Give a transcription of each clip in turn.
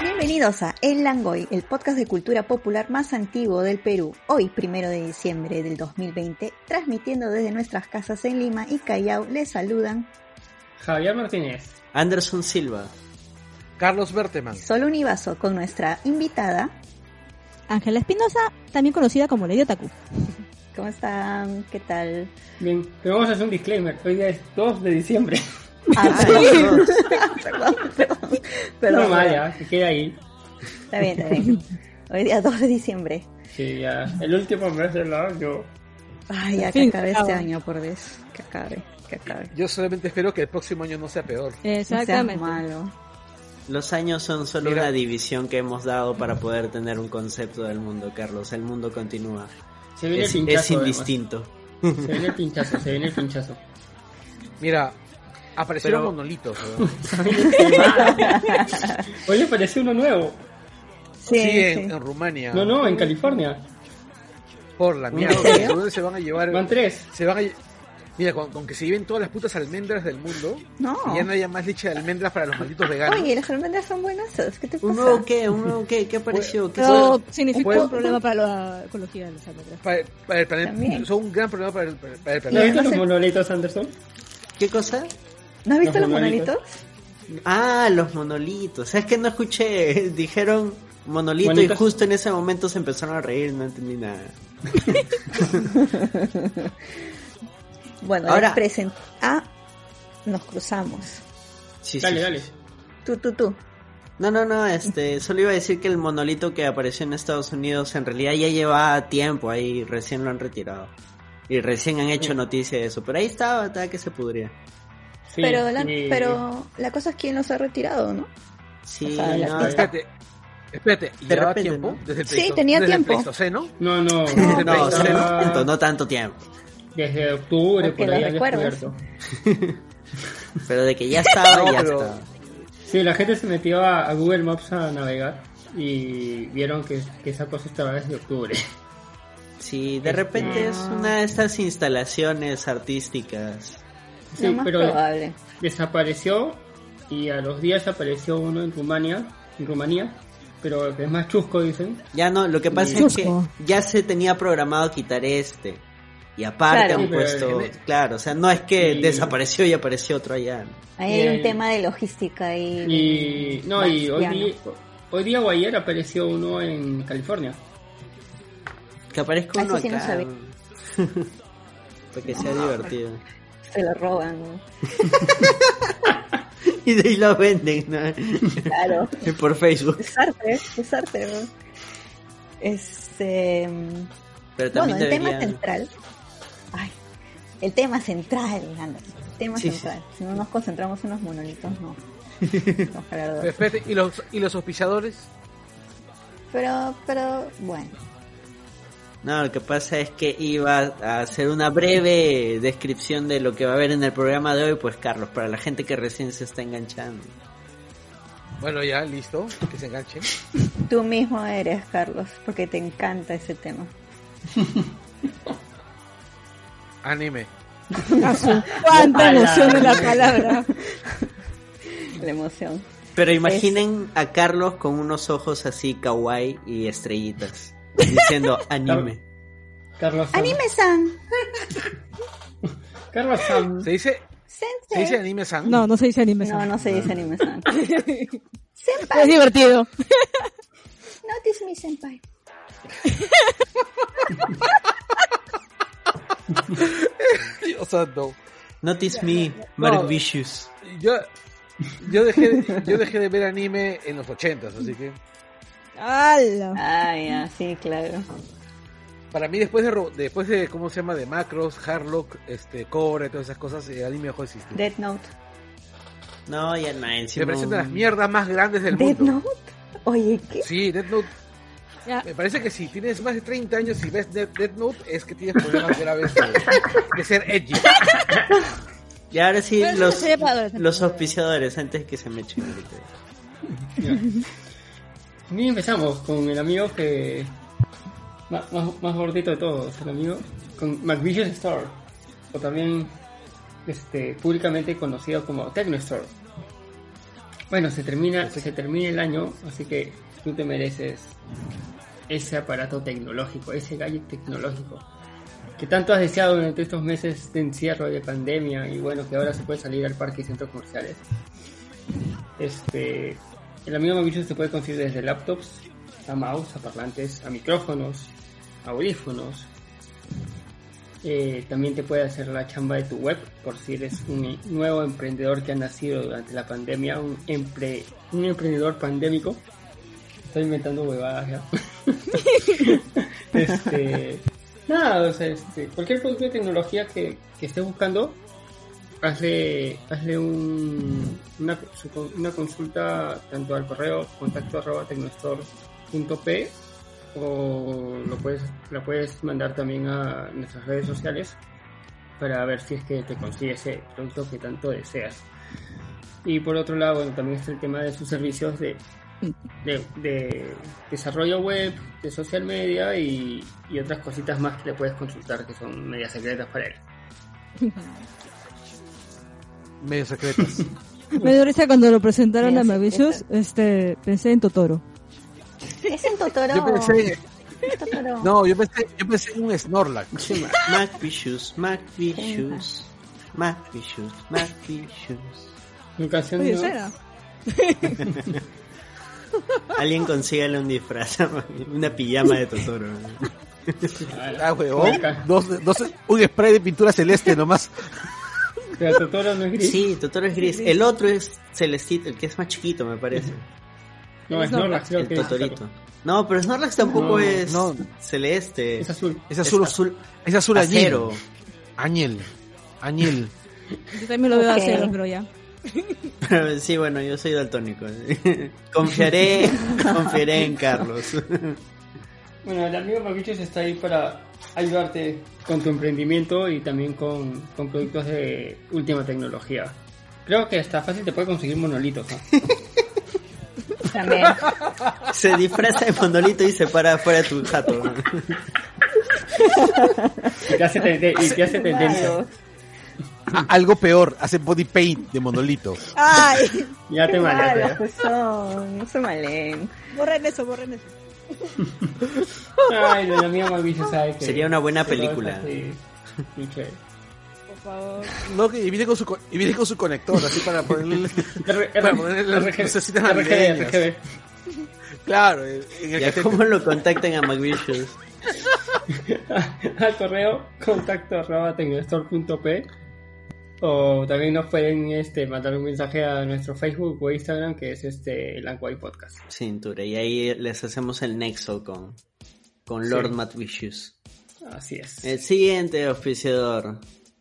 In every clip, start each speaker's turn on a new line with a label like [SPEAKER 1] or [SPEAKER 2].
[SPEAKER 1] Bienvenidos a El Langoy, el podcast de cultura popular más antiguo del Perú. Hoy, primero de diciembre del 2020, transmitiendo desde nuestras casas en Lima y Callao, les saludan
[SPEAKER 2] Javier Martínez.
[SPEAKER 3] Anderson Silva.
[SPEAKER 4] Carlos Berteman.
[SPEAKER 1] Solo un Ibazo con nuestra invitada.
[SPEAKER 5] Ángela Espinosa, también conocida como Lady Otaku.
[SPEAKER 1] ¿Cómo están? ¿Qué tal?
[SPEAKER 2] Bien, pero vamos a hacer un disclaimer. Hoy día es 2 de diciembre.
[SPEAKER 1] Ah, perdón, perdón, perdón,
[SPEAKER 2] no
[SPEAKER 1] perdón.
[SPEAKER 2] vaya, que quede ahí.
[SPEAKER 1] Está bien, está bien. Hoy día 2 de diciembre.
[SPEAKER 2] Sí, ya. El último mes del año.
[SPEAKER 1] Ay, ya que
[SPEAKER 5] Fin,
[SPEAKER 1] acabe
[SPEAKER 5] acaba.
[SPEAKER 1] este año, por Dios. Que acabe, que acabe.
[SPEAKER 4] Yo solamente espero que el próximo año no sea peor.
[SPEAKER 1] No seas
[SPEAKER 5] Exactamente.
[SPEAKER 1] malo.
[SPEAKER 3] Los años son solo
[SPEAKER 4] Mira.
[SPEAKER 3] una división que hemos dado para poder tener un concepto del mundo, Carlos. El mundo continúa.
[SPEAKER 2] Se viene
[SPEAKER 3] Es,
[SPEAKER 2] el pinchazo.
[SPEAKER 3] es
[SPEAKER 2] además.
[SPEAKER 3] indistinto.
[SPEAKER 2] Se viene el pinchazo, se viene el pinchazo.
[SPEAKER 4] Mira, aparecieron
[SPEAKER 3] Pero-
[SPEAKER 4] monolitos. weón.
[SPEAKER 2] Oye, apareció uno nuevo.
[SPEAKER 1] Sí,
[SPEAKER 4] sí, en,
[SPEAKER 1] sí.
[SPEAKER 4] en Rumania.
[SPEAKER 2] No, no, en California.
[SPEAKER 4] Por la mierda.
[SPEAKER 2] serio?
[SPEAKER 4] seguro se van a llevar.
[SPEAKER 2] Van tres.
[SPEAKER 4] Se van a lle- Mira, con, con que se lleven todas las putas almendras del mundo.
[SPEAKER 1] No.
[SPEAKER 4] y ya no haya más leche de almendras para los malditos veganos.
[SPEAKER 1] Oye, las almendras son buenas. ¿Qué te
[SPEAKER 3] ¿Un
[SPEAKER 1] pasa?
[SPEAKER 3] nuevo qué? ¿Un nuevo qué? ¿Qué apareció? ¿Qué
[SPEAKER 5] Pero
[SPEAKER 3] fue?
[SPEAKER 5] significó
[SPEAKER 4] puede-
[SPEAKER 5] un problema para la ecología de los almendras.
[SPEAKER 4] Para, para el planeta.
[SPEAKER 1] También.
[SPEAKER 4] Son un gran problema para el, para- para el
[SPEAKER 2] ¿No
[SPEAKER 4] planeta.
[SPEAKER 2] viste
[SPEAKER 1] además
[SPEAKER 2] los
[SPEAKER 1] el-
[SPEAKER 2] monolitos, Anderson?
[SPEAKER 3] ¿Qué cosa?
[SPEAKER 1] ¿No has visto los
[SPEAKER 2] Los
[SPEAKER 1] monolitos?
[SPEAKER 2] monolitos.
[SPEAKER 3] Ah, los monolitos. Es que no escuché. Dijeron monolito
[SPEAKER 2] Monolitos.
[SPEAKER 3] y justo en ese momento se empezaron a reír. No entendí nada.
[SPEAKER 1] Bueno,
[SPEAKER 3] Ahora-
[SPEAKER 1] ahora present. Ah, nos cruzamos.
[SPEAKER 3] Sí, sí,
[SPEAKER 2] Dale,
[SPEAKER 3] sí.
[SPEAKER 2] dale.
[SPEAKER 1] Tú, tú, tú.
[SPEAKER 3] No, no, no, este, solo iba a decir que el monolito que apareció en Estados Unidos en realidad ya llevaba tiempo ahí, recién lo han retirado. Y recién han hecho noticia de eso, pero ahí estaba, estaba que se pudría.
[SPEAKER 2] Sí,
[SPEAKER 1] pero, la,
[SPEAKER 2] sí.
[SPEAKER 1] pero la cosa es que nos ha retirado, ¿no?
[SPEAKER 3] Sí,
[SPEAKER 1] O sea, la-
[SPEAKER 3] no, eh,
[SPEAKER 4] No, espérate. Espérate. ¿Y
[SPEAKER 3] De
[SPEAKER 4] llevaba
[SPEAKER 3] repente,
[SPEAKER 4] tiempo?
[SPEAKER 3] ¿no?
[SPEAKER 4] Desde el
[SPEAKER 1] Sí,
[SPEAKER 4] Pleisto-
[SPEAKER 1] tenía
[SPEAKER 4] desde el
[SPEAKER 1] tiempo.
[SPEAKER 4] Pleistoceno.
[SPEAKER 2] No, no.
[SPEAKER 3] no, no,
[SPEAKER 4] Desde-
[SPEAKER 3] tanto, no tanto tiempo.
[SPEAKER 2] Desde octubre,
[SPEAKER 1] Porque
[SPEAKER 2] por
[SPEAKER 1] lo
[SPEAKER 2] ahí han
[SPEAKER 1] recuerdas.
[SPEAKER 2] descubierto.
[SPEAKER 3] Pero de que ya estaba,
[SPEAKER 4] No,
[SPEAKER 3] ya
[SPEAKER 4] pero-
[SPEAKER 3] estaba.
[SPEAKER 2] Sí, la gente se metió a, a Google Maps a navegar y vieron que, que esa cosa estaba desde octubre.
[SPEAKER 3] Sí, de repente es una de estas instalaciones artísticas.
[SPEAKER 2] Sí,
[SPEAKER 1] lo más
[SPEAKER 2] pero
[SPEAKER 1] probable.
[SPEAKER 2] desapareció y a los días apareció uno en Rumania, en Rumanía, pero que es más chusco, dicen.
[SPEAKER 3] Ya no, lo que pasa
[SPEAKER 5] Sí.
[SPEAKER 3] es que ya se tenía programado quitar este. Y aparte
[SPEAKER 1] Claro.
[SPEAKER 3] han puesto, claro, o sea, no es que
[SPEAKER 2] Sí.
[SPEAKER 3] desapareció y apareció otro allá. ¿no?
[SPEAKER 1] Ahí
[SPEAKER 2] y
[SPEAKER 1] hay un
[SPEAKER 2] el-
[SPEAKER 1] tema de logística y.
[SPEAKER 2] Y no, y hoy
[SPEAKER 1] Marciano.
[SPEAKER 2] día, hoy día o ayer apareció uno en California.
[SPEAKER 3] Que aparezca
[SPEAKER 1] Ah,
[SPEAKER 3] uno
[SPEAKER 1] eso sí no
[SPEAKER 3] acá.
[SPEAKER 1] sabía.
[SPEAKER 3] Para que sea divertido.
[SPEAKER 1] Se lo roban, ¿no?
[SPEAKER 3] Y de ahí lo venden, ¿no?
[SPEAKER 1] Claro.
[SPEAKER 3] Por Facebook.
[SPEAKER 1] Es arte, es arte, ¿no? Este.
[SPEAKER 3] Pero
[SPEAKER 1] Bueno,
[SPEAKER 3] también
[SPEAKER 1] el tema
[SPEAKER 3] deberían-
[SPEAKER 1] central. Ay, el tema central, Anderson. El tema
[SPEAKER 3] Sí, sí.
[SPEAKER 1] central. Si no nos concentramos en los monolitos, no. Vamos a hablar de
[SPEAKER 4] Pero
[SPEAKER 1] otro.
[SPEAKER 4] espérate, ¿y los, y los auspiciadores?
[SPEAKER 1] Pero, pero, bueno.
[SPEAKER 3] No, lo que pasa es que iba a hacer una breve descripción de lo que va a haber en el programa de hoy, pues Carlos, para la gente que recién se está enganchando.
[SPEAKER 4] Bueno, ya, listo. Que se enganchen.
[SPEAKER 1] Tú mismo eres, Carlos, porque te encanta ese tema.
[SPEAKER 4] Anime.
[SPEAKER 5] ¡Cuánta
[SPEAKER 2] Ojalá.
[SPEAKER 5] emoción en la palabra!
[SPEAKER 1] La emoción.
[SPEAKER 3] Pero imaginen a Carlos con unos ojos así kawaii y estrellitas, diciendo anime.
[SPEAKER 2] Carlos Sam.
[SPEAKER 1] Anime-san,
[SPEAKER 2] Carlos Sam.
[SPEAKER 4] ¿Se dice, se dice
[SPEAKER 1] sensei.
[SPEAKER 4] anime san?
[SPEAKER 5] No, no se dice anime.
[SPEAKER 1] No,
[SPEAKER 5] Sam.
[SPEAKER 1] no se dice anime-san.
[SPEAKER 5] Es
[SPEAKER 1] senpai,
[SPEAKER 5] divertido.
[SPEAKER 1] notice me, senpai.
[SPEAKER 4] Dios santo.
[SPEAKER 3] Notice me, Mark Vicious.
[SPEAKER 4] Yo, yo, dejé de, yo dejé de ver anime en los ochentas, así que...
[SPEAKER 5] ¡Hala!
[SPEAKER 1] Ay, ah, sí, claro.
[SPEAKER 4] Para mí, después de, Ro- después de ¿cómo se llama? De Macros, Harlock, este, Cobra y todas esas cosas, el anime dejó de existir.
[SPEAKER 1] Death Note.
[SPEAKER 3] No, ya no,
[SPEAKER 4] Me
[SPEAKER 3] encima.
[SPEAKER 4] parece
[SPEAKER 3] un-
[SPEAKER 4] una de las mierdas más grandes del
[SPEAKER 1] ¿Death
[SPEAKER 4] mundo.
[SPEAKER 1] Note? Oye, ¿qué?
[SPEAKER 4] Sí, Death Note.
[SPEAKER 5] Ya.
[SPEAKER 4] Me parece que si tienes más de 30 años y ves Death, Death Note, es que tienes problemas graves de, de ser edgy.
[SPEAKER 3] Y ahora sí,
[SPEAKER 5] Pero eso no
[SPEAKER 3] los,
[SPEAKER 5] sería para adolescentes.
[SPEAKER 3] los auspiciadores, antes que se me echen ahorita.
[SPEAKER 2] Y empezamos con el amigo que. Más, más, más gordito de todos, el amigo. Con McVicious Store. O también este, públicamente conocido como Techno Store. Bueno, se termina, se termina el año, así que tú te mereces ese aparato tecnológico, ese gadget tecnológico que tanto has deseado durante estos meses de encierro y de pandemia y bueno, que ahora se puede salir al parque y centros comerciales. Este, el amigo Maguicho se puede conseguir desde laptops a mouse, a parlantes, a micrófonos, a audífonos. Eh, también te puede hacer la chamba de tu web por si eres un nuevo emprendedor que ha nacido durante la pandemia, un, empre- un emprendedor pandémico. Estoy inventando huevadas ya. este, nada, o sea, este, cualquier producto de tecnología que, que estés buscando, hazle, hazle un, una, su- una consulta tanto al correo contacto arroba tecnostore.p o lo puedes, la puedes mandar también a nuestras redes sociales para ver si es que te consigue ese producto que tanto deseas. Y por otro lado, bueno, también está el tema de sus servicios de, de, de desarrollo web, de social media y, y otras cositas más que le puedes consultar que son medias secretas para él.
[SPEAKER 4] Medios secretos.
[SPEAKER 5] Me dio risa cuando lo presentaron
[SPEAKER 1] Mira,
[SPEAKER 5] a
[SPEAKER 1] sí,
[SPEAKER 5] Mavicius,
[SPEAKER 1] esta.
[SPEAKER 5] este, pensé en Totoro.
[SPEAKER 1] Es en Totoro.
[SPEAKER 4] yo pensé,
[SPEAKER 1] Totoro.
[SPEAKER 4] no, yo pensé, yo pensé en un Snorlax.
[SPEAKER 3] Macvicious, Macvicious, Macvicious, Macvicious.
[SPEAKER 2] Mi canción
[SPEAKER 5] Oye,
[SPEAKER 2] no-
[SPEAKER 5] ¿será?
[SPEAKER 3] Alguien consígale un disfraz, una pijama de Totoro.
[SPEAKER 4] Ah, huevón.
[SPEAKER 2] Hueca.
[SPEAKER 4] Dos, dos- un spray de pintura celeste nomás.
[SPEAKER 2] Pero Totoro no es gris.
[SPEAKER 3] Sí, Totoro es gris. El otro es celestito, el que es más chiquito, me parece.
[SPEAKER 2] No, es Snorlax, creo
[SPEAKER 3] El
[SPEAKER 2] que es.
[SPEAKER 3] Totorito. No, pero Snorlax tampoco
[SPEAKER 2] No,
[SPEAKER 3] es
[SPEAKER 4] no.
[SPEAKER 3] celeste.
[SPEAKER 2] Es azul.
[SPEAKER 4] Es azul,
[SPEAKER 3] Es azul
[SPEAKER 4] es azul
[SPEAKER 3] acero.
[SPEAKER 4] añil. Añil. Añil.
[SPEAKER 5] Yo también lo veo
[SPEAKER 1] Ok.
[SPEAKER 5] a cero, pero ya.
[SPEAKER 3] Pero sí, bueno, yo soy daltónico. Confiaré, confiaré en Carlos.
[SPEAKER 2] Bueno, el amigo Maguichos está ahí para ayudarte con tu emprendimiento y también con, con productos de última tecnología. Creo que está fácil, te puede conseguir monolitos. ¿ah?
[SPEAKER 1] También.
[SPEAKER 3] Se disfraza de fondolito y se para afuera de tu jato.
[SPEAKER 2] Y te hace, tende- y te hace tendencia.
[SPEAKER 4] Ah, algo peor, hace body paint de monolito.
[SPEAKER 1] Ay,
[SPEAKER 2] Ya te
[SPEAKER 1] qué
[SPEAKER 2] mareaste.
[SPEAKER 1] malos
[SPEAKER 2] ¿eh?
[SPEAKER 1] que son. No se malen.
[SPEAKER 5] Borren eso, borren eso.
[SPEAKER 2] Ay, el amigo Maguichos sabe que.
[SPEAKER 3] Sería una buena
[SPEAKER 2] que todo es
[SPEAKER 3] película.
[SPEAKER 2] así. Muy chévere.
[SPEAKER 5] Por favor.
[SPEAKER 4] No, que- y viene con su, co- y viene con su conector, así para ponerle.
[SPEAKER 2] R- R-
[SPEAKER 4] Para ponerle las
[SPEAKER 2] RGB,
[SPEAKER 4] lucecitas
[SPEAKER 2] RGB,
[SPEAKER 4] navideñas.
[SPEAKER 2] RGB.
[SPEAKER 4] Claro, eh, en el
[SPEAKER 3] Ya,
[SPEAKER 4] catete.
[SPEAKER 3] ¿cómo lo contactan a McVicious?
[SPEAKER 2] al correo contacto arroba tecnostore.p o también nos pueden este, mandar un mensaje a nuestro Facebook o Instagram que es este Languay Podcast.
[SPEAKER 3] Cintura. Y ahí les hacemos el nexo con, con Lord
[SPEAKER 2] Sí.
[SPEAKER 3] McVicious.
[SPEAKER 2] Así es.
[SPEAKER 3] El siguiente auspiciador.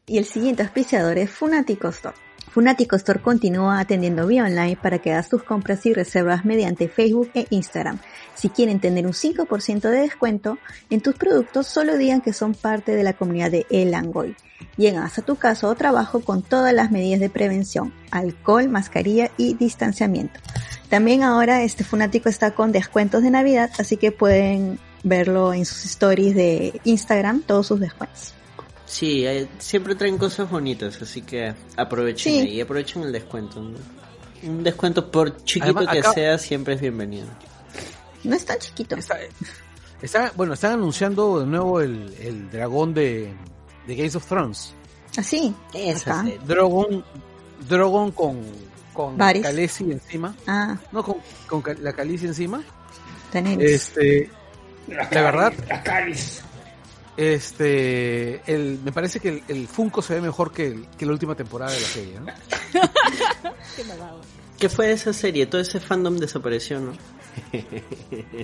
[SPEAKER 1] Y el siguiente auspiciador es Funatico Store. Funatico Store continúa atendiendo vía online para que hagas tus compras y reservas mediante Facebook e Instagram. Si quieren tener un 5% de descuento en tus productos, solo digan que son parte de la comunidad de El Angoy. Llegas a tu casa o trabajo con todas las medidas de prevención, alcohol, mascarilla y distanciamiento. También ahora este Funatico está con descuentos de Navidad, así que pueden verlo en sus stories de Instagram, todos sus descuentos.
[SPEAKER 3] Sí, eh, siempre traen cosas bonitas, así que aprovechen
[SPEAKER 1] Sí.
[SPEAKER 3] ahí, aprovechen el descuento. ¿no? Un descuento por chiquito
[SPEAKER 4] Además,
[SPEAKER 3] que
[SPEAKER 4] acá-
[SPEAKER 3] sea, siempre es bienvenido.
[SPEAKER 1] No es tan chiquito.
[SPEAKER 4] Está- está- bueno, están anunciando de nuevo el, el dragón de, de Games of Thrones.
[SPEAKER 1] Así.
[SPEAKER 3] Esa
[SPEAKER 1] Acá.
[SPEAKER 3] serie.
[SPEAKER 4] Drogon, Drogon con, con
[SPEAKER 1] Varys.
[SPEAKER 4] Khaleesi encima.
[SPEAKER 1] Ah,
[SPEAKER 4] No, con, con Ca- la Khaleesi encima.
[SPEAKER 1] Daenerys.
[SPEAKER 4] Este, la verdad,
[SPEAKER 2] La Caris.
[SPEAKER 4] este, el, me parece que el, el Funko se ve mejor que, el- que la última temporada de la serie. ¿no?
[SPEAKER 3] ¿Qué fue de esa serie? Todo ese fandom desapareció, ¿no?
[SPEAKER 1] Qué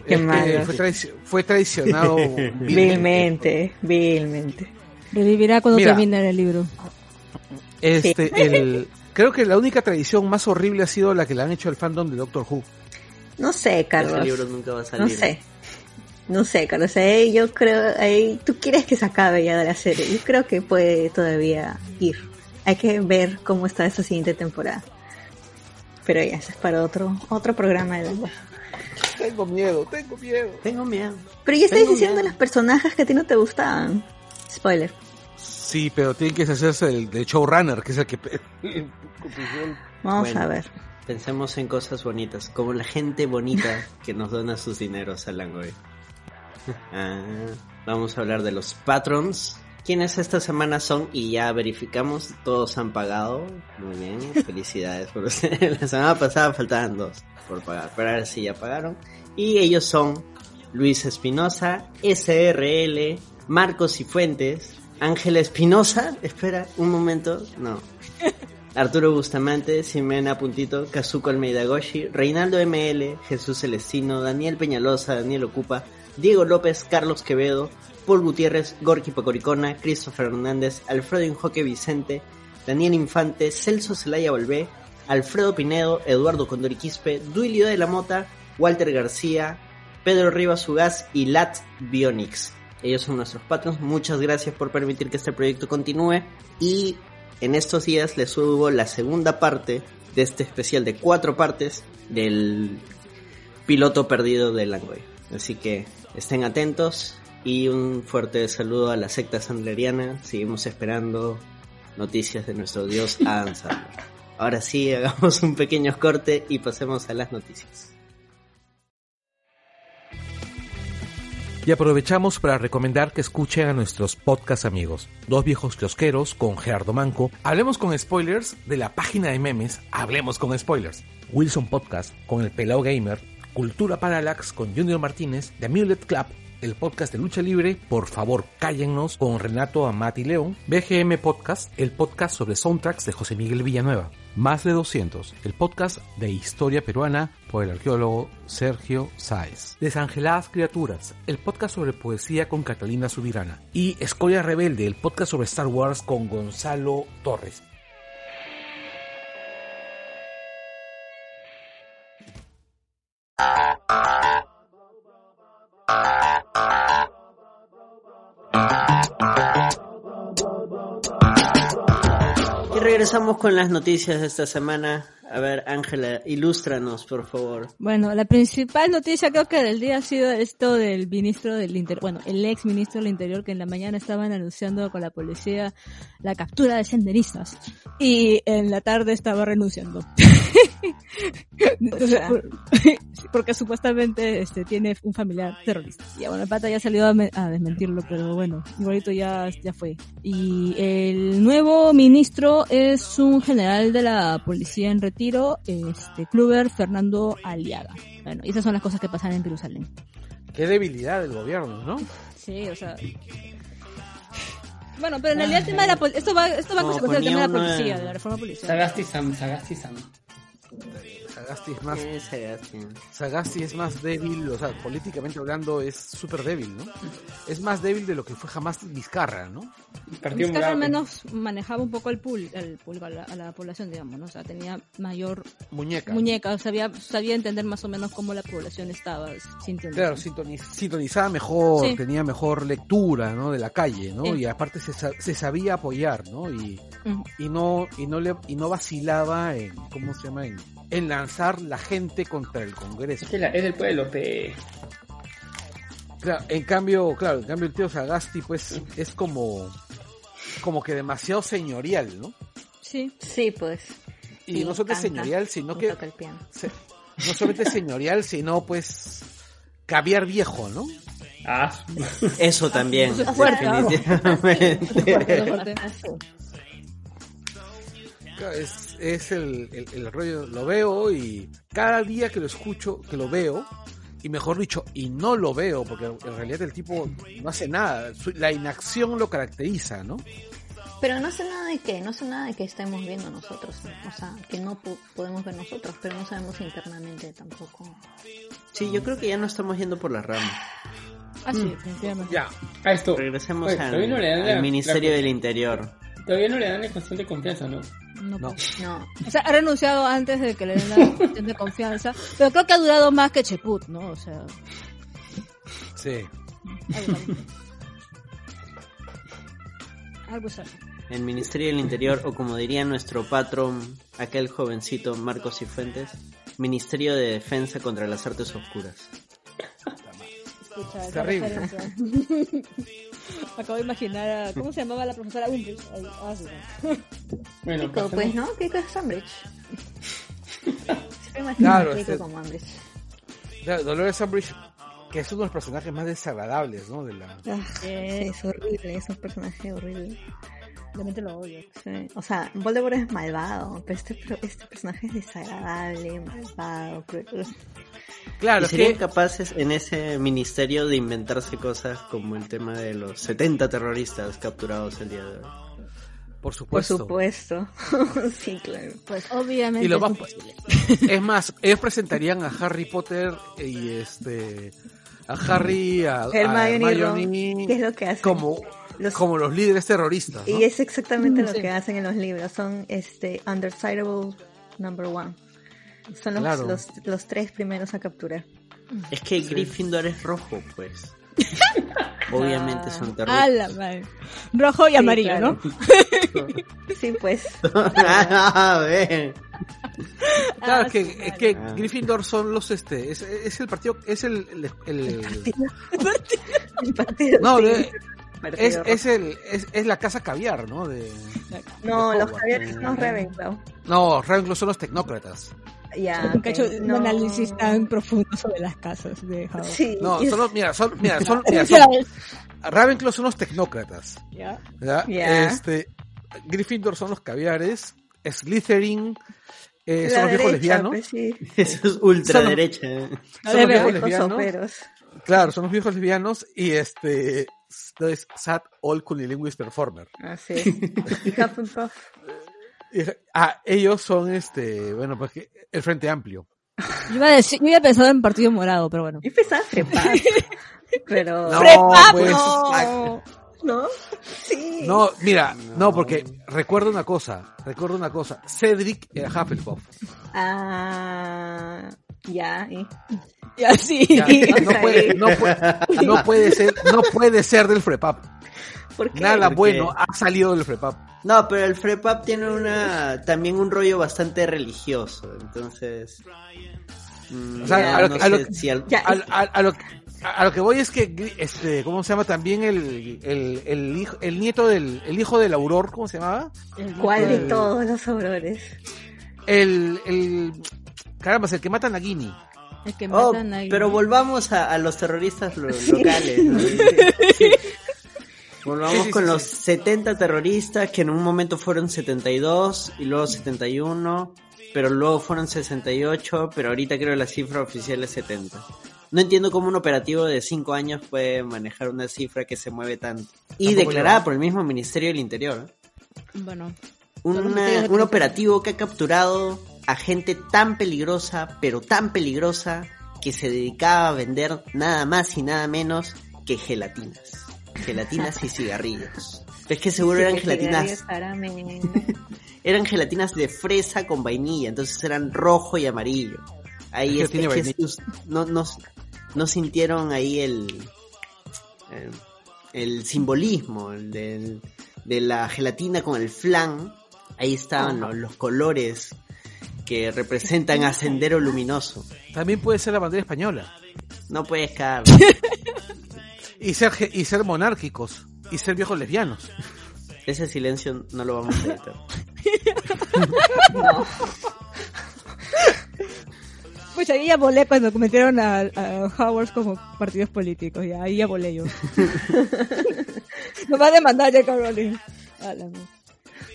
[SPEAKER 4] Eh,
[SPEAKER 1] malo.
[SPEAKER 4] fue, traici- fue traicionado
[SPEAKER 1] Vilmente, vilmente.
[SPEAKER 5] Revivirá cuando
[SPEAKER 4] Mira.
[SPEAKER 5] termine el libro.
[SPEAKER 4] Este, el, creo que la única tradición más horrible ha sido la que le han hecho al fandom de Doctor Who.
[SPEAKER 1] No sé,
[SPEAKER 3] Ese libro
[SPEAKER 1] Carlos.
[SPEAKER 3] nunca va a salir.
[SPEAKER 1] No sé. No sé, Carlos. Ahí yo creo, ahí tú quieres que se acabe ya de la serie. Yo creo que puede todavía ir. Hay que ver cómo está esa siguiente temporada. Pero ya, eso es para otro, otro programa de lengua.
[SPEAKER 4] Tengo miedo, tengo miedo.
[SPEAKER 3] Tengo miedo.
[SPEAKER 1] Pero ya estáis
[SPEAKER 3] Tengo
[SPEAKER 1] diciendo
[SPEAKER 3] miedo.
[SPEAKER 1] los personajes que a ti no te gustaban. Spoiler.
[SPEAKER 4] Sí, pero tienen que hacerse del, del showrunner, que es el que... pe-
[SPEAKER 1] Vamos
[SPEAKER 3] Bueno.
[SPEAKER 1] a ver.
[SPEAKER 3] Pensemos en cosas bonitas, como la gente bonita que nos dona sus dineros al Langoy. Ah, vamos a hablar de los patrons. ¿Quiénes esta semana son? Y ya verificamos, todos han pagado. Muy bien, felicidades por ustedes. La semana pasada faltaban dos por pagar, pero ahora sí ya pagaron. Y ellos son Luis Espinosa, SRL, Marcos y Fuentes, Ángel Espinosa, espera un momento, no. Arturo Bustamante, Ximena Puntito, Kazuko Almeida Goshi, Reinaldo ML, Jesús Celestino, Daniel Peñalosa, Daniel Ocupa, Diego López, Carlos Quevedo, Paul Gutiérrez, Gorky Pacoricona, Christopher Hernández, Alfredo Injoque Vicente, Daniel Infante, Celso Celaya Volvé, Alfredo Pinedo, Eduardo Condori Quispe, Duilio de la Mota, Walter García, Pedro Rivas Ugaz y Lat Bionix. Ellos son nuestros patrons. Muchas gracias por permitir que este proyecto continúe. Y en estos días les subo la segunda parte de este especial de cuatro partes del piloto perdido de Langoy. Así que estén atentos y un fuerte saludo a la secta sandleriana. Seguimos esperando noticias de nuestro dios Adam Sandler. Ahora sí, hagamos un pequeño corte y pasemos a las noticias.
[SPEAKER 6] Y aprovechamos para recomendar que escuchen a nuestros podcast amigos, Dos Viejos Kiosqueros con Gerardo Manco, Hablemos con Spoilers de la página de memes Hablemos con Spoilers, Wilson Podcast con el Pelao Gamer, Cultura Parallax con Junior Martínez, The Mulet Club, el podcast de lucha libre, por favor cállennos con Renato Amati León, BGM Podcast, el podcast sobre soundtracks de José Miguel Villanueva, Más de 200, el podcast de historia peruana por el arqueólogo Sergio Sáez, Desangeladas Criaturas, el podcast sobre poesía con Catalina Subirana y Escoria Rebelde, el podcast sobre Star Wars con Gonzalo Torres.
[SPEAKER 3] Y regresamos con las noticias de esta semana. A ver, Ángela, ilústranos, por favor.
[SPEAKER 5] Bueno, la principal noticia creo que del día ha sido esto del ministro del Interior, bueno, el ex ministro del Interior que en la mañana estaban anunciando con la policía la captura de senderistas y en la tarde estaba renunciando. Entonces, por- porque supuestamente este tiene un familiar terrorista. Y bueno, el pata ya salió a, me- a desmentirlo, pero bueno, igualito ya, ya fue. Y el nuevo ministro es un general de la policía en retiro, este Kluber Fernando Aliaga. Bueno, y esas son las cosas que pasan en Jerusalén.
[SPEAKER 4] Qué debilidad del gobierno, ¿no?
[SPEAKER 5] Sí, o sea. Bueno, pero en realidad el tema de la pol- esto va esto va
[SPEAKER 3] No,
[SPEAKER 5] con el tema de la
[SPEAKER 3] ponía una-
[SPEAKER 5] policía, de la reforma policial.
[SPEAKER 2] Sagasti Sam, Sagasti Sam.
[SPEAKER 4] Sagasti es más,
[SPEAKER 3] Eh, Sebastián.
[SPEAKER 4] Sagasti es más débil, o sea, políticamente hablando es súper débil, ¿no? Es más débil de lo que fue jamás Vizcarra, ¿no?
[SPEAKER 2] Partido
[SPEAKER 5] Vizcarra este
[SPEAKER 2] Mugabe.
[SPEAKER 5] al menos manejaba un poco el pool, el público, a la, a la población, digamos, ¿no? O sea, tenía mayor
[SPEAKER 4] Muñeca.
[SPEAKER 5] muñeca, sabía, sabía entender más o menos cómo la población estaba sintiendo.
[SPEAKER 4] Claro, sintoniz- sintonizaba mejor,
[SPEAKER 5] Sí.
[SPEAKER 4] tenía mejor lectura, ¿no? De la calle, ¿no?
[SPEAKER 5] Sí.
[SPEAKER 4] Y aparte se, sa- se sabía apoyar, ¿no? Y,
[SPEAKER 5] Ujú.
[SPEAKER 4] y no y no le y no vacilaba en cómo se llama en, en lanzar la gente contra el Congreso.
[SPEAKER 2] Es que la- es del pueblo, pe.
[SPEAKER 4] Claro, en cambio, claro, en cambio el tío Sagasti pues es como como que demasiado señorial, ¿no?
[SPEAKER 5] Sí.
[SPEAKER 7] Sí, pues.
[SPEAKER 4] Y
[SPEAKER 7] Sí,
[SPEAKER 4] no solo es
[SPEAKER 7] canta,
[SPEAKER 4] señorial, sino
[SPEAKER 7] y
[SPEAKER 4] que
[SPEAKER 7] toca el piano.
[SPEAKER 4] se- no solamente es señorial, sino pues caviar viejo, ¿no?
[SPEAKER 2] Ah,
[SPEAKER 3] Eso también,
[SPEAKER 5] Eso es fuerte,
[SPEAKER 3] definitivamente.
[SPEAKER 1] Ah,
[SPEAKER 7] Así.
[SPEAKER 4] Claro, Es, es el, el- el rollo, lo veo y cada día que lo escucho, que lo veo, y mejor dicho, y no lo veo, porque en realidad el tipo no hace nada, su- la inacción lo caracteriza, ¿no?
[SPEAKER 7] Pero no sé nada de qué, no sé nada de qué estemos viendo nosotros. O sea, que no po- podemos ver nosotros, pero no sabemos internamente tampoco.
[SPEAKER 3] Sí, yo creo que ya no estamos yendo por las ramas.
[SPEAKER 5] Ah, sí, definitivamente.
[SPEAKER 4] Ya,
[SPEAKER 2] a esto.
[SPEAKER 3] Regresemos
[SPEAKER 2] Oye,
[SPEAKER 3] al,
[SPEAKER 2] todavía no le dan
[SPEAKER 3] al
[SPEAKER 2] la- la-
[SPEAKER 3] Ministerio del Interior.
[SPEAKER 2] Todavía no le dan la cuestión de confianza, ¿no?
[SPEAKER 5] No,
[SPEAKER 4] No.
[SPEAKER 5] pues.
[SPEAKER 7] No,
[SPEAKER 5] O sea, ha renunciado antes de que le den la cuestión de confianza, pero creo que ha durado más que Cheput, ¿no? O sea,
[SPEAKER 4] sí.
[SPEAKER 5] algo, algo. Algo es algo.
[SPEAKER 3] El Ministerio del Interior, o como diría nuestro patrón, aquel jovencito Marcos Cifuentes, Ministerio de Defensa contra las Artes Oscuras.
[SPEAKER 5] Escucha, esa
[SPEAKER 4] Terrible.
[SPEAKER 5] referencia. Acabo de imaginar a, ¿cómo se llamaba la profesora Umbridge? Ay, ah, sí, no.
[SPEAKER 2] Bueno,
[SPEAKER 7] Chico,
[SPEAKER 2] pasemos-
[SPEAKER 7] pues no, ¿qué es Cambridge? Me imagino
[SPEAKER 4] Claro,
[SPEAKER 7] a Keiko
[SPEAKER 4] este-
[SPEAKER 7] como hambre.
[SPEAKER 4] Claro, Dolores Umbridge, que es uno de los personajes más desagradables, ¿no? De la...
[SPEAKER 7] Ah,
[SPEAKER 5] Eh.
[SPEAKER 7] sí, es horrible, es un personaje horrible.
[SPEAKER 5] Realmente lo odio.
[SPEAKER 7] Sí. O sea, Voldemort es malvado, pero este, pero este personaje es desagradable, malvado, cruel.
[SPEAKER 4] Claro,
[SPEAKER 3] Y
[SPEAKER 4] es
[SPEAKER 3] serían
[SPEAKER 4] que-
[SPEAKER 3] capaces en ese ministerio de inventarse cosas como el tema de los 70 terroristas capturados el día de hoy.
[SPEAKER 4] por
[SPEAKER 7] Por
[SPEAKER 4] supuesto.
[SPEAKER 7] supuesto. sí, claro.
[SPEAKER 5] Pues obviamente.
[SPEAKER 4] Y lo
[SPEAKER 5] es
[SPEAKER 4] más-
[SPEAKER 5] imposible.
[SPEAKER 4] Es más, ellos presentarían a Harry Potter y este. A Harry, a, a
[SPEAKER 7] Hermione y Ron,
[SPEAKER 4] Hermione
[SPEAKER 7] ¿qué es lo que hacen?
[SPEAKER 4] como,
[SPEAKER 7] Los-
[SPEAKER 4] como los líderes terroristas. ¿no?
[SPEAKER 7] Y es exactamente
[SPEAKER 5] Mm,
[SPEAKER 7] lo
[SPEAKER 5] sí.
[SPEAKER 7] que hacen en los libros. Son este Undecidable Number One. Son los,
[SPEAKER 4] Claro.
[SPEAKER 7] los, los tres primeros a capturar.
[SPEAKER 3] Es que Gryffindor es rojo, pues. Obviamente son
[SPEAKER 5] Ah, la
[SPEAKER 3] terroristas.
[SPEAKER 5] madre. Rojo y amarillo,
[SPEAKER 7] claro.
[SPEAKER 5] ¿no?
[SPEAKER 7] Sí, pues.
[SPEAKER 3] A ver.
[SPEAKER 4] Claro,
[SPEAKER 5] Ah,
[SPEAKER 4] que,
[SPEAKER 5] sí,
[SPEAKER 4] es que
[SPEAKER 3] Ah.
[SPEAKER 4] Gryffindor son los este, es, es el partido, es el, el- el-
[SPEAKER 7] El partido-
[SPEAKER 4] no,
[SPEAKER 7] sí,
[SPEAKER 4] de-
[SPEAKER 7] partido
[SPEAKER 4] es,
[SPEAKER 7] rojo.
[SPEAKER 4] es el, es, es la casa caviar, ¿no? De,
[SPEAKER 7] no,
[SPEAKER 4] de
[SPEAKER 7] los
[SPEAKER 4] Hogwarts.
[SPEAKER 7] Javier no Ravenclaw.
[SPEAKER 4] no, Ravenclaw son los tecnócratas.
[SPEAKER 7] Ya.
[SPEAKER 5] Nunca he hecho
[SPEAKER 7] ok,
[SPEAKER 5] un
[SPEAKER 7] no.
[SPEAKER 5] análisis tan profundo sobre las casas de Howard.
[SPEAKER 7] Sí.
[SPEAKER 4] No, son los, mira, son, mira, son, mira, son- Ravenclaw son los tecnócratas,
[SPEAKER 5] Ya.
[SPEAKER 4] ¿ya?
[SPEAKER 7] Ya.
[SPEAKER 4] Este, Gryffindor son los caviares, Slytherin eh,
[SPEAKER 7] La
[SPEAKER 4] son los viejos
[SPEAKER 7] derecha,
[SPEAKER 4] lesbianos,
[SPEAKER 7] pues, sí.
[SPEAKER 3] Eso es ultraderecha. ¿eh?
[SPEAKER 4] son
[SPEAKER 5] A
[SPEAKER 4] los
[SPEAKER 5] ver,
[SPEAKER 4] viejos
[SPEAKER 7] Los
[SPEAKER 4] lesbianos,
[SPEAKER 7] soperos.
[SPEAKER 4] claro, son los viejos lesbianos y este, entonces Sad All Cunilinguist Performer.
[SPEAKER 7] Así es. Y Hufflepuff.
[SPEAKER 4] Y- Ah, ellos son este, bueno, pues que- el Frente Amplio.
[SPEAKER 5] Yo iba a decir, yo había pensado en Partido Morado, pero bueno.
[SPEAKER 7] Yo pensaba frepar. Pero.
[SPEAKER 4] No, pues,
[SPEAKER 7] no. ¿No? Sí.
[SPEAKER 4] no, mira, no. porque recuerda una cosa, recuerda una cosa, Cedric era Hufflepuff.
[SPEAKER 7] Ah. Ya, ¿y?
[SPEAKER 5] Ya, sí.
[SPEAKER 4] Ya,
[SPEAKER 7] o
[SPEAKER 4] no,
[SPEAKER 7] sea,
[SPEAKER 4] puede,
[SPEAKER 7] eh.
[SPEAKER 4] no, puede, no puede ser, no puede ser del Frepap.
[SPEAKER 7] ¿Por qué?
[SPEAKER 4] Nada
[SPEAKER 3] Porque-
[SPEAKER 4] bueno ha salido del Frepap.
[SPEAKER 3] No, pero el Frepap tiene una también un rollo bastante religioso, entonces. mm,
[SPEAKER 4] O sea,
[SPEAKER 3] ya
[SPEAKER 4] a lo-
[SPEAKER 3] no
[SPEAKER 4] a
[SPEAKER 3] sé
[SPEAKER 4] lo que-
[SPEAKER 3] si al-
[SPEAKER 7] Ya,
[SPEAKER 4] A, a- a lo, a- a lo que voy es que gri- este, ¿cómo se llama? También el, el, el, hijo- el nieto del, el hijo del auror, ¿cómo se llamaba?
[SPEAKER 7] ¿Cuál de
[SPEAKER 4] El-
[SPEAKER 7] todos los aurores?
[SPEAKER 4] El, el caramba, es el que matan a Guinea.
[SPEAKER 5] El que
[SPEAKER 3] Oh,
[SPEAKER 5] matan ahí.
[SPEAKER 3] pero volvamos a, a los terroristas lo- locales. ¿no? Volvamos
[SPEAKER 4] Sí, sí,
[SPEAKER 3] con
[SPEAKER 4] sí,
[SPEAKER 3] los
[SPEAKER 4] sí.
[SPEAKER 3] 70 terroristas que en un momento fueron 72 y luego 71, pero luego fueron 68, pero ahorita creo que la cifra oficial es 70. No entiendo cómo un operativo de 5 años puede manejar una cifra que se mueve tanto. Y
[SPEAKER 4] Tampoco
[SPEAKER 3] declarada
[SPEAKER 4] yo.
[SPEAKER 3] por el mismo Ministerio del Interior. ¿eh?
[SPEAKER 5] Bueno.
[SPEAKER 3] Una-
[SPEAKER 5] Solo te digo que-
[SPEAKER 3] un operativo que ha capturado a gente tan peligrosa, pero tan peligrosa, que se dedicaba a vender nada más y nada menos que gelatinas. Gelatinas y cigarrillos. Es que seguro eran gelatinas, eran gelatinas de fresa con vainilla, entonces eran rojo y amarillo. Ahí
[SPEAKER 4] Es que
[SPEAKER 3] este,
[SPEAKER 4] tiene vainilla.
[SPEAKER 3] Jesús, no, no, no sintieron ahí el, el, el simbolismo el del- de la gelatina con el flan. Ahí estaban los, los colores que representan a Sendero Luminoso.
[SPEAKER 4] También puede ser la bandera española.
[SPEAKER 3] No puedes caer.
[SPEAKER 4] Y ser, ge- y ser monárquicos. Y ser viejos lesbianos.
[SPEAKER 3] Ese silencio no lo vamos a editar.
[SPEAKER 5] Pues ahí ya volé cuando cometieron a, a Howard como partidos políticos. Ya, ahí ya volé yo. Nos va a demandar ya, cabrón. A la mierda.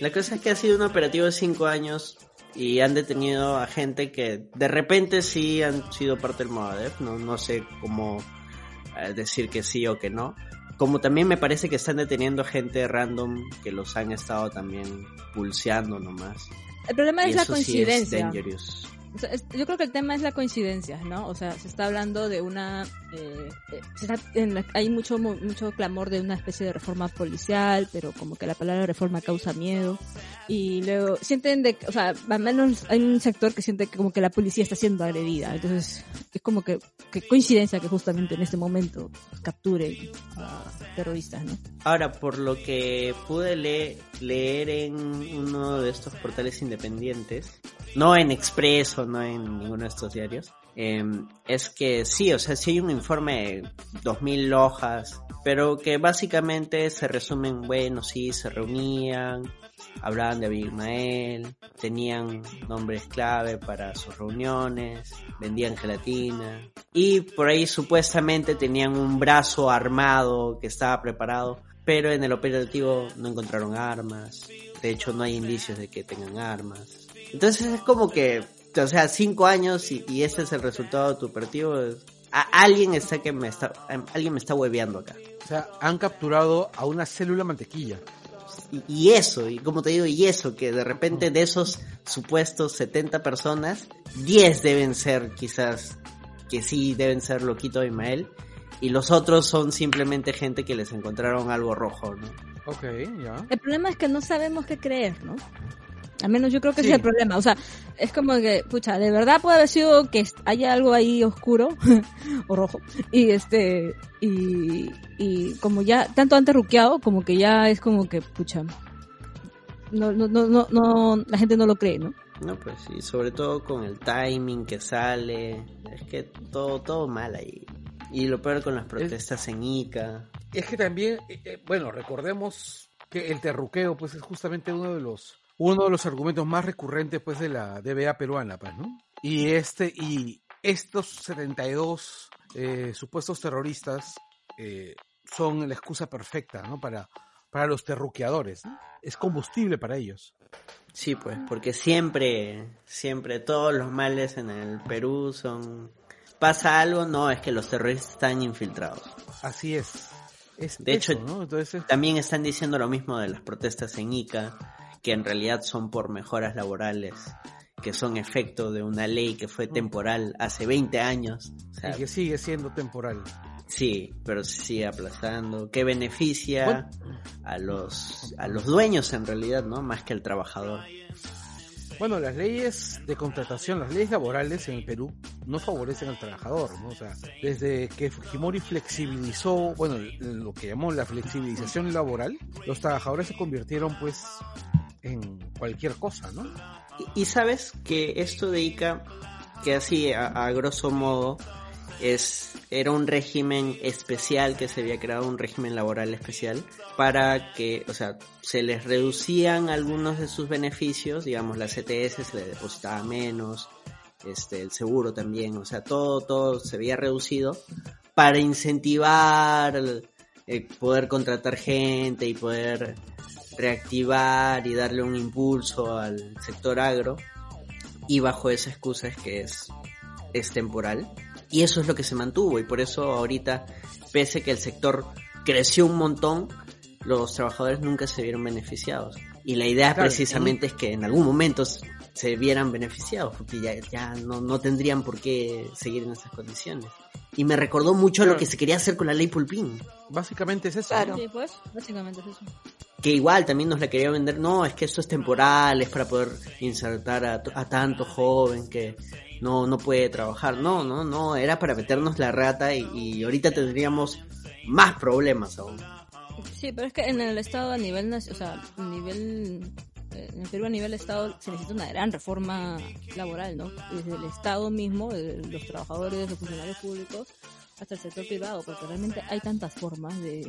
[SPEAKER 3] La cosa es que ha sido un operativo de cinco años y han detenido a gente que de repente sí han sido parte del Moadef. No, no sé cómo eh, decir que sí o que no. Como también me parece que están deteniendo gente random que los han estado también pulseando nomás.
[SPEAKER 5] El problema
[SPEAKER 3] Y
[SPEAKER 5] es la
[SPEAKER 3] eso sí
[SPEAKER 5] coincidencia.
[SPEAKER 3] dangerous.
[SPEAKER 5] O sea, es- yo creo que el tema es la coincidencia, ¿no? O sea, se está hablando de una... eh, eh, se está en la- hay mucho mo- mucho clamor de una especie de reforma policial, pero como que la palabra reforma causa miedo. Y luego sienten de... que- O sea, al menos hay un sector que siente que como que la policía está siendo agredida. Entonces, es como que, que coincidencia que justamente en este momento capturen a terroristas, ¿no?
[SPEAKER 3] Ahora, por lo que pude le- leer en uno de estos portales independientes, no en Expreso, no en ninguno de estos em, diarios, eh, es que sí, o sea, sí hay un informe de 2.000 hojas pero que básicamente se resumen, bueno, sí, se reunían, hablaban de Abimael, tenían nombres clave para sus reuniones, vendían gelatina y por ahí supuestamente tenían un brazo armado que estaba preparado, pero en el operativo no encontraron armas, de hecho no hay indicios de que tengan armas. Entonces es como que, o sea, cinco años y, y ese es el resultado de tu operativo. A- alguien está que me está, em, alguien me está hueveando acá.
[SPEAKER 4] O sea, han capturado a una célula mantequilla.
[SPEAKER 3] Y, y eso, y como te digo, y eso, que de repente de esos supuestos 70 personas, 10 deben ser quizás que sí deben ser loquito de Ismael, y los otros son simplemente gente que les encontraron algo rojo, ¿no?
[SPEAKER 4] Ok, ya.
[SPEAKER 5] El problema es que no sabemos qué creer, ¿no? Al menos yo creo que
[SPEAKER 4] Sí.
[SPEAKER 5] ese es el problema. O sea, es como que, pucha, de verdad puede haber sido que est- haya algo ahí oscuro o rojo. Y este, y, y como ya, tanto antes ruqueado, como que ya es como que, pucha, no, no, no, no, no, la gente no lo cree, ¿no?
[SPEAKER 3] No, pues y sobre todo con el timing que sale, es que todo, todo mal ahí. Y lo peor con las protestas en Ica.
[SPEAKER 4] Es que también, eh, eh, bueno, recordemos que el terruqueo, pues, es justamente uno de los uno de los argumentos más recurrentes, pues, de la DBA peruana, pues, ¿no? Y este y estos 72 eh, supuestos terroristas eh, son la excusa perfecta, ¿no? Para para los terruqueadores, ¿no? es combustible para ellos.
[SPEAKER 3] Sí, pues, porque siempre, siempre todos los males en el Perú son... ¿Pasa algo? No, es que los terroristas están infiltrados.
[SPEAKER 4] Así es. es
[SPEAKER 3] De hecho,
[SPEAKER 4] eso, ¿no? Entonces,
[SPEAKER 3] También están diciendo lo mismo de las protestas en Ica, que en realidad son por mejoras laborales, que son efecto de una ley que fue temporal hace 20 años. O sea,
[SPEAKER 4] y que sigue siendo temporal.
[SPEAKER 3] Sí, pero se sigue aplazando, que beneficia a los, a los dueños en realidad, ¿no? Más que al trabajador.
[SPEAKER 4] Bueno, las leyes de contratación, las leyes laborales en el Perú no favorecen al trabajador, ¿no? O sea, desde que Fujimori flexibilizó, bueno, lo que llamó la flexibilización laboral, los trabajadores se convirtieron pues en cualquier cosa, ¿no?
[SPEAKER 3] Y, y sabes que esto de Ica, que así a, a grosso modo, es, era un régimen especial que se había creado, un régimen laboral especial, para que, o sea, se les reducían algunos de sus beneficios, digamos, la CTS se le depositaba menos, este, el seguro también, o sea, todo, todo se había reducido para incentivar el- el eh, poder contratar gente y poder reactivar y darle un impulso al sector agro y bajo esa excusa es que es, es temporal y eso es lo que se mantuvo y por eso ahorita pese que el sector creció un montón los trabajadores nunca se vieron beneficiados y la idea
[SPEAKER 4] Claro,
[SPEAKER 3] precisamente es que en algún momento s- se vieran beneficiados porque ya, ya no, no tendrían por qué seguir en esas condiciones y me recordó mucho a lo
[SPEAKER 4] Claro.
[SPEAKER 3] que se quería hacer con la ley Pulpín
[SPEAKER 4] Básicamente es eso.
[SPEAKER 7] Claro.
[SPEAKER 5] Sí, pues, básicamente es eso.
[SPEAKER 3] que igual también nos la quería vender, no, es que esto es temporal, es para poder insertar a, t- a tanto joven que no, no puede trabajar, no, no, no, era para meternos la rata y, y ahorita tendríamos más problemas aún.
[SPEAKER 5] Sí, pero es que en el Estado a nivel, naci- o sea, a nivel, eh, en el Perú a nivel Estado se necesita una gran reforma laboral, ¿no? Desde el Estado mismo, eh, los trabajadores, los funcionarios públicos, hasta el sector privado, porque realmente hay tantas formas de,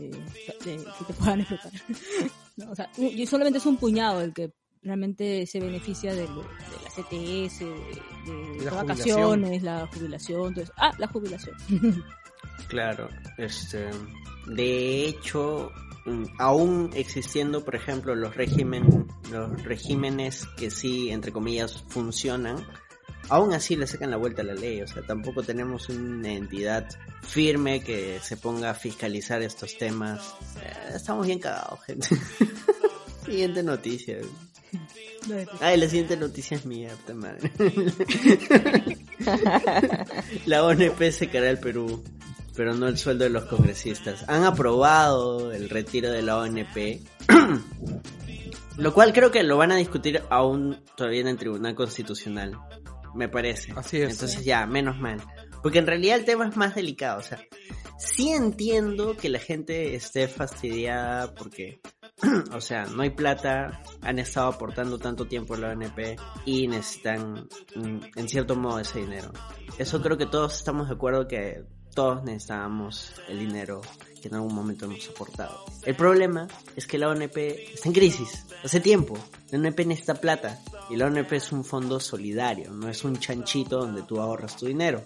[SPEAKER 5] de que te puedan explotar. No, o sea, u- y solamente es un puñado el que realmente se beneficia de, lo- de la CTS, de, de
[SPEAKER 4] La
[SPEAKER 5] las
[SPEAKER 4] jubilación.
[SPEAKER 5] vacaciones, la jubilación, entonces, ah, la jubilación.
[SPEAKER 3] Claro, este, de hecho, mm, aún existiendo, por ejemplo, los régimen, los regímenes que sí, entre comillas, funcionan, aún así le sacan la vuelta a la ley, o sea, tampoco tenemos una entidad firme que se ponga a fiscalizar estos temas. Eh, estamos bien cagados, gente. siguiente noticia.
[SPEAKER 5] Lo de-
[SPEAKER 3] Ay, la siguiente noticia es mía, puta madre. La ONP secará el Perú, pero no el sueldo de los congresistas. Han aprobado el retiro de la ONP, lo cual creo que lo van a discutir aún todavía en el Tribunal Constitucional, me parece.
[SPEAKER 4] Así es.
[SPEAKER 3] Entonces ya, menos mal. Porque en realidad el tema es más delicado, o sea, sí entiendo que la gente esté fastidiada porque, o sea, no hay plata, han estado aportando tanto tiempo a la ONP y necesitan, mm, en cierto modo, ese dinero. Eso creo que todos estamos de acuerdo que Todos necesitábamos el dinero que en algún momento hemos aportado. El problema es que la ONP está en crisis. Hace tiempo. La ONP necesita plata. Y la ONP es un fondo solidario. No es un chanchito donde tú ahorras tu dinero.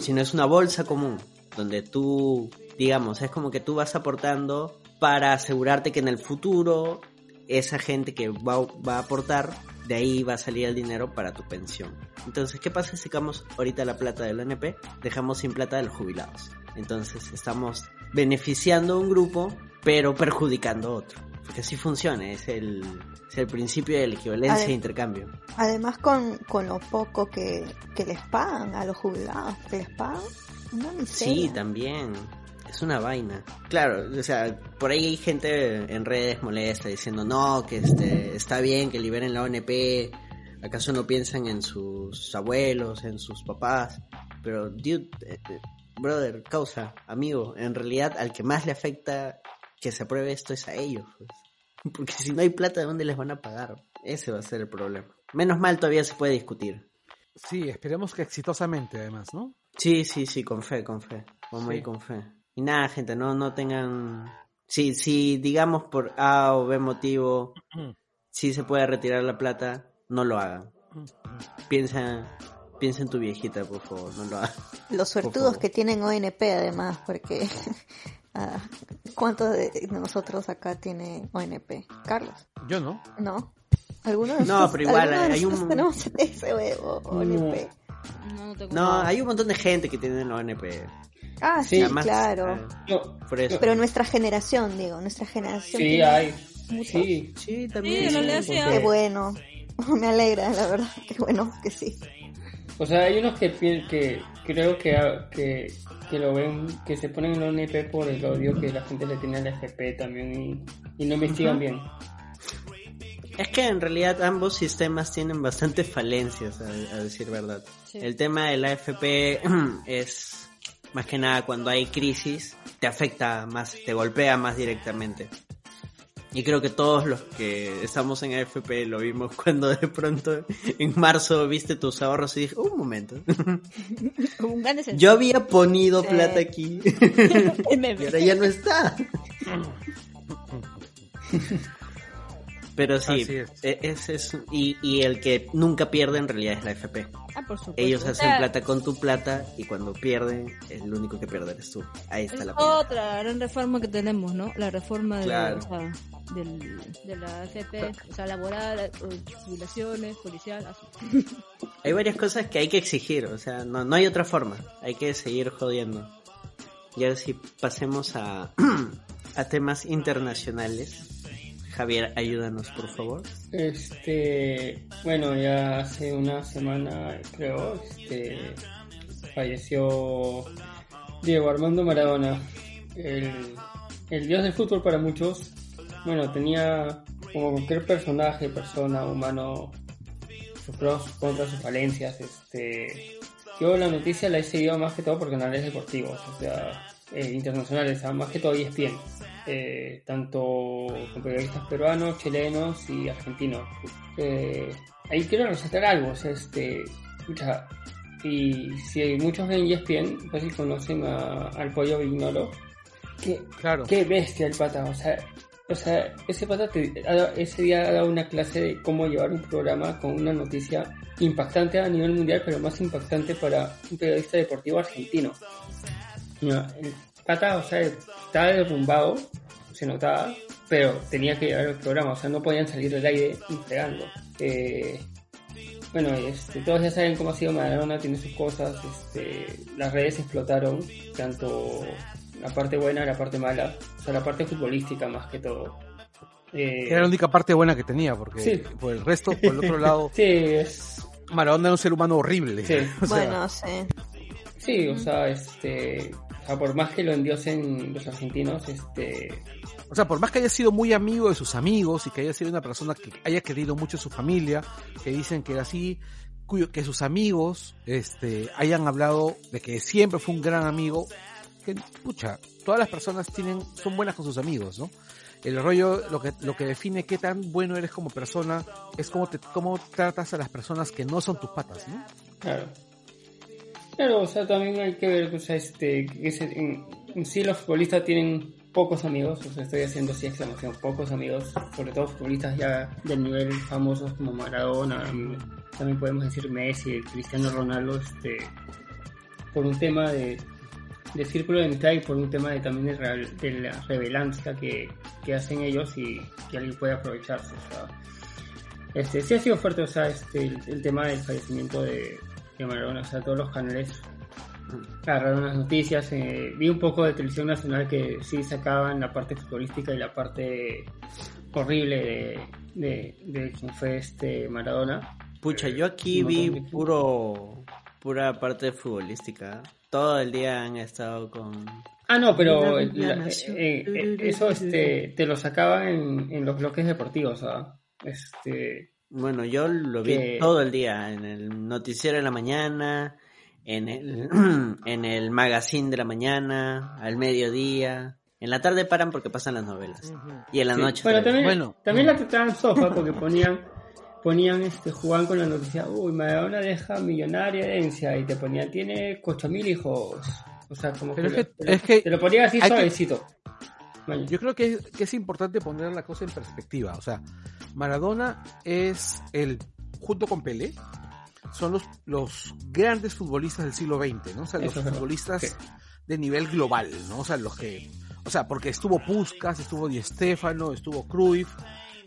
[SPEAKER 3] sino es una bolsa común. Donde tú, digamos, es como que tú vas aportando para asegurarte que en el futuro esa gente que va, va a aportar, de ahí va a salir el dinero para tu pensión. Entonces, ¿qué pasa si sacamos ahorita la plata del NP? Dejamos sin plata de los jubilados. Entonces, estamos beneficiando a un grupo, pero perjudicando a otro. Porque así funciona, es el, es el principio de la equivalencia
[SPEAKER 7] Adem-
[SPEAKER 3] de intercambio.
[SPEAKER 7] Además con, con lo poco que, que les pagan a los jubilados, que les pagan una miseria.
[SPEAKER 3] Sí, también. Es una vaina. Claro, o sea, por ahí hay gente en redes molesta diciendo, no, que este, está bien que liberen la ONP. ¿Acaso no piensan en sus abuelos, en sus papás? Pero, dude, eh, eh, brother, causa, amigo, en realidad al que más le afecta que se apruebe esto es a ellos. pues. Porque si no hay plata, ¿de dónde les van a pagar? Ese va a ser el problema. Menos mal todavía se puede discutir.
[SPEAKER 4] Sí, esperemos que exitosamente, además, ¿no?
[SPEAKER 3] Sí, sí, sí, con fe, con fe. Vamos a ir
[SPEAKER 4] Sí.
[SPEAKER 3] con fe. Y nada, gente, no, no tengan. Si, si digamos por A o B motivo, si se puede retirar la plata, no lo hagan. Piensa, piensa en tu viejita, por favor, no lo hagan.
[SPEAKER 7] Los suertudos
[SPEAKER 3] favor.
[SPEAKER 7] que tienen ONP además, porque ah, ¿cuántos de nosotros acá tienen ONP? Carlos,
[SPEAKER 4] Yo no.
[SPEAKER 7] ¿no? Algunos de
[SPEAKER 3] No,
[SPEAKER 7] nosotros-
[SPEAKER 3] pero igual,
[SPEAKER 7] algunos de
[SPEAKER 3] hay un-
[SPEAKER 7] nosotros tenemos ese huevo, ONP.
[SPEAKER 5] No, no tengo
[SPEAKER 3] No,
[SPEAKER 5] nada.
[SPEAKER 3] hay un montón de gente que tiene la ONP.
[SPEAKER 7] Ah, sí,
[SPEAKER 2] Sí,
[SPEAKER 3] Además,
[SPEAKER 7] claro.
[SPEAKER 3] eh,
[SPEAKER 2] No,
[SPEAKER 3] por eso.
[SPEAKER 7] Pero nuestra generación, digo, nuestra generación.
[SPEAKER 2] sí,
[SPEAKER 7] tiene
[SPEAKER 2] hay.
[SPEAKER 7] muchos.
[SPEAKER 2] Sí.
[SPEAKER 3] Sí,
[SPEAKER 5] Sí,
[SPEAKER 3] también.
[SPEAKER 5] en
[SPEAKER 3] sí,
[SPEAKER 5] realidad
[SPEAKER 3] con
[SPEAKER 5] sí
[SPEAKER 3] fe.
[SPEAKER 4] Eh,
[SPEAKER 7] Qué bueno. Me alegra, la verdad. Qué bueno que sí.
[SPEAKER 2] O sea, hay unos que, pi- que creo que, que, que lo ven, que se ponen en la ONP por el odio que la gente le tiene al FP también y, y no investigan bien.
[SPEAKER 3] Es que en realidad ambos sistemas tienen bastantes falencias, a, a decir verdad.
[SPEAKER 5] Sí.
[SPEAKER 3] El tema de la AFP es más que nada cuando hay crisis, te afecta más, te golpea más directamente. Y creo que todos los que estamos en AFP lo vimos cuando de pronto en marzo viste tus ahorros y dije, un momento,
[SPEAKER 5] Como un gran descenso.
[SPEAKER 3] yo había ponido
[SPEAKER 7] Sí.
[SPEAKER 3] plata aquí
[SPEAKER 5] El meme.
[SPEAKER 3] y ahora ya no está. Pero sí,
[SPEAKER 4] Así es.
[SPEAKER 3] e- ese es, y, y el que nunca pierde en realidad es la FP.
[SPEAKER 5] Ah, por supuesto.
[SPEAKER 3] Ellos
[SPEAKER 5] O sea,
[SPEAKER 3] hacen plata con tu plata y cuando pierden, el único que pierde eres tú. Ahí
[SPEAKER 5] Es
[SPEAKER 3] está la pena.
[SPEAKER 5] otra gran reforma que tenemos, ¿no? La reforma de,
[SPEAKER 3] Claro.
[SPEAKER 5] o sea, del, de la AFP, o sea, laboral, eh, jubilaciones, policial, así.
[SPEAKER 3] Hay varias cosas que hay que exigir, o sea, no, no hay otra forma. Hay que seguir jodiendo. Y ahora sí, pasemos a, a temas internacionales. Javier, ayúdanos, por favor.
[SPEAKER 2] Este, bueno, ya hace una semana, creo, este, falleció Diego Armando Maradona, el, el dios del fútbol para muchos. Bueno, tenía, como cualquier personaje, persona, humano, sus pros, sus contras, sus falencias. Este, yo la noticia la he seguido más que todo por canales deportivos, o sea, eh, internacionales, o sea, más que todo E ESPN eh, tanto con periodistas peruanos, chilenos y argentinos. Eh, ahí quiero resaltar algo, o sea, este, escucha, y si muchos E ven ESPN, fácil pues conocen a- al pollo Vignolo, que
[SPEAKER 4] Claro.
[SPEAKER 2] qué bestia el pata, o sea, o sea, ese pata te ha dado- ese día ha dado una clase de cómo llevar un programa con una noticia impactante a nivel mundial, pero más impactante para un periodista deportivo argentino. Mira, el pata, o sea, estaba derrumbado, se notaba, pero tenía que llevar el programa, o sea, no podían salir del aire entregando. Eh, bueno, este, todos ya saben cómo ha sido Maradona, tiene sus cosas, este, las redes explotaron, tanto la parte buena, la parte mala, o sea, la parte futbolística más que todo. Eh,
[SPEAKER 4] Era la única parte buena que tenía, porque
[SPEAKER 2] Sí.
[SPEAKER 4] por el resto, por el otro lado,
[SPEAKER 2] Sí, es-
[SPEAKER 4] Maradona era un ser humano horrible.
[SPEAKER 2] Sí.
[SPEAKER 4] O sea,
[SPEAKER 7] bueno, sí.
[SPEAKER 2] sí, o sea, este, o sea, por más que lo endiosen los argentinos, este,
[SPEAKER 4] O sea, por más que haya sido muy amigo de sus amigos y que haya sido una persona que haya querido mucho a su familia, que dicen que era así, cuyo, que sus amigos este, hayan hablado de que siempre fue un gran amigo, que, pucha, todas las personas tienen, son buenas con sus amigos, ¿no? El rollo, lo que, lo que define qué tan bueno eres como persona, es cómo, te, cómo tratas a las personas que no son tus patas, ¿no?
[SPEAKER 2] claro. Claro, o sea, también hay que ver, o sea, este, que se- en, en sí los futbolistas tienen pocos amigos, o sea, estoy haciendo sí exclamación, pocos amigos, sobre todo futbolistas ya del nivel famosos como Maradona, mm, también podemos decir Messi, Cristiano Ronaldo, este, por un tema de, de círculo de amistad y por un tema de también de, real- de la revelancia que, que hacen ellos y que alguien puede aprovecharse, o sea, este, sí ha sido fuerte, o sea, este, el, el tema del fallecimiento de, de Maradona, o sea, todos los canales agarraron las noticias. eh, vi un poco de televisión nacional que sí sacaban la parte futbolística y la parte horrible de, de, de quien fue este Maradona.
[SPEAKER 3] Pucha, yo aquí
[SPEAKER 2] No,
[SPEAKER 3] vi
[SPEAKER 2] también.
[SPEAKER 3] puro pura parte futbolística. Todo el día han estado con
[SPEAKER 2] Ah, no, pero
[SPEAKER 3] La
[SPEAKER 2] la-
[SPEAKER 3] nación.
[SPEAKER 2] eh, eh, eso este, te lo sacaban en, en los bloques deportivos, ¿ah? Este,
[SPEAKER 3] bueno, yo lo vi
[SPEAKER 2] Que-
[SPEAKER 3] todo el día en el noticiero de la mañana, en el en el magazine de la mañana, al mediodía. En la tarde paran porque pasan las novelas y en la
[SPEAKER 2] Sí.
[SPEAKER 3] noche.
[SPEAKER 2] Bueno,
[SPEAKER 3] otra vez.
[SPEAKER 2] también,
[SPEAKER 4] Bueno.
[SPEAKER 2] también la trataban sofa porque ponían, ponían este, jugaban con la noticia, uy, Maradona deja millonaria herencia y te ponían, tiene 8000 hijos. O sea, como
[SPEAKER 4] Pero
[SPEAKER 2] que,
[SPEAKER 4] es que-
[SPEAKER 2] te, lo,
[SPEAKER 4] es que
[SPEAKER 2] te lo ponían así
[SPEAKER 4] hay que-
[SPEAKER 2] suavecito. Vaya.
[SPEAKER 4] Yo creo que es, que es importante poner la cosa en perspectiva. O sea, Maradona es el, junto con Pelé, son los, los grandes futbolistas del siglo XX, ¿no? O sea, los
[SPEAKER 2] Eso es verdad.
[SPEAKER 4] futbolistas
[SPEAKER 2] Sí.
[SPEAKER 4] de nivel global, ¿no? O sea, los que, o sea, porque estuvo Puskas, estuvo Di Stefano, estuvo Cruyff,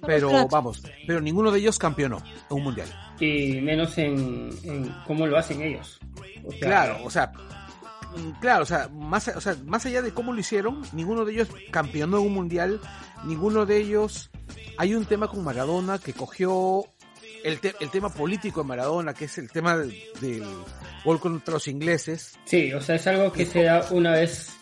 [SPEAKER 4] pero
[SPEAKER 5] cracks.
[SPEAKER 4] vamos, pero ninguno de ellos campeonó en un mundial.
[SPEAKER 2] Y menos en, en cómo lo hacen ellos. O sea,
[SPEAKER 4] Claro, o sea, mm, claro, o sea, más, o sea, más allá de cómo lo hicieron, ninguno de ellos campeonó en un mundial, ninguno de ellos. Hay un tema con Maradona que cogió el, te- el tema político de Maradona, que es el tema del, del gol contra los ingleses.
[SPEAKER 2] Sí, o sea, es algo que se da una vez,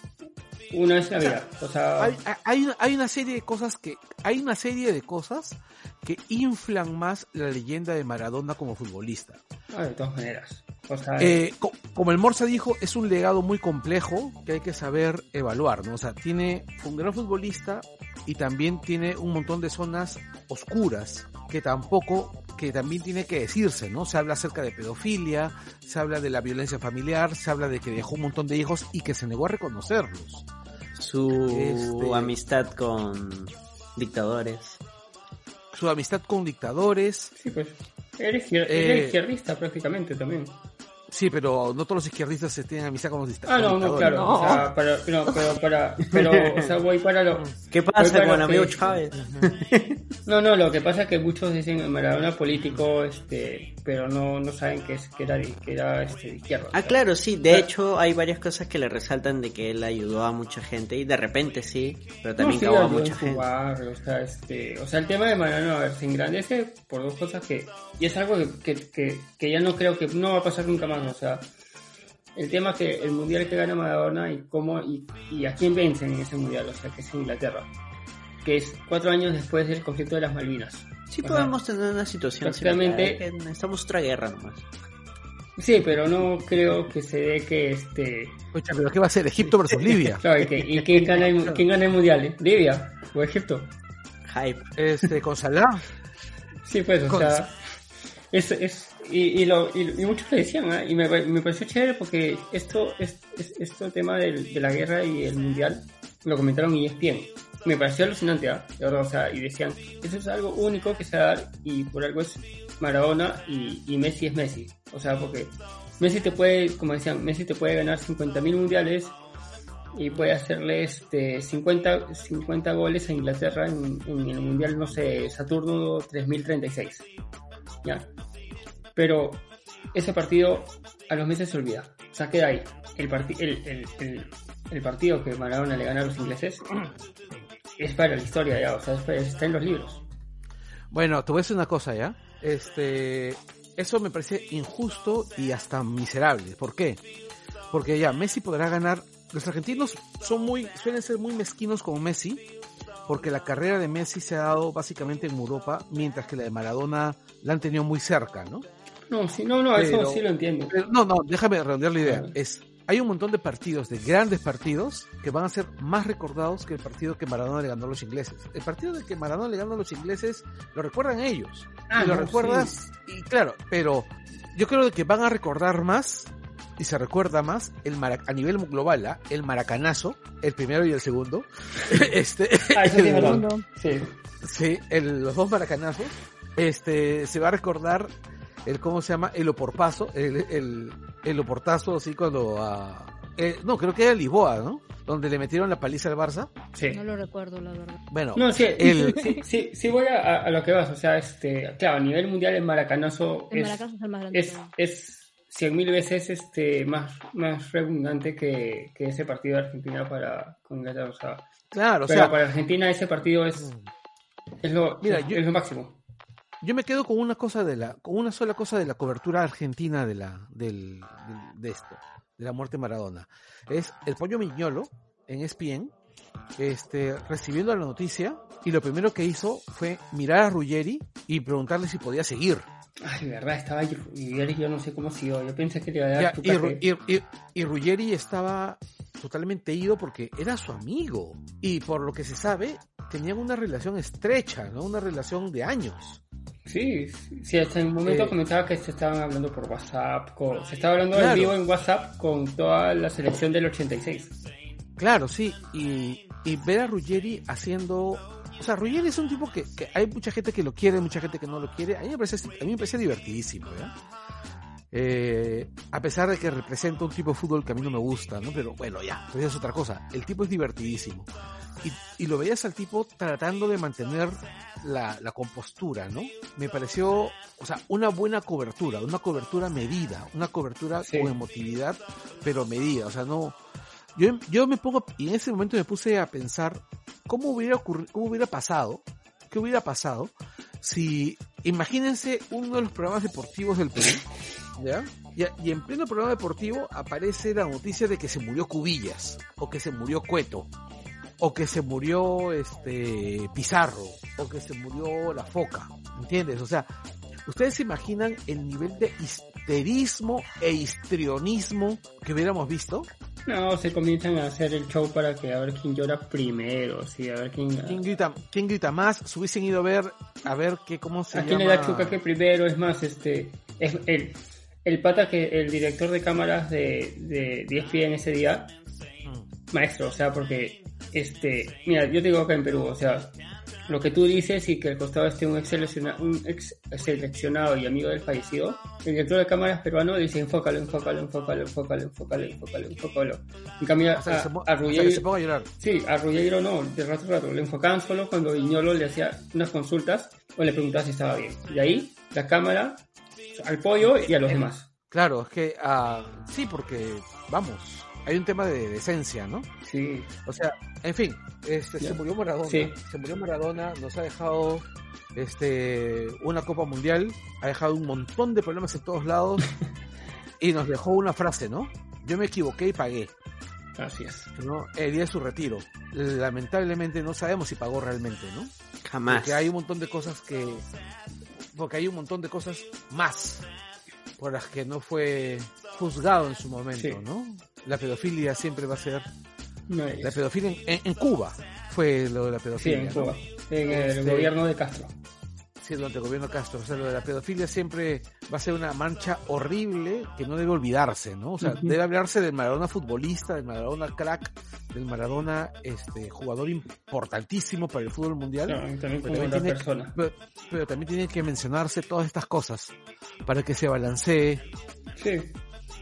[SPEAKER 2] una vez en la vida. O sea,
[SPEAKER 4] Hay, hay, hay una serie de cosas que, hay una serie de cosas que inflan más la leyenda de Maradona como futbolista.
[SPEAKER 2] ah, de todas maneras. O sea,
[SPEAKER 4] Eh, co- como el Morsa dijo, es un legado muy complejo que hay que saber evaluar, ¿no? O sea, tiene fue un gran futbolista y también tiene un montón de zonas oscuras que tampoco, que también tiene que decirse, ¿no? Se habla acerca de pedofilia, se habla de la violencia familiar, se habla de que dejó un montón de hijos y que se negó a reconocerlos.
[SPEAKER 3] su
[SPEAKER 4] Este-
[SPEAKER 3] amistad con dictadores.
[SPEAKER 4] Su amistad con dictadores,
[SPEAKER 2] sí, pues, eres, izquier-
[SPEAKER 4] eh,
[SPEAKER 2] eres izquierdista prácticamente también.
[SPEAKER 4] sí, pero no todos los izquierdistas se tienen amistad con los dicta-
[SPEAKER 2] Ah, no,
[SPEAKER 4] con
[SPEAKER 2] no,
[SPEAKER 4] dictadores.
[SPEAKER 2] claro. O sea, para, no, pero para, pero, o sea, voy para lo.
[SPEAKER 3] ¿Qué pasa
[SPEAKER 2] Oiga,
[SPEAKER 3] con
[SPEAKER 2] lo
[SPEAKER 3] amigo
[SPEAKER 2] que-
[SPEAKER 3] Chávez?
[SPEAKER 2] No, no, lo que pasa es que muchos dicen Maradona político, este, pero no, no saben que es, que era, de- que era este, de izquierda.
[SPEAKER 3] Ah, claro, sí. De hecho, hay varias cosas que le resaltan de que él ayudó a mucha gente y de repente sí, pero
[SPEAKER 2] no,
[SPEAKER 3] también
[SPEAKER 2] sí,
[SPEAKER 3] cagó a
[SPEAKER 2] ayudó en
[SPEAKER 3] mucha
[SPEAKER 2] su
[SPEAKER 3] gente.
[SPEAKER 2] barrio, o sea, este, o sea, el tema de Maradona, a ver, se engrandece por dos cosas que, y es algo que, que, que, que ya no creo que no va a pasar nunca más, o sea, el tema que el mundial que gana Maradona y cómo y, y a quién vencen en ese mundial, o sea, que es Inglaterra, que es cuatro años después del conflicto de las Malvinas.
[SPEAKER 3] Sí
[SPEAKER 2] O sea,
[SPEAKER 3] podemos tener una situación similar.
[SPEAKER 2] prácticamente-
[SPEAKER 3] que Necesitamos otra guerra nomás.
[SPEAKER 2] Sí, pero no creo que se dé que este.
[SPEAKER 4] Escucha, pero ¿qué va a ser? Egipto versus Libia.
[SPEAKER 2] Claro, y, que, y quién, gana el, quién gana el mundial, eh? ¿Libia o Egipto?
[SPEAKER 3] Hype.
[SPEAKER 4] Este, con Salah.
[SPEAKER 2] Sí, pues, o
[SPEAKER 4] Con-
[SPEAKER 2] sea. Es, es, y, y, lo, y, y muchos lo decían, ¿ah? y me, me pareció chévere porque esto, es, es- esto tema del- de la guerra y el mundial lo comentaron E y es bien. Me pareció alucinante, ¿ah? De verdad, o sea, y decían, eso es algo único que se va a dar y por algo es Maradona y, y Messi es Messi. O sea, porque Messi te puede, como decían, Messi te puede ganar 50.000 mundiales y puede hacerle este 50, 50 goles a Inglaterra en, en el mundial, no sé, Saturno 3036. ¿Ya? Pero ese partido a los meses se olvida. O sea, queda ahí. El, parti- el, el- el- el partido que Maradona le gana a los ingleses es para la historia, ya. O sea, es para- está en los libros.
[SPEAKER 4] Bueno, te voy a decir una cosa ya. Este, eso me parece injusto y hasta miserable. ¿Por qué? Porque ya Messi podrá ganar. Los argentinos son muy, suelen ser muy mezquinos con Messi, porque la carrera de Messi se ha dado básicamente en Europa, mientras que la de Maradona la han tenido muy cerca, ¿no?
[SPEAKER 2] No, sí, no, no,
[SPEAKER 4] Pero-
[SPEAKER 2] eso sí lo entiendo.
[SPEAKER 4] Pero, no, no, déjame redondear la idea.
[SPEAKER 2] Ah.
[SPEAKER 4] Es, hay un montón de partidos, de grandes partidos, que van a ser más recordados que el partido que Maradona le ganó a los ingleses. El partido de que Maradona le ganó a los ingleses lo recuerdan ellos.
[SPEAKER 2] Ah,
[SPEAKER 4] y lo
[SPEAKER 2] no,
[SPEAKER 4] recuerdas, y claro, pero yo creo que van a recordar más y se recuerda más el mara- a nivel global, ¿ah? el maracanazo, el primero y el segundo. este,
[SPEAKER 2] Ah, eso sí es verdad.
[SPEAKER 5] Segundo.
[SPEAKER 2] Sí.
[SPEAKER 4] Sí, el- los dos maracanazos. Este, se va a recordar el, ¿cómo se llama? El oporpazo, el, el, el oportazo, así cuando a... eh, no, creo que era Lisboa, ¿no? Donde le metieron la paliza al Barça.
[SPEAKER 2] Sí.
[SPEAKER 5] No lo recuerdo, la verdad.
[SPEAKER 4] Bueno,
[SPEAKER 2] No, sí,
[SPEAKER 4] El-
[SPEAKER 2] sí, sí, sí voy a, a- a lo que vas. O sea, este, claro, a nivel mundial el maracanazo
[SPEAKER 5] El
[SPEAKER 2] es,
[SPEAKER 5] Maracas es el más grande.
[SPEAKER 2] es, es 100.000 veces este, más, más redundante que, que ese partido de Argentina para con Inglaterra. O sea,
[SPEAKER 4] claro, o
[SPEAKER 2] pero
[SPEAKER 4] sea, Mm.
[SPEAKER 2] para Argentina ese partido es, es, lo,
[SPEAKER 4] Mira,
[SPEAKER 2] es,
[SPEAKER 4] yo-
[SPEAKER 2] es lo máximo.
[SPEAKER 4] yo me quedo con una cosa de la, con una sola cosa de la cobertura argentina de la, del, del- de esto, de la muerte de Maradona. Es el pollo Miñolo en E ESPN, este, recibiendo la noticia y lo primero que hizo fue mirar a Ruggeri y preguntarle si podía seguir.
[SPEAKER 2] Ay, verdad, estaba ahí y él- yo no sé cómo siguió. Yo pensé que le iba a dar
[SPEAKER 4] Ya,
[SPEAKER 2] tu
[SPEAKER 4] y, Ru-
[SPEAKER 2] café.
[SPEAKER 4] y- y- y Ruggeri estaba totalmente ido porque era su amigo. Y por lo que se sabe, tenían una relación estrecha, ¿no? Una relación de años.
[SPEAKER 2] Sí, sí, sí, hasta el momento
[SPEAKER 4] Eh,
[SPEAKER 2] comentaba que se estaban hablando por WhatsApp. con- se estaba hablando en
[SPEAKER 4] Claro.
[SPEAKER 2] vivo en WhatsApp con toda la selección del 86.
[SPEAKER 4] Claro, sí. Y, y ver a Ruggeri haciendo... O sea, Ruggeri es un tipo que, que hay mucha gente que lo quiere, mucha gente que no lo quiere. A mí me parece, a mí me parece divertidísimo, ¿verdad? Eh, a pesar de que representa un tipo de fútbol que a mí no me gusta, ¿no? Pero bueno, ya, pues es otra cosa. El tipo es divertidísimo. Y, y lo veías al tipo tratando de mantener la, la compostura, ¿no? Me pareció, o sea, una buena cobertura, una cobertura medida, una cobertura
[SPEAKER 2] Sí.
[SPEAKER 4] con emotividad, pero medida. O sea, no. Yo, yo me pongo, y en ese momento me puse a pensar cómo hubiera ocurri- cómo hubiera pasado, qué hubiera pasado si, imagínense uno de los programas deportivos del Perú, ¿ya? Y, y en pleno programa deportivo aparece la noticia de que se murió Cubillas, o que se murió Cueto, o que se murió este Pizarro, o que se murió la foca, ¿entiendes? O sea, ustedes se imaginan el nivel de histerismo e histrionismo que hubiéramos visto.
[SPEAKER 2] No, se comienzan a hacer el show para que a ver quién llora primero, sí, a ver quién...
[SPEAKER 4] ¿Quién grita, quién grita más? Se hubiesen ido a ver, a ver qué, cómo se
[SPEAKER 2] ¿A
[SPEAKER 4] llama.
[SPEAKER 2] quién le da chuca que primero? Es más, este, es el, el pata que el director de cámaras de, de, E de ESPN ese día,
[SPEAKER 4] Mm.
[SPEAKER 2] maestro, o sea, porque, este, mira, yo te digo acá en Perú, o sea, lo que tú dices y que al costado esté un ex, selecciona- un ex seleccionado y amigo del fallecido, el director de cámaras peruano dice, enfócalo, enfócalo, enfócalo, enfócalo, enfócalo, enfócalo, enfócalo. En cambio, a,
[SPEAKER 4] O sea, que se po-
[SPEAKER 2] a
[SPEAKER 4] o sea, que
[SPEAKER 2] Ruggeri-
[SPEAKER 4] se ponga a llorar.
[SPEAKER 2] Sí, a Ruggiero no, de rato a rato. Le enfocaban solo cuando Viñolo le hacía unas consultas o le preguntaba si estaba bien. Y ahí, la cámara al pollo y a los demás.
[SPEAKER 4] Claro, es que ah, sí, porque vamos, hay un tema de decencia, ¿no?
[SPEAKER 2] Sí,
[SPEAKER 4] O sea, en fin, este, se
[SPEAKER 2] Ya.
[SPEAKER 4] murió Maradona,
[SPEAKER 2] Sí.
[SPEAKER 4] se murió Maradona, nos ha dejado este una Copa Mundial, ha dejado un montón de problemas en todos lados y nos dejó una frase, ¿no? Yo me equivoqué y pagué,
[SPEAKER 2] así es.
[SPEAKER 4] ¿no? El día de su retiro. Lamentablemente no sabemos si pagó realmente, ¿no?
[SPEAKER 3] Jamás.
[SPEAKER 4] Porque hay un montón de cosas que. Porque hay un montón de cosas más por las que no fue juzgado en su momento,
[SPEAKER 2] Sí.
[SPEAKER 4] ¿no? La pedofilia siempre va a ser.
[SPEAKER 2] No hay-
[SPEAKER 4] La pedofilia en, en- en Cuba fue lo de la
[SPEAKER 2] sí,
[SPEAKER 4] pedofilia.
[SPEAKER 2] en
[SPEAKER 4] ¿no?
[SPEAKER 2] Cuba. En el
[SPEAKER 4] Este-
[SPEAKER 2] gobierno de Castro.
[SPEAKER 4] Sí, durante el gobierno Castro. O sea, lo de la pedofilia siempre va a ser una mancha horrible que no debe olvidarse, ¿no? O sea,
[SPEAKER 2] Ujú.
[SPEAKER 4] debe hablarse del Maradona futbolista, del Maradona crack, del Maradona este jugador importantísimo para el fútbol mundial.
[SPEAKER 2] No, y también como
[SPEAKER 4] Pues también
[SPEAKER 2] la
[SPEAKER 4] tiene-
[SPEAKER 2] persona.
[SPEAKER 4] Pero, pero también tienen que mencionarse todas estas cosas para que se balancee.
[SPEAKER 2] Sí.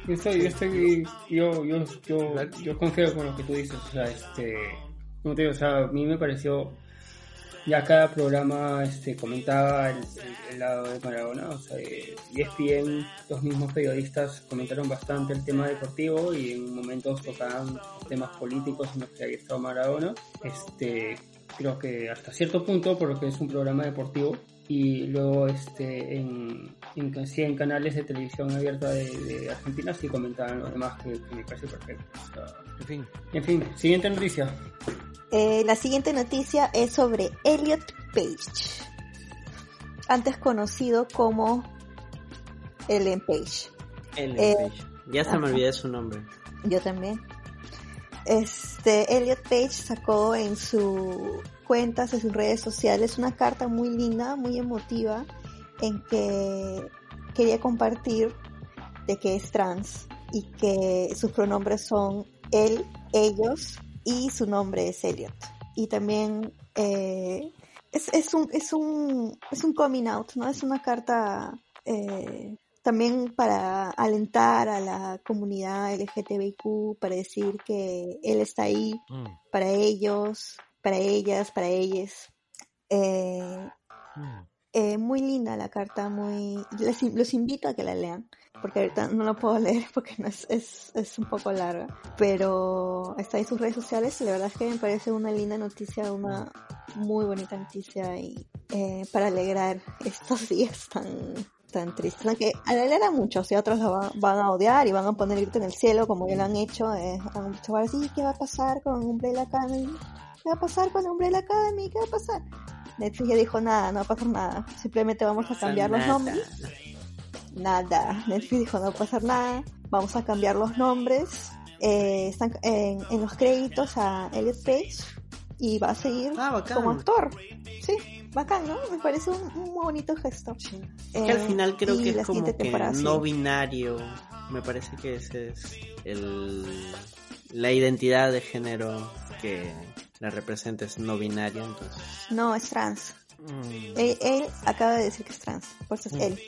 [SPEAKER 2] Yo estoy, yo estoy, yo, yo, yo,
[SPEAKER 4] La-
[SPEAKER 2] yo confío con lo que tú dices, o sea, este, no te digo, o sea, a mí me pareció, ya cada programa, este, comentaba el, el- el lado de Maradona, o sea, eh, ESPN, los mismos periodistas comentaron bastante el tema deportivo y en momentos tocaban temas políticos en los que había estado Maradona, este, creo que hasta cierto punto, porque es un programa deportivo, y luego este en, en, can- sí, en canales de televisión abierta de, de Argentina sí comentaban los demás que, que me parece perfecto. O sea,
[SPEAKER 4] En fin,
[SPEAKER 2] en fin, siguiente noticia.
[SPEAKER 7] Eh, la siguiente noticia es sobre Elliot Page, antes conocido como Ellen Page.
[SPEAKER 3] Ellen
[SPEAKER 7] Eh,
[SPEAKER 3] Page. Ya se me
[SPEAKER 7] ajá.
[SPEAKER 3] olvidé su nombre.
[SPEAKER 7] Yo también. Este, Elliot Page sacó en sus cuentas, en sus redes sociales, una carta muy linda, muy emotiva, en que quería compartir de que es trans
[SPEAKER 1] y que sus pronombres son él, ellos y su nombre es Elliot. Y también eh, es, es, un, es, un, es un coming out, ¿no? Es una carta eh, también para alentar a la comunidad LGTBIQ, para decir que él está ahí
[SPEAKER 4] Mm.
[SPEAKER 1] para ellos, para ellas, para ellas. Eh,
[SPEAKER 4] Mm.
[SPEAKER 1] eh, muy linda la carta, muy les in- los invito a que la lean, porque ahorita no la puedo leer porque no es, es, es un poco larga, pero está en sus redes sociales y la verdad es que me parece una linda noticia, una muy bonita noticia y eh, para alegrar estos días tan tan tristes, aunque alegra mucho, o sea, otros la van, van a odiar y van a poner el grito en el cielo como ya lo han hecho, eh, han dicho, "Ahora sí, ¿qué va a pasar con Umbrella Academy? ¿Qué va a pasar con Umbrella Academy? ¿Qué va a pasar? Netflix ya dijo nada, no va a pasar nada. Simplemente vamos a cambiar los
[SPEAKER 3] Nada.
[SPEAKER 1] nombres. Nada. Netflix dijo no va a pasar nada. Vamos a cambiar los nombres. Eh, están en, en los créditos a Elliot Page y va a seguir
[SPEAKER 3] Ah, bacán.
[SPEAKER 1] como actor. Sí, bacán, ¿no? Me parece un, un muy bonito gesto.
[SPEAKER 3] Que al
[SPEAKER 1] Eh,
[SPEAKER 3] final creo
[SPEAKER 1] y
[SPEAKER 3] que
[SPEAKER 1] la
[SPEAKER 3] es como
[SPEAKER 1] siguiente
[SPEAKER 3] que
[SPEAKER 1] temporada, sí.
[SPEAKER 3] no binario. Me parece que ese es el, la identidad de género que la representa es no binaria. Entonces,
[SPEAKER 1] No, es trans.
[SPEAKER 4] Mm.
[SPEAKER 1] Él, él acaba de decir que es trans. Por eso es
[SPEAKER 3] Mm.
[SPEAKER 1] él.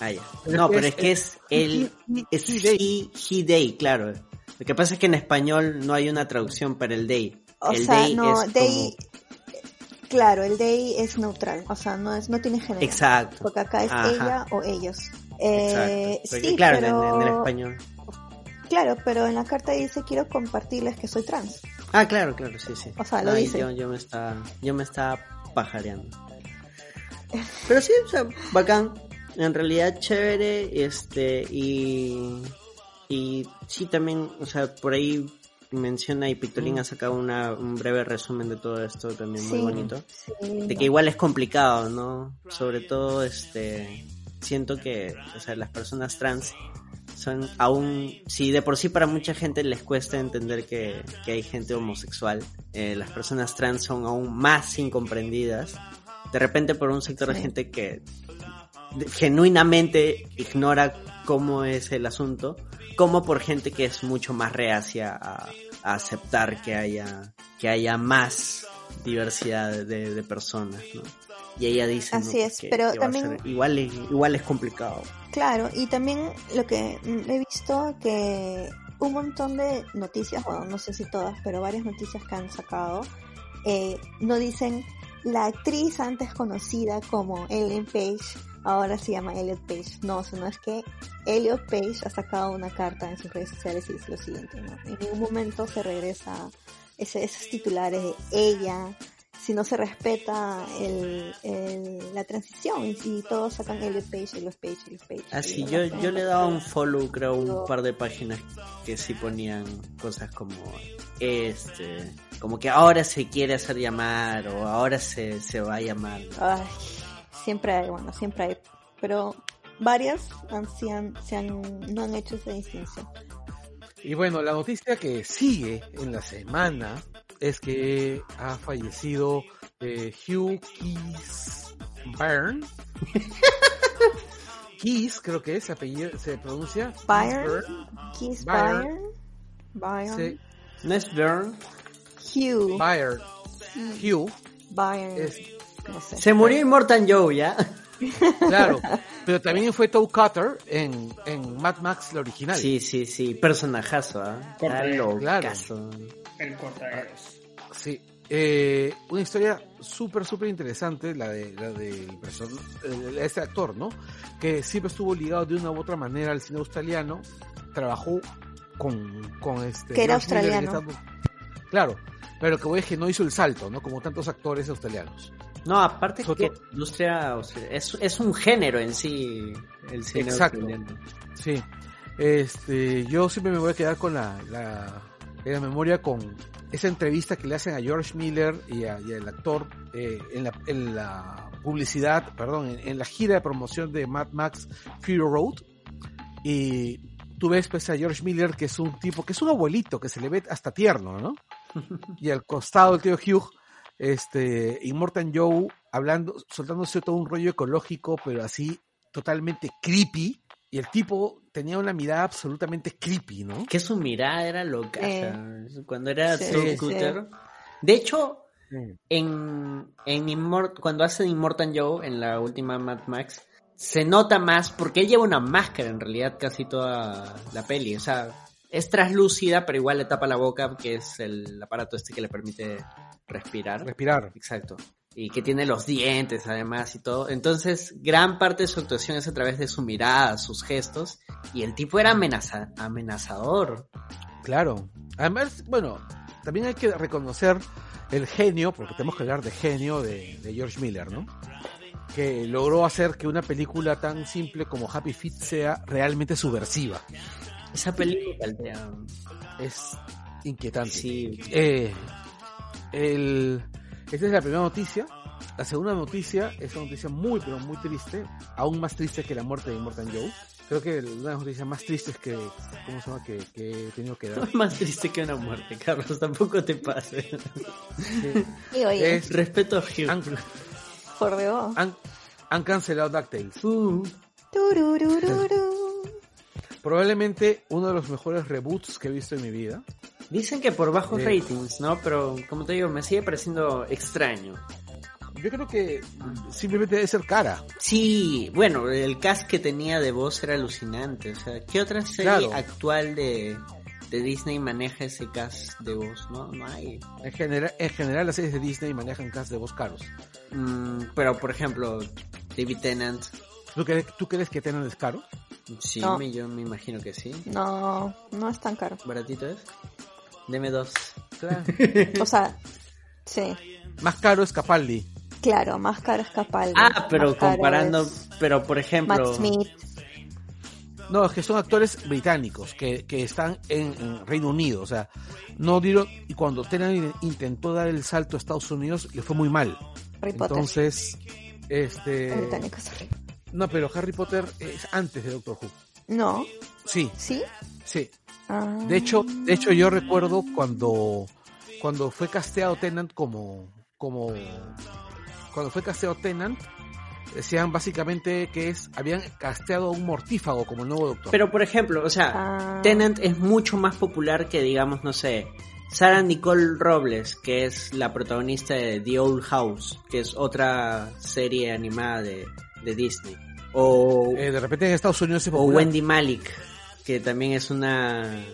[SPEAKER 3] ah, ya.
[SPEAKER 4] Pero
[SPEAKER 3] no,
[SPEAKER 4] es que
[SPEAKER 3] pero es
[SPEAKER 4] es-
[SPEAKER 3] que es el es
[SPEAKER 4] he,
[SPEAKER 3] he, he day, claro. Lo que pasa es que en español no hay una traducción para el day.
[SPEAKER 1] O
[SPEAKER 3] el
[SPEAKER 1] sea,
[SPEAKER 3] day
[SPEAKER 1] no,
[SPEAKER 3] es
[SPEAKER 1] Day. eh,
[SPEAKER 3] como-
[SPEAKER 1] Claro, el Day es neutral. O sea, no, es, no tiene género.
[SPEAKER 3] Exacto.
[SPEAKER 1] Porque acá es
[SPEAKER 3] Ajá.
[SPEAKER 1] ella o ellos.
[SPEAKER 3] exacto.
[SPEAKER 1] Eh,
[SPEAKER 3] Porque,
[SPEAKER 1] sí,
[SPEAKER 3] claro, en-
[SPEAKER 1] pero,
[SPEAKER 3] en, el español.
[SPEAKER 1] Claro, pero en la carta dice quiero compartirles que soy trans.
[SPEAKER 3] Ah, claro, claro, sí, sí.
[SPEAKER 1] O sea, lo
[SPEAKER 3] Ay,
[SPEAKER 1] dice.
[SPEAKER 3] Yo, yo me estaba, yo me estaba pajareando. Pero sí, o sea, bacán. En realidad chévere, este, y, y sí también, o sea, por ahí menciona y Pictolín ha sacado una, un breve resumen de todo esto también muy
[SPEAKER 1] Mm. Sí.
[SPEAKER 3] bonito.
[SPEAKER 1] Sí.
[SPEAKER 3] De que igual es complicado, ¿no? Sobre todo, este, siento que, o sea, las personas trans son aún, si de por sí para mucha gente les cuesta entender que, que hay gente homosexual, eh, las personas trans son aún más incomprendidas. De repente por un sector de
[SPEAKER 1] Sí.
[SPEAKER 3] gente que de- genuinamente ignora cómo es el asunto, como por gente que es mucho más reacia a, a aceptar que haya, que haya más diversidad de, de personas, ¿no? Y ella dice... ¿no?
[SPEAKER 1] Así es,
[SPEAKER 3] que-
[SPEAKER 1] pero
[SPEAKER 3] que va a
[SPEAKER 1] también-
[SPEAKER 3] ser- igual, es- igual es complicado.
[SPEAKER 1] Claro, y también lo que mm, he visto que un montón de noticias, bueno, no sé si todas, pero varias noticias que han sacado, eh, no dicen la actriz antes conocida como Ellen Page, ahora se llama Elliot Page. No, sino es que Elliot Page ha sacado una carta en sus redes sociales y dice lo siguiente, ¿no? En ningún momento se regresa ese- esos titulares de ella, si no se respeta el, el- la transición y, y todos sacan Elliot Page, Elliot Page, Elliot Page.
[SPEAKER 3] Así,
[SPEAKER 1] Elliot
[SPEAKER 3] Ah, yo,
[SPEAKER 1] Page.
[SPEAKER 3] yo le daba un follow, creo,
[SPEAKER 1] Yo-
[SPEAKER 3] un par de páginas que sí ponían cosas como este, como que ahora se quiere hacer llamar o ahora se, se va a llamar.
[SPEAKER 1] Ay, siempre hay, bueno, siempre hay. Pero varias han, se han, se han- no han hecho esa distinción.
[SPEAKER 4] Y bueno, la noticia que sigue en la semana es que ha fallecido eh, Hugh Keys Byrne. Keys, creo que es, apellido, se pronuncia. Keys
[SPEAKER 1] Byrne. Kiss Byron.
[SPEAKER 4] Byron.
[SPEAKER 1] Byron.
[SPEAKER 4] Sí,
[SPEAKER 3] ¿No es Byrne?
[SPEAKER 1] Hugh.
[SPEAKER 4] Byrne. Hugh.
[SPEAKER 1] Byron.
[SPEAKER 4] es-
[SPEAKER 1] no sé.
[SPEAKER 3] Se murió Immortan Joe, ¿ya?
[SPEAKER 4] claro. Pero también fue Toe Cutter en, en Mad Max, la original.
[SPEAKER 3] Sí, sí, sí, personajazo, ¿ah?
[SPEAKER 2] Corta,
[SPEAKER 3] Está locazo.
[SPEAKER 2] El cortaderos.
[SPEAKER 4] Sí. Eh, una historia súper, súper interesante, la de la del person- el- este actor, ¿no? Que siempre estuvo ligado de una u otra manera al cine australiano, trabajó con, con este...
[SPEAKER 1] Que era
[SPEAKER 4] George Miller en
[SPEAKER 1] australiano.
[SPEAKER 4] esta- claro, pero lo que voy es que no hizo el salto, ¿no? Como tantos actores australianos.
[SPEAKER 3] No, aparte
[SPEAKER 4] Otro-
[SPEAKER 3] que industria, o sea, es, es un género en sí, el cine
[SPEAKER 4] Exacto.
[SPEAKER 3] australiano.
[SPEAKER 4] Sí. Este, yo siempre me voy a quedar con la, la, en la memoria con esa entrevista que le hacen a George Miller y, a- y al actor eh, en, la, en la publicidad, perdón, en, en la gira de promoción de Mad Max Fury Road. Y tú ves pues a George Miller que es un tipo, que es un abuelito, que se le ve hasta tierno, ¿no? Y al costado el tío Hugh, este, Immortan Joe hablando, soltándose todo un rollo ecológico, pero así totalmente creepy. Y el tipo tenía una mirada absolutamente creepy, ¿no?
[SPEAKER 3] Que su mirada era loca.
[SPEAKER 1] Eh.
[SPEAKER 3] Cuando era
[SPEAKER 1] Sí,
[SPEAKER 3] Tom
[SPEAKER 4] sí.
[SPEAKER 3] Cutter. De hecho,
[SPEAKER 4] Sí.
[SPEAKER 3] en, en Immort- cuando hace Immortal Joe, en la última Mad Max, se nota más porque él lleva una máscara en realidad casi toda la peli. O sea, es traslúcida, pero igual le tapa la boca, que es el aparato este que le permite respirar.
[SPEAKER 4] Respirar.
[SPEAKER 3] Exacto. Y que tiene los dientes además y todo. Entonces, gran parte de su actuación es a través de su mirada, sus gestos. Y el tipo era amenaza amenazador.
[SPEAKER 4] Claro. Además, bueno, también hay que reconocer el genio, porque tenemos que hablar de genio de, de George Miller, ¿no? Que logró hacer que una película tan simple como Happy Feet sea realmente subversiva.
[SPEAKER 3] Esa película. o sea,
[SPEAKER 4] Es inquietante.
[SPEAKER 3] Sí.
[SPEAKER 4] Eh, el- esta es la primera noticia. La segunda noticia es una noticia muy, pero muy triste. Aún más triste que la muerte de Immortan Joe. Creo que una de las noticias más tristes que, ¿cómo se llama? Que, que he tenido que dar.
[SPEAKER 3] Más triste que una muerte, Carlos. Tampoco te pases.
[SPEAKER 1] Y oye,
[SPEAKER 4] Es-
[SPEAKER 3] Respeto a Hugh.
[SPEAKER 4] Han,
[SPEAKER 1] por Dios.
[SPEAKER 4] han- han cancelado DuckTales.
[SPEAKER 3] Uh,
[SPEAKER 1] Tururururu.
[SPEAKER 4] Probablemente uno de los mejores reboots que he visto en mi vida.
[SPEAKER 3] dicen que por bajos
[SPEAKER 4] Sí.
[SPEAKER 3] ratings, ¿no? Pero como te digo, me sigue pareciendo extraño.
[SPEAKER 4] Yo creo que simplemente debe ser cara.
[SPEAKER 3] Sí, bueno, el cast que tenía de voz era alucinante. O sea, ¿qué otra serie
[SPEAKER 4] Claro.
[SPEAKER 3] actual de, de Disney maneja ese cast de voz? No, no hay.
[SPEAKER 4] En, genera- en general las series de Disney manejan cast de voz caros.
[SPEAKER 3] Mm, pero, por ejemplo, David Tennant,
[SPEAKER 4] ¿Tú crees, tú crees que Tenan es caro?
[SPEAKER 3] sí,
[SPEAKER 1] No.
[SPEAKER 3] me- yo me imagino que sí.
[SPEAKER 1] No, no es tan caro.
[SPEAKER 3] ¿Baratito es? Deme dos.
[SPEAKER 1] Pues, O sea, sí,
[SPEAKER 4] Más caro es Capaldi.
[SPEAKER 1] claro, más caro es Capaldi.
[SPEAKER 3] Ah, pero
[SPEAKER 1] más caro
[SPEAKER 3] comparando,
[SPEAKER 1] es
[SPEAKER 3] pero por ejemplo...
[SPEAKER 1] Matt Smith,
[SPEAKER 4] No, es que son actores británicos que, que están en, en Reino Unido. O sea, no dieron. Y cuando Tenan intentó dar el salto a Estados Unidos, le fue muy mal.
[SPEAKER 1] Harry Potter.
[SPEAKER 4] Entonces, este.
[SPEAKER 1] británicos.
[SPEAKER 4] No, pero Harry Potter es antes de Doctor Who.
[SPEAKER 1] No,
[SPEAKER 4] Sí,
[SPEAKER 1] sí.
[SPEAKER 4] sí.
[SPEAKER 1] Ah.
[SPEAKER 4] De hecho, de hecho yo recuerdo cuando, cuando fue casteado Tenant como, como cuando fue casteado Tenant, decían básicamente que es, habían casteado a un mortífago como el nuevo doctor.
[SPEAKER 3] Pero, por ejemplo, o sea,
[SPEAKER 1] Ah.
[SPEAKER 3] Tenant es mucho más popular que, digamos, no sé, Sarah Nicole Robles, que es la protagonista de The Old House, que es otra serie animada de, de Disney. O,
[SPEAKER 4] Eh, de repente en Estados Unidos es
[SPEAKER 3] o
[SPEAKER 4] popular.
[SPEAKER 3] Wendy Malik, que también es una,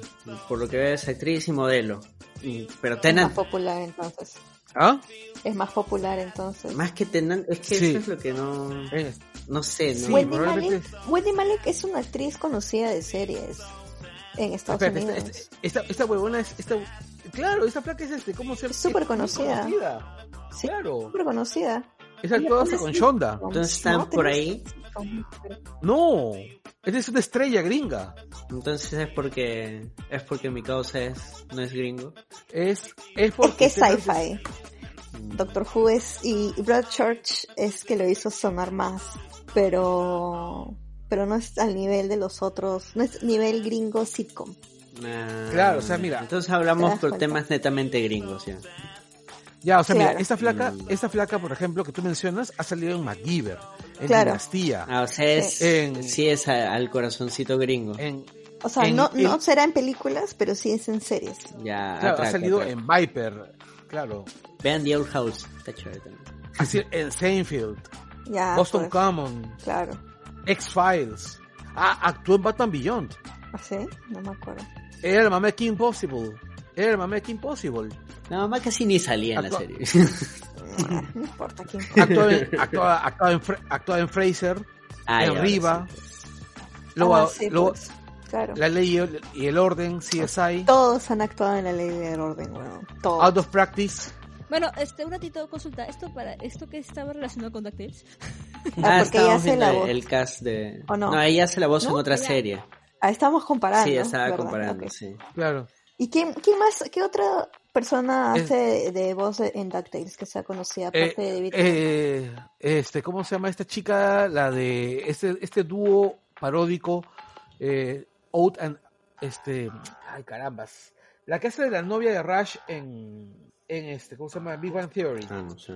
[SPEAKER 3] por lo que veo, es actriz y modelo. Y- Pero
[SPEAKER 1] Es más
[SPEAKER 3] Tenant,
[SPEAKER 1] popular entonces.
[SPEAKER 4] ¿Ah?
[SPEAKER 1] Es más popular entonces.
[SPEAKER 3] más que Tenant, es que
[SPEAKER 4] Sí.
[SPEAKER 3] eso es lo que no,
[SPEAKER 4] Eh,
[SPEAKER 3] no sé, ¿no?
[SPEAKER 4] Sí,
[SPEAKER 1] Wendy,
[SPEAKER 4] probablemente
[SPEAKER 1] Malik, Wendy Malik es una actriz conocida de series en Estados
[SPEAKER 4] espérate,
[SPEAKER 1] Unidos.
[SPEAKER 4] esta, esta, esta- esta huevona es, esta, claro, esta placa es este, ¿cómo se
[SPEAKER 1] Es súper
[SPEAKER 4] es
[SPEAKER 1] conocida.
[SPEAKER 4] conocida.
[SPEAKER 1] Sí.
[SPEAKER 4] Claro,
[SPEAKER 1] Súper conocida.
[SPEAKER 4] es actuada hasta con Shonda.
[SPEAKER 3] Entonces están
[SPEAKER 1] No,
[SPEAKER 3] por
[SPEAKER 1] tenés-
[SPEAKER 3] ahí.
[SPEAKER 4] No, esta es una estrella gringa.
[SPEAKER 3] Entonces es porque, es porque mi causa es, no es gringo.
[SPEAKER 4] Es, es,
[SPEAKER 1] Es que
[SPEAKER 4] porque
[SPEAKER 1] es sci-fi. Doctor Who es y Broadchurch es que lo hizo sonar más, pero pero no es al nivel de los otros, no es nivel gringo sitcom.
[SPEAKER 3] Ah,
[SPEAKER 4] Claro, o sea, mira.
[SPEAKER 3] Entonces
[SPEAKER 1] Te
[SPEAKER 3] hablamos
[SPEAKER 1] das
[SPEAKER 3] por
[SPEAKER 1] cuenta.
[SPEAKER 3] temas netamente gringos, ya.
[SPEAKER 4] Ya, o sea,
[SPEAKER 1] Claro.
[SPEAKER 4] mira, esta flaca,
[SPEAKER 3] Mm.
[SPEAKER 4] esta flaca, por ejemplo, que tú mencionas, ha salido en MacGyver, en
[SPEAKER 1] Claro.
[SPEAKER 4] Dinastía,
[SPEAKER 3] Ah, o sea, es,
[SPEAKER 4] En-
[SPEAKER 3] sí es a- al corazoncito gringo.
[SPEAKER 4] en,
[SPEAKER 1] O sea,
[SPEAKER 4] En-
[SPEAKER 1] no no
[SPEAKER 4] en-
[SPEAKER 1] será en películas, pero sí es en series.
[SPEAKER 3] Ya,
[SPEAKER 4] claro,
[SPEAKER 3] atraco,
[SPEAKER 4] ha salido
[SPEAKER 3] atraco.
[SPEAKER 4] en Viper, claro,
[SPEAKER 3] Vean The Old House, está chévere también.
[SPEAKER 4] es decir, en Seinfeld,
[SPEAKER 1] Ya.
[SPEAKER 4] Boston
[SPEAKER 1] Ah, pues,
[SPEAKER 4] Common,
[SPEAKER 1] Claro.
[SPEAKER 4] X-Files, ah, actuó en Batman Beyond,
[SPEAKER 1] ¿Así? ¿Ah, No me acuerdo.
[SPEAKER 4] era la mamá de Kim Possible, era la mamá de Kim Possible,
[SPEAKER 3] No, más casi ni salía en la
[SPEAKER 4] Actua-
[SPEAKER 3] serie.
[SPEAKER 1] Ah, No importa quién.
[SPEAKER 4] actuaba en, actuaba- actuaba en, Fra- actuaba en Fraser,
[SPEAKER 3] Ah, ya, ahora
[SPEAKER 4] Riva.
[SPEAKER 3] sí, pues.
[SPEAKER 4] luego,
[SPEAKER 1] Ah, sí,
[SPEAKER 4] luego
[SPEAKER 1] pues, claro.
[SPEAKER 4] La Ley y el- y el Orden, CSI,
[SPEAKER 1] Todos han actuado en la ley del orden, weón.
[SPEAKER 3] Ah,
[SPEAKER 1] Todos.
[SPEAKER 4] Out of Practice,
[SPEAKER 5] Bueno, este, un ratito, consulta. ¿Esto para esto que estaba relacionado con DuckTales?
[SPEAKER 1] Ah, porque ella
[SPEAKER 3] estábamos
[SPEAKER 1] hace la
[SPEAKER 3] viendo
[SPEAKER 1] voz.
[SPEAKER 3] el cast de...
[SPEAKER 1] ¿O no?
[SPEAKER 3] No, ella hace la voz en
[SPEAKER 1] ¿No?
[SPEAKER 3] otra
[SPEAKER 5] Ella-
[SPEAKER 3] serie.
[SPEAKER 1] Ah, estábamos comparando.
[SPEAKER 3] sí, estaba
[SPEAKER 1] ¿verdad?
[SPEAKER 3] comparando,
[SPEAKER 1] Ok.
[SPEAKER 3] sí.
[SPEAKER 4] claro.
[SPEAKER 1] ¿Y quién, quién más, qué otra persona
[SPEAKER 4] Es-
[SPEAKER 1] hace de, de voz en DuckTales que sea conocida aparte
[SPEAKER 4] Eh,
[SPEAKER 1] de David?
[SPEAKER 4] eh, este, ¿cómo se llama esta chica? La de este, este dúo paródico, eh, Out and este, ay carambas, la que hace de la novia de Rush en, en este, ¿cómo se llama? Big Bang Theory.
[SPEAKER 3] Ah, no sé.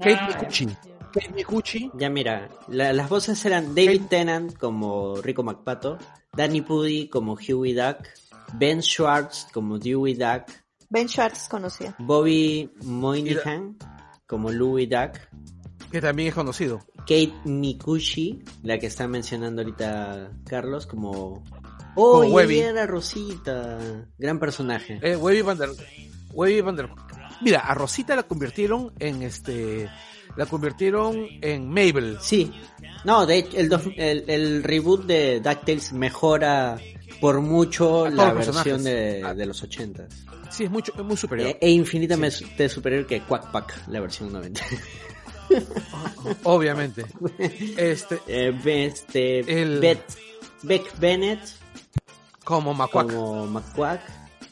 [SPEAKER 4] Kate Micucci. Kei Mikuchi.
[SPEAKER 3] Ya mira, la- las voces eran David Tennant como Rico McPato, Danny Pudi como Huey Duck, Ben Schwartz como Dewey Duck,
[SPEAKER 7] Ben Schwartz conocía.
[SPEAKER 3] Bobby Moynihan como Louie Duck,
[SPEAKER 4] que también es conocido.
[SPEAKER 3] Kate Mikuchi, la que está mencionando ahorita Carlos, como...
[SPEAKER 4] Como
[SPEAKER 3] ¡Oh, y
[SPEAKER 4] Webby.
[SPEAKER 3] ella era Rosita! Gran personaje.
[SPEAKER 4] Eh, Webby Van Der... Webby Van Der- Mira, a Rosita la convirtieron en este... La convirtieron en Mabel.
[SPEAKER 3] Sí. No, de hecho, el, dos- el, el reboot de DuckTales mejora por mucho
[SPEAKER 4] A todos
[SPEAKER 3] la
[SPEAKER 4] los
[SPEAKER 3] versión de,
[SPEAKER 4] personajes. Ah.
[SPEAKER 3] de los 80.
[SPEAKER 4] Sí, es, mucho, es muy superior.
[SPEAKER 3] E, e infinitamente superior que Quack Pack, la versión 90.
[SPEAKER 4] Obviamente. Este,
[SPEAKER 3] Eh, ve- este,
[SPEAKER 4] El-
[SPEAKER 3] Bet- Beck Bennett
[SPEAKER 4] como Macuac.
[SPEAKER 3] como McQuack.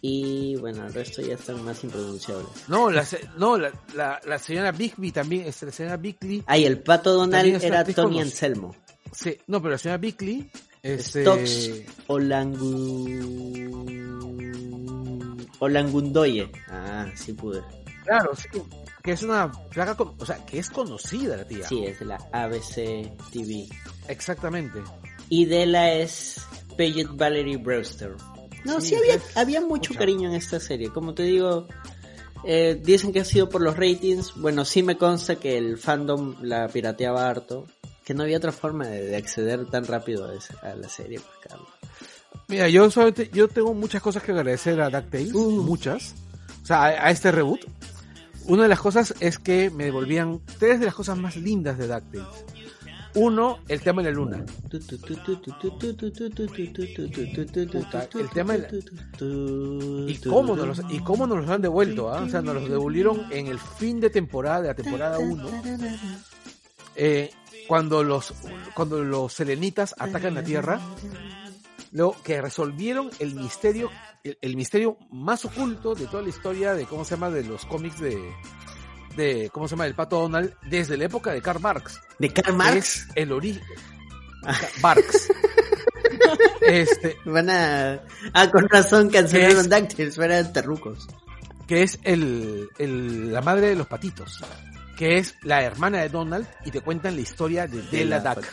[SPEAKER 3] Y bueno, el resto ya están más impronunciables.
[SPEAKER 4] No, la, se- no la, la, la señora Bigby también, este, la señora Bigby,
[SPEAKER 3] Ah, y el pato
[SPEAKER 4] También
[SPEAKER 3] Donald
[SPEAKER 4] está
[SPEAKER 3] era
[SPEAKER 4] actriz
[SPEAKER 3] Tony
[SPEAKER 4] conocida.
[SPEAKER 3] Anselmo.
[SPEAKER 4] sí, no, pero la señora Bigby, este,
[SPEAKER 3] Stokes Olangu... Olangundoye. Ah, sí pude.
[SPEAKER 4] claro, sí, que es una placa, con- o sea, que es conocida la tía,
[SPEAKER 3] Sí, es de la ABC TV.
[SPEAKER 4] exactamente.
[SPEAKER 3] Y de la es Paget Valerie Brewster. No, sí,
[SPEAKER 4] Sí,
[SPEAKER 3] había,
[SPEAKER 4] es-
[SPEAKER 3] había mucho
[SPEAKER 4] mucha.
[SPEAKER 3] cariño en esta serie. Como te digo, eh, dicen que ha sido por los ratings. Bueno, sí me consta que el fandom la pirateaba harto. Que no había otra forma de, de acceder tan rápido a, esa- a la serie. pues, Carlos.
[SPEAKER 4] Mira, yo solamente, yo tengo muchas cosas que agradecer a DuckTales,
[SPEAKER 3] Uh.
[SPEAKER 4] muchas, o sea, a, a este reboot. Una de las cosas es que me devolvían tres de las cosas más lindas de DuckTales. Uno, el tema de la luna. Puta, el tema de ¿Y cómo, nos los, y cómo nos los han devuelto, ah? O sea, nos los devolvieron en el fin de temporada, de la temporada 1, cuando, los, cuando los selenitas atacan la Tierra, luego que resolvieron el misterio, el, el misterio más oculto de toda la historia de, ¿cómo se llama?, de los cómics de, de ¿cómo se llama?, del Pato Donald, desde la época de Karl Marx.
[SPEAKER 3] ¿De Karl
[SPEAKER 4] que
[SPEAKER 3] Marx?
[SPEAKER 4] Es el origen. Marx. Este,
[SPEAKER 3] Van a. Ah, con razón cancelaron
[SPEAKER 4] Es-
[SPEAKER 3] Dactyls, eran terrucos.
[SPEAKER 4] que es el, el- la madre de los patitos, que es la hermana de Donald y te cuentan la historia de Della
[SPEAKER 3] la
[SPEAKER 4] Duck.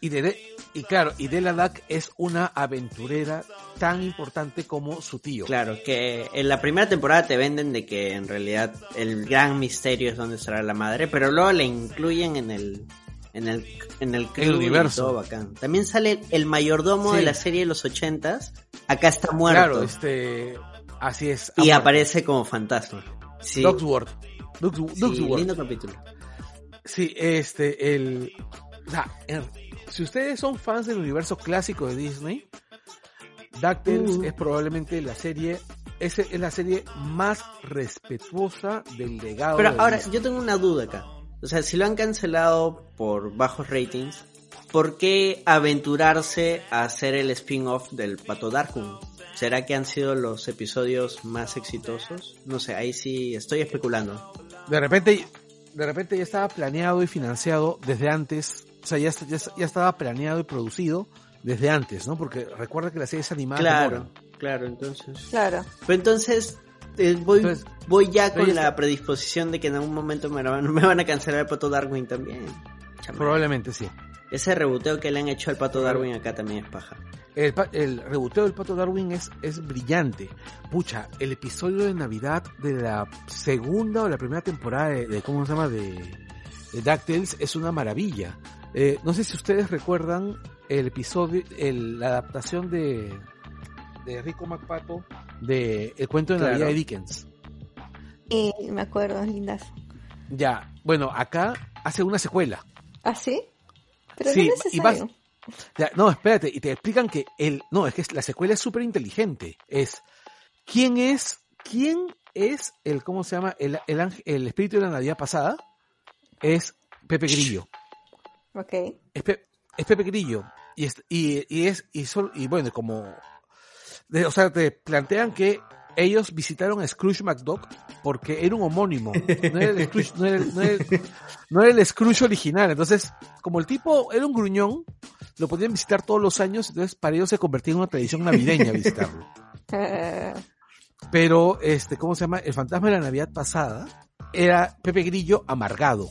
[SPEAKER 4] Y, de, de- y claro, y Della Duck es una aventurera tan importante como su tío.
[SPEAKER 3] Claro, que en la primera temporada te venden de que en realidad el gran misterio es dónde estará la madre, pero luego le incluyen en el. En el, en el, club y
[SPEAKER 4] universo.
[SPEAKER 3] todo bacán. También sale el mayordomo
[SPEAKER 4] Sí.
[SPEAKER 3] de la serie de los ochentas. Acá está muerto.
[SPEAKER 4] Claro, este, así es.
[SPEAKER 3] y
[SPEAKER 4] Amor.
[SPEAKER 3] aparece como fantasma. Sí,
[SPEAKER 4] Ducksworth. Ducks-
[SPEAKER 3] sí,
[SPEAKER 4] Ducksworth.
[SPEAKER 3] lindo capítulo.
[SPEAKER 4] Sí, este, el. O sea, en- si ustedes son fans del universo clásico de Disney, DuckTales
[SPEAKER 3] Uh.
[SPEAKER 4] es probablemente la serie. Es, es la serie más respetuosa del legado.
[SPEAKER 3] Pero
[SPEAKER 4] de
[SPEAKER 3] ahora,
[SPEAKER 4] Disney.
[SPEAKER 3] yo tengo una duda acá. O sea, si lo han cancelado por bajos ratings, ¿por qué aventurarse a hacer el spin-off del Pato Darkun? ¿Será que han sido los episodios más exitosos? No sé, ahí sí estoy especulando.
[SPEAKER 4] De repente, de repente ya estaba planeado y financiado desde antes. O sea, ya, est- ya, est- ya estaba planeado y producido desde antes, ¿no? Porque recuerda que las series animadas.
[SPEAKER 3] claro,
[SPEAKER 4] demoran.
[SPEAKER 3] claro, entonces.
[SPEAKER 7] Claro.
[SPEAKER 3] Pero entonces, eh, voy,
[SPEAKER 4] Entonces,
[SPEAKER 3] voy ya
[SPEAKER 4] pero
[SPEAKER 3] con
[SPEAKER 4] ya
[SPEAKER 3] la
[SPEAKER 4] está.
[SPEAKER 3] predisposición de que en algún momento me, la van- me van a cancelar el Pato Darwin también. Chama.
[SPEAKER 4] Probablemente sí.
[SPEAKER 3] Ese reboteo que le han hecho al Pato Darwin acá también es paja.
[SPEAKER 4] El, pa- el reboteo del Pato Darwin es, es brillante. Pucha, el episodio de Navidad de la segunda o la primera temporada de, de- ¿cómo se llama? De, de DuckTales es una maravilla. Eh, no sé si ustedes recuerdan el episodio, el- la adaptación de, de Rico MacPato de El cuento de
[SPEAKER 3] Claro.
[SPEAKER 4] Navidad de Dickens.
[SPEAKER 7] Y me acuerdo, lindas.
[SPEAKER 4] Ya, bueno, acá hace una secuela.
[SPEAKER 7] ¿Ah, sí? Pero
[SPEAKER 4] Sí,
[SPEAKER 7] no
[SPEAKER 4] y
[SPEAKER 7] es necesario.
[SPEAKER 4] Ya, no, espérate, y te explican que el. No, es que la secuela es súper inteligente. Es. ¿Quién es. ¿Quién es el. ¿Cómo se llama? El, el, ángel- el espíritu de la Navidad pasada? Es Pepe Grillo.
[SPEAKER 7] Ok.
[SPEAKER 4] Es, Pe- es Pepe Grillo. Y es. Y, y es y, sol- y bueno, como. de- o sea, te plantean que ellos visitaron a Scrooge McDuck porque era un homónimo. No era el Scrooge, no era el- no era el- no era el Scrooge original. Entonces, como el tipo era un gruñón, lo podían visitar todos los años, entonces para ellos se convertía en una tradición navideña visitarlo.
[SPEAKER 1] Eh,
[SPEAKER 7] Ah,
[SPEAKER 4] Pero, este, ¿cómo se llama? El fantasma de la Navidad pasada era Pepe Grillo amargado.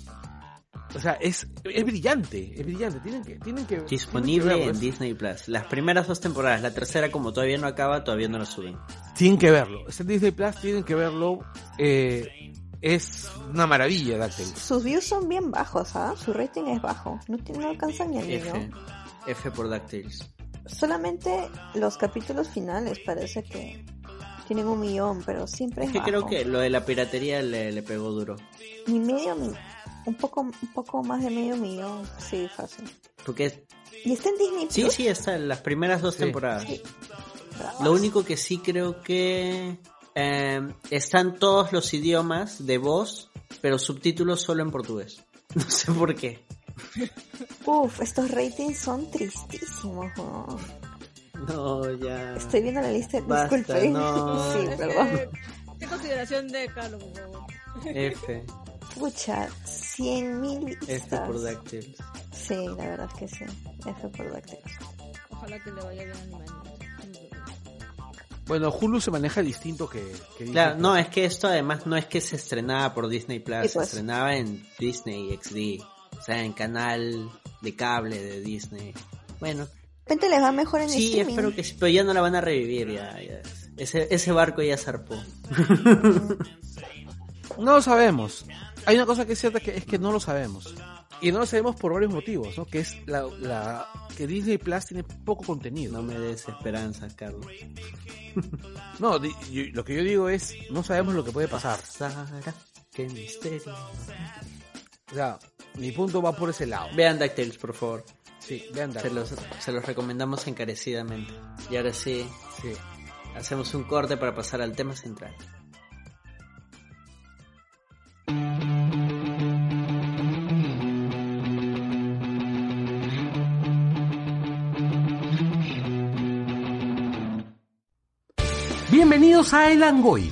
[SPEAKER 4] O sea, es, es brillante, es brillante. Tienen que, tienen que
[SPEAKER 3] Disponible
[SPEAKER 4] tienen que verlo, ¿eh?
[SPEAKER 3] en
[SPEAKER 4] es-
[SPEAKER 3] Disney Plus. Las primeras dos temporadas, la tercera como todavía no acaba, todavía no la suben.
[SPEAKER 4] Tienen que verlo. Está en Disney Plus, tienen que verlo. Eh, es una maravilla, Dactyl.
[SPEAKER 1] Sus views son bien bajos, ¿ah? Su rating es bajo. No, ti- no alcanzan ni al
[SPEAKER 3] F.
[SPEAKER 1] millón.
[SPEAKER 3] F por DuckTales.
[SPEAKER 1] Solamente los capítulos finales parece que tienen un millón, pero siempre es,
[SPEAKER 3] Es que creo
[SPEAKER 1] bajo.
[SPEAKER 3] que lo de la piratería le, le pegó duro.
[SPEAKER 1] Ni medio millón. Un poco, un poco más de medio millón. Sí, fácil.
[SPEAKER 3] Porque
[SPEAKER 1] ¿Y está en Disney
[SPEAKER 3] sí,
[SPEAKER 1] Plus?
[SPEAKER 3] sí, están las primeras dos
[SPEAKER 4] Sí.
[SPEAKER 3] temporadas.
[SPEAKER 1] Sí.
[SPEAKER 3] Lo único que sí creo que eh, están todos los idiomas de voz, pero subtítulos solo en portugués. No sé por qué.
[SPEAKER 1] Uf, estos ratings son tristísimos, ¿no?
[SPEAKER 3] No, ya.
[SPEAKER 1] Estoy viendo la lista.
[SPEAKER 3] Basta,
[SPEAKER 1] Disculpe.
[SPEAKER 3] no.
[SPEAKER 1] Sí,
[SPEAKER 5] Es
[SPEAKER 1] perdón.
[SPEAKER 5] que, Ten consideración de Carlos, por favor.
[SPEAKER 3] F.
[SPEAKER 1] Pucha, 100 mil vistas.
[SPEAKER 3] F por DuckTales.
[SPEAKER 1] Sí, la verdad es que sí. F por DuckTales.
[SPEAKER 5] Ojalá que le vaya bien a Animaniacs.
[SPEAKER 4] Bueno, Hulu se maneja distinto que, que Disney
[SPEAKER 3] Claro,
[SPEAKER 4] Plus.
[SPEAKER 3] no, es que esto además no es que se estrenaba por Disney Plus,
[SPEAKER 1] Sí,
[SPEAKER 3] se
[SPEAKER 1] pues.
[SPEAKER 3] estrenaba en Disney XD, o sea, en canal de cable de Disney. Bueno,
[SPEAKER 1] De repente les va mejor en
[SPEAKER 3] sí,
[SPEAKER 1] streaming.
[SPEAKER 3] espero que sí, pero ya no la van a revivir, ya, ya. Ese, ese barco ya zarpó.
[SPEAKER 4] No lo sabemos. Hay una cosa que es cierta que es que no lo sabemos. Y no lo sabemos por varios motivos, ¿no? Que es la, la- que Disney Plus tiene poco contenido.
[SPEAKER 3] No me des esperanza, Carlos.
[SPEAKER 4] No, di- yo- lo que yo digo es, no sabemos lo que puede pasar.
[SPEAKER 3] Pasará, qué misterio.
[SPEAKER 4] O sea, mi punto va por ese lado.
[SPEAKER 3] Vean DuckTales, por favor.
[SPEAKER 4] Sí, vean
[SPEAKER 3] Se
[SPEAKER 4] Dark.
[SPEAKER 3] los, se los recomendamos encarecidamente. Y ahora sí,
[SPEAKER 4] Sí.
[SPEAKER 3] hacemos un corte para pasar al tema central.
[SPEAKER 8] Bienvenidos a El Angoy,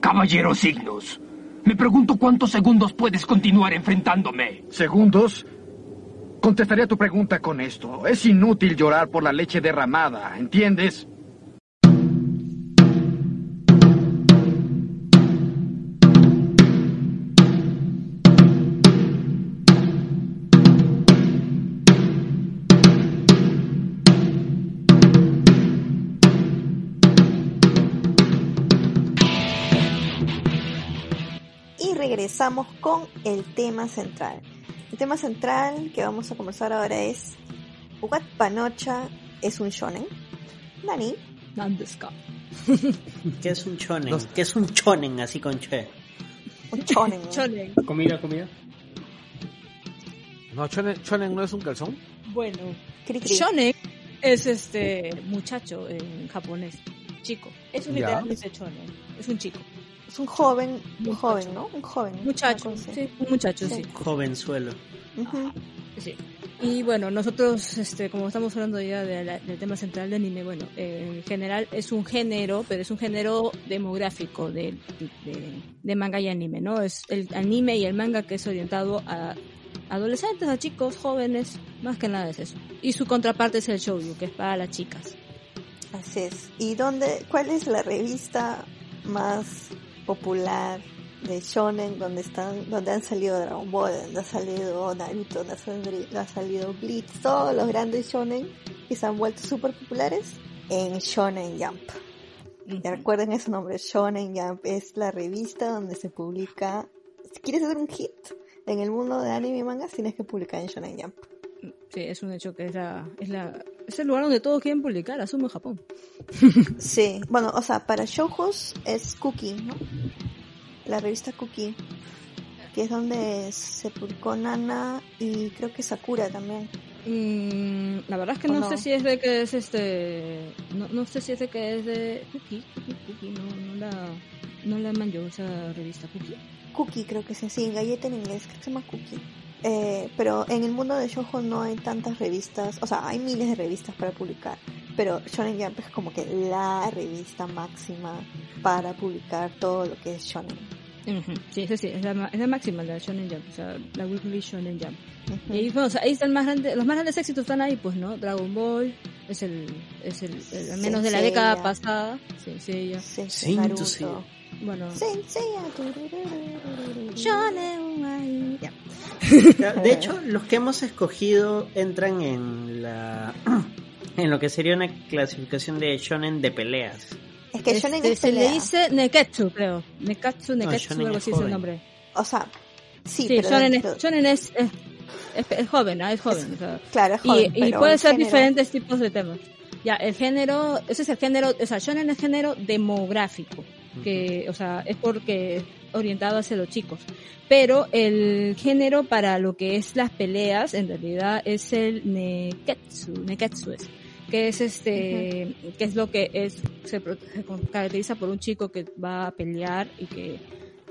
[SPEAKER 9] Caballero Signus, me pregunto cuántos segundos puedes continuar enfrentándome.
[SPEAKER 10] ¿Segundos? Contestaré a tu pregunta con esto. Es inútil llorar por la leche derramada, ¿entiendes?
[SPEAKER 1] Y regresamos con el tema central. El tema central que vamos a conversar ahora es What Panocha es un shonen. Dani,
[SPEAKER 5] Nandeska.
[SPEAKER 3] ¿Qué es un chonen? ¿Qué es un chonen así con che?
[SPEAKER 1] un shonen. ¿no?
[SPEAKER 5] Chonen.
[SPEAKER 2] Comida, comida.
[SPEAKER 4] No, Shonen, Shonen no es un calzón.
[SPEAKER 5] Bueno,
[SPEAKER 1] Cri, cri.
[SPEAKER 5] Shonen es este muchacho en japonés, chico. Es un
[SPEAKER 4] Ya.
[SPEAKER 5] literalmente shonen, es un chico,
[SPEAKER 1] Es un joven, un
[SPEAKER 5] Muchacho.
[SPEAKER 1] joven, ¿no? Un joven. ¿no?
[SPEAKER 5] muchacho,
[SPEAKER 1] Una cosa así.
[SPEAKER 5] sí, un muchacho, sí.
[SPEAKER 3] Jovenzuelo.
[SPEAKER 1] Ujú.
[SPEAKER 5] sí. Y bueno, nosotros, este, como estamos hablando ya de la- del tema central de anime, bueno, eh, en general es un género, pero es un género demográfico de, de- de manga y anime, ¿no? Es el anime y el manga que es orientado a adolescentes, a chicos, jóvenes, más que nada es eso. Y su contraparte es el shoujo, que es para las chicas.
[SPEAKER 1] Así es. ¿Y dónde, cuál es la revista más popular de shonen donde están, donde han salido Dragon Ball, donde ha salido Naruto, donde ha salido, ha salido Bleach, todos los grandes shonen que se han vuelto súper populares? En Shonen Jump. Y Recuerden ese nombre, Shonen Jump es la revista donde se publica. Si quieres hacer un hit en el mundo de anime y mangas, tienes que publicar en Shonen Jump.
[SPEAKER 5] Sí, es un hecho que es la, es la es el lugar donde todos quieren publicar, asumo en Japón.
[SPEAKER 1] Sí, bueno, o sea, para shoujos es Cookie, ¿no? La revista Cookie, que es donde se publicó Nana y creo que Sakura también.
[SPEAKER 5] Mm, la verdad es que no,
[SPEAKER 7] no?
[SPEAKER 5] sé si es de que es este. No, no sé si es de que es de. Cookie, Cookie, Cookie, no, no la. No la manjo esa revista Cookie.
[SPEAKER 7] Cookie creo que es así, galleta en inglés, creo que se llama Cookie. Eh, pero en el mundo de Shoujo no hay tantas revistas, o sea, hay miles de revistas para publicar, pero Shonen Jump es como que la revista máxima para publicar todo lo que es Shonen.
[SPEAKER 5] Ujú, Sí, sí, sí, es la, ma- es la máxima, la Shonen Jump, o sea, la Weekly Shonen Jump.
[SPEAKER 7] Ujú.
[SPEAKER 5] Y ahí, bueno, o sea, ahí están más grandes, los más grandes éxitos están ahí, pues, ¿no? Dragon Ball, es el, es el, el- al menos de la
[SPEAKER 7] Senseiya.
[SPEAKER 5] década pasada. Sí, sí, ella.
[SPEAKER 7] Sí, sí,
[SPEAKER 3] Sí,
[SPEAKER 7] Naruto.
[SPEAKER 3] sí.
[SPEAKER 5] Bueno,
[SPEAKER 7] Senseiya, tururururu.
[SPEAKER 5] Shonen, ay, ya.
[SPEAKER 3] Ya, De hecho, los que hemos escogido entran en la en lo que sería una clasificación de shonen de peleas.
[SPEAKER 7] Es que Shonen
[SPEAKER 5] Este,
[SPEAKER 7] es
[SPEAKER 5] se le
[SPEAKER 7] pelea.
[SPEAKER 5] dice Neketsu, creo. Nekatsu, Neketsu,
[SPEAKER 3] shonen
[SPEAKER 5] algo
[SPEAKER 3] es
[SPEAKER 5] así es el
[SPEAKER 3] joven.
[SPEAKER 5] nombre.
[SPEAKER 7] O sea, sí,
[SPEAKER 5] Sí,
[SPEAKER 7] pero
[SPEAKER 5] Shonen,
[SPEAKER 7] dentro-
[SPEAKER 5] es, shonen es, es, es- es joven, ¿ah? es joven. o sea.
[SPEAKER 7] claro, es
[SPEAKER 5] Y-
[SPEAKER 7] joven,
[SPEAKER 5] y,
[SPEAKER 7] pero
[SPEAKER 5] puede
[SPEAKER 7] el
[SPEAKER 5] ser
[SPEAKER 7] género-
[SPEAKER 5] diferentes tipos de temas. Ya, el género, ese es el género, o sea, shonen es género demográfico, que, o sea, es porque es orientado hacia los chicos. Pero el género para lo que es las peleas, en realidad, es el neketsu, neketsu es, que es este, que es lo que es, se, pro- se con- caracteriza por un chico que va a pelear y que,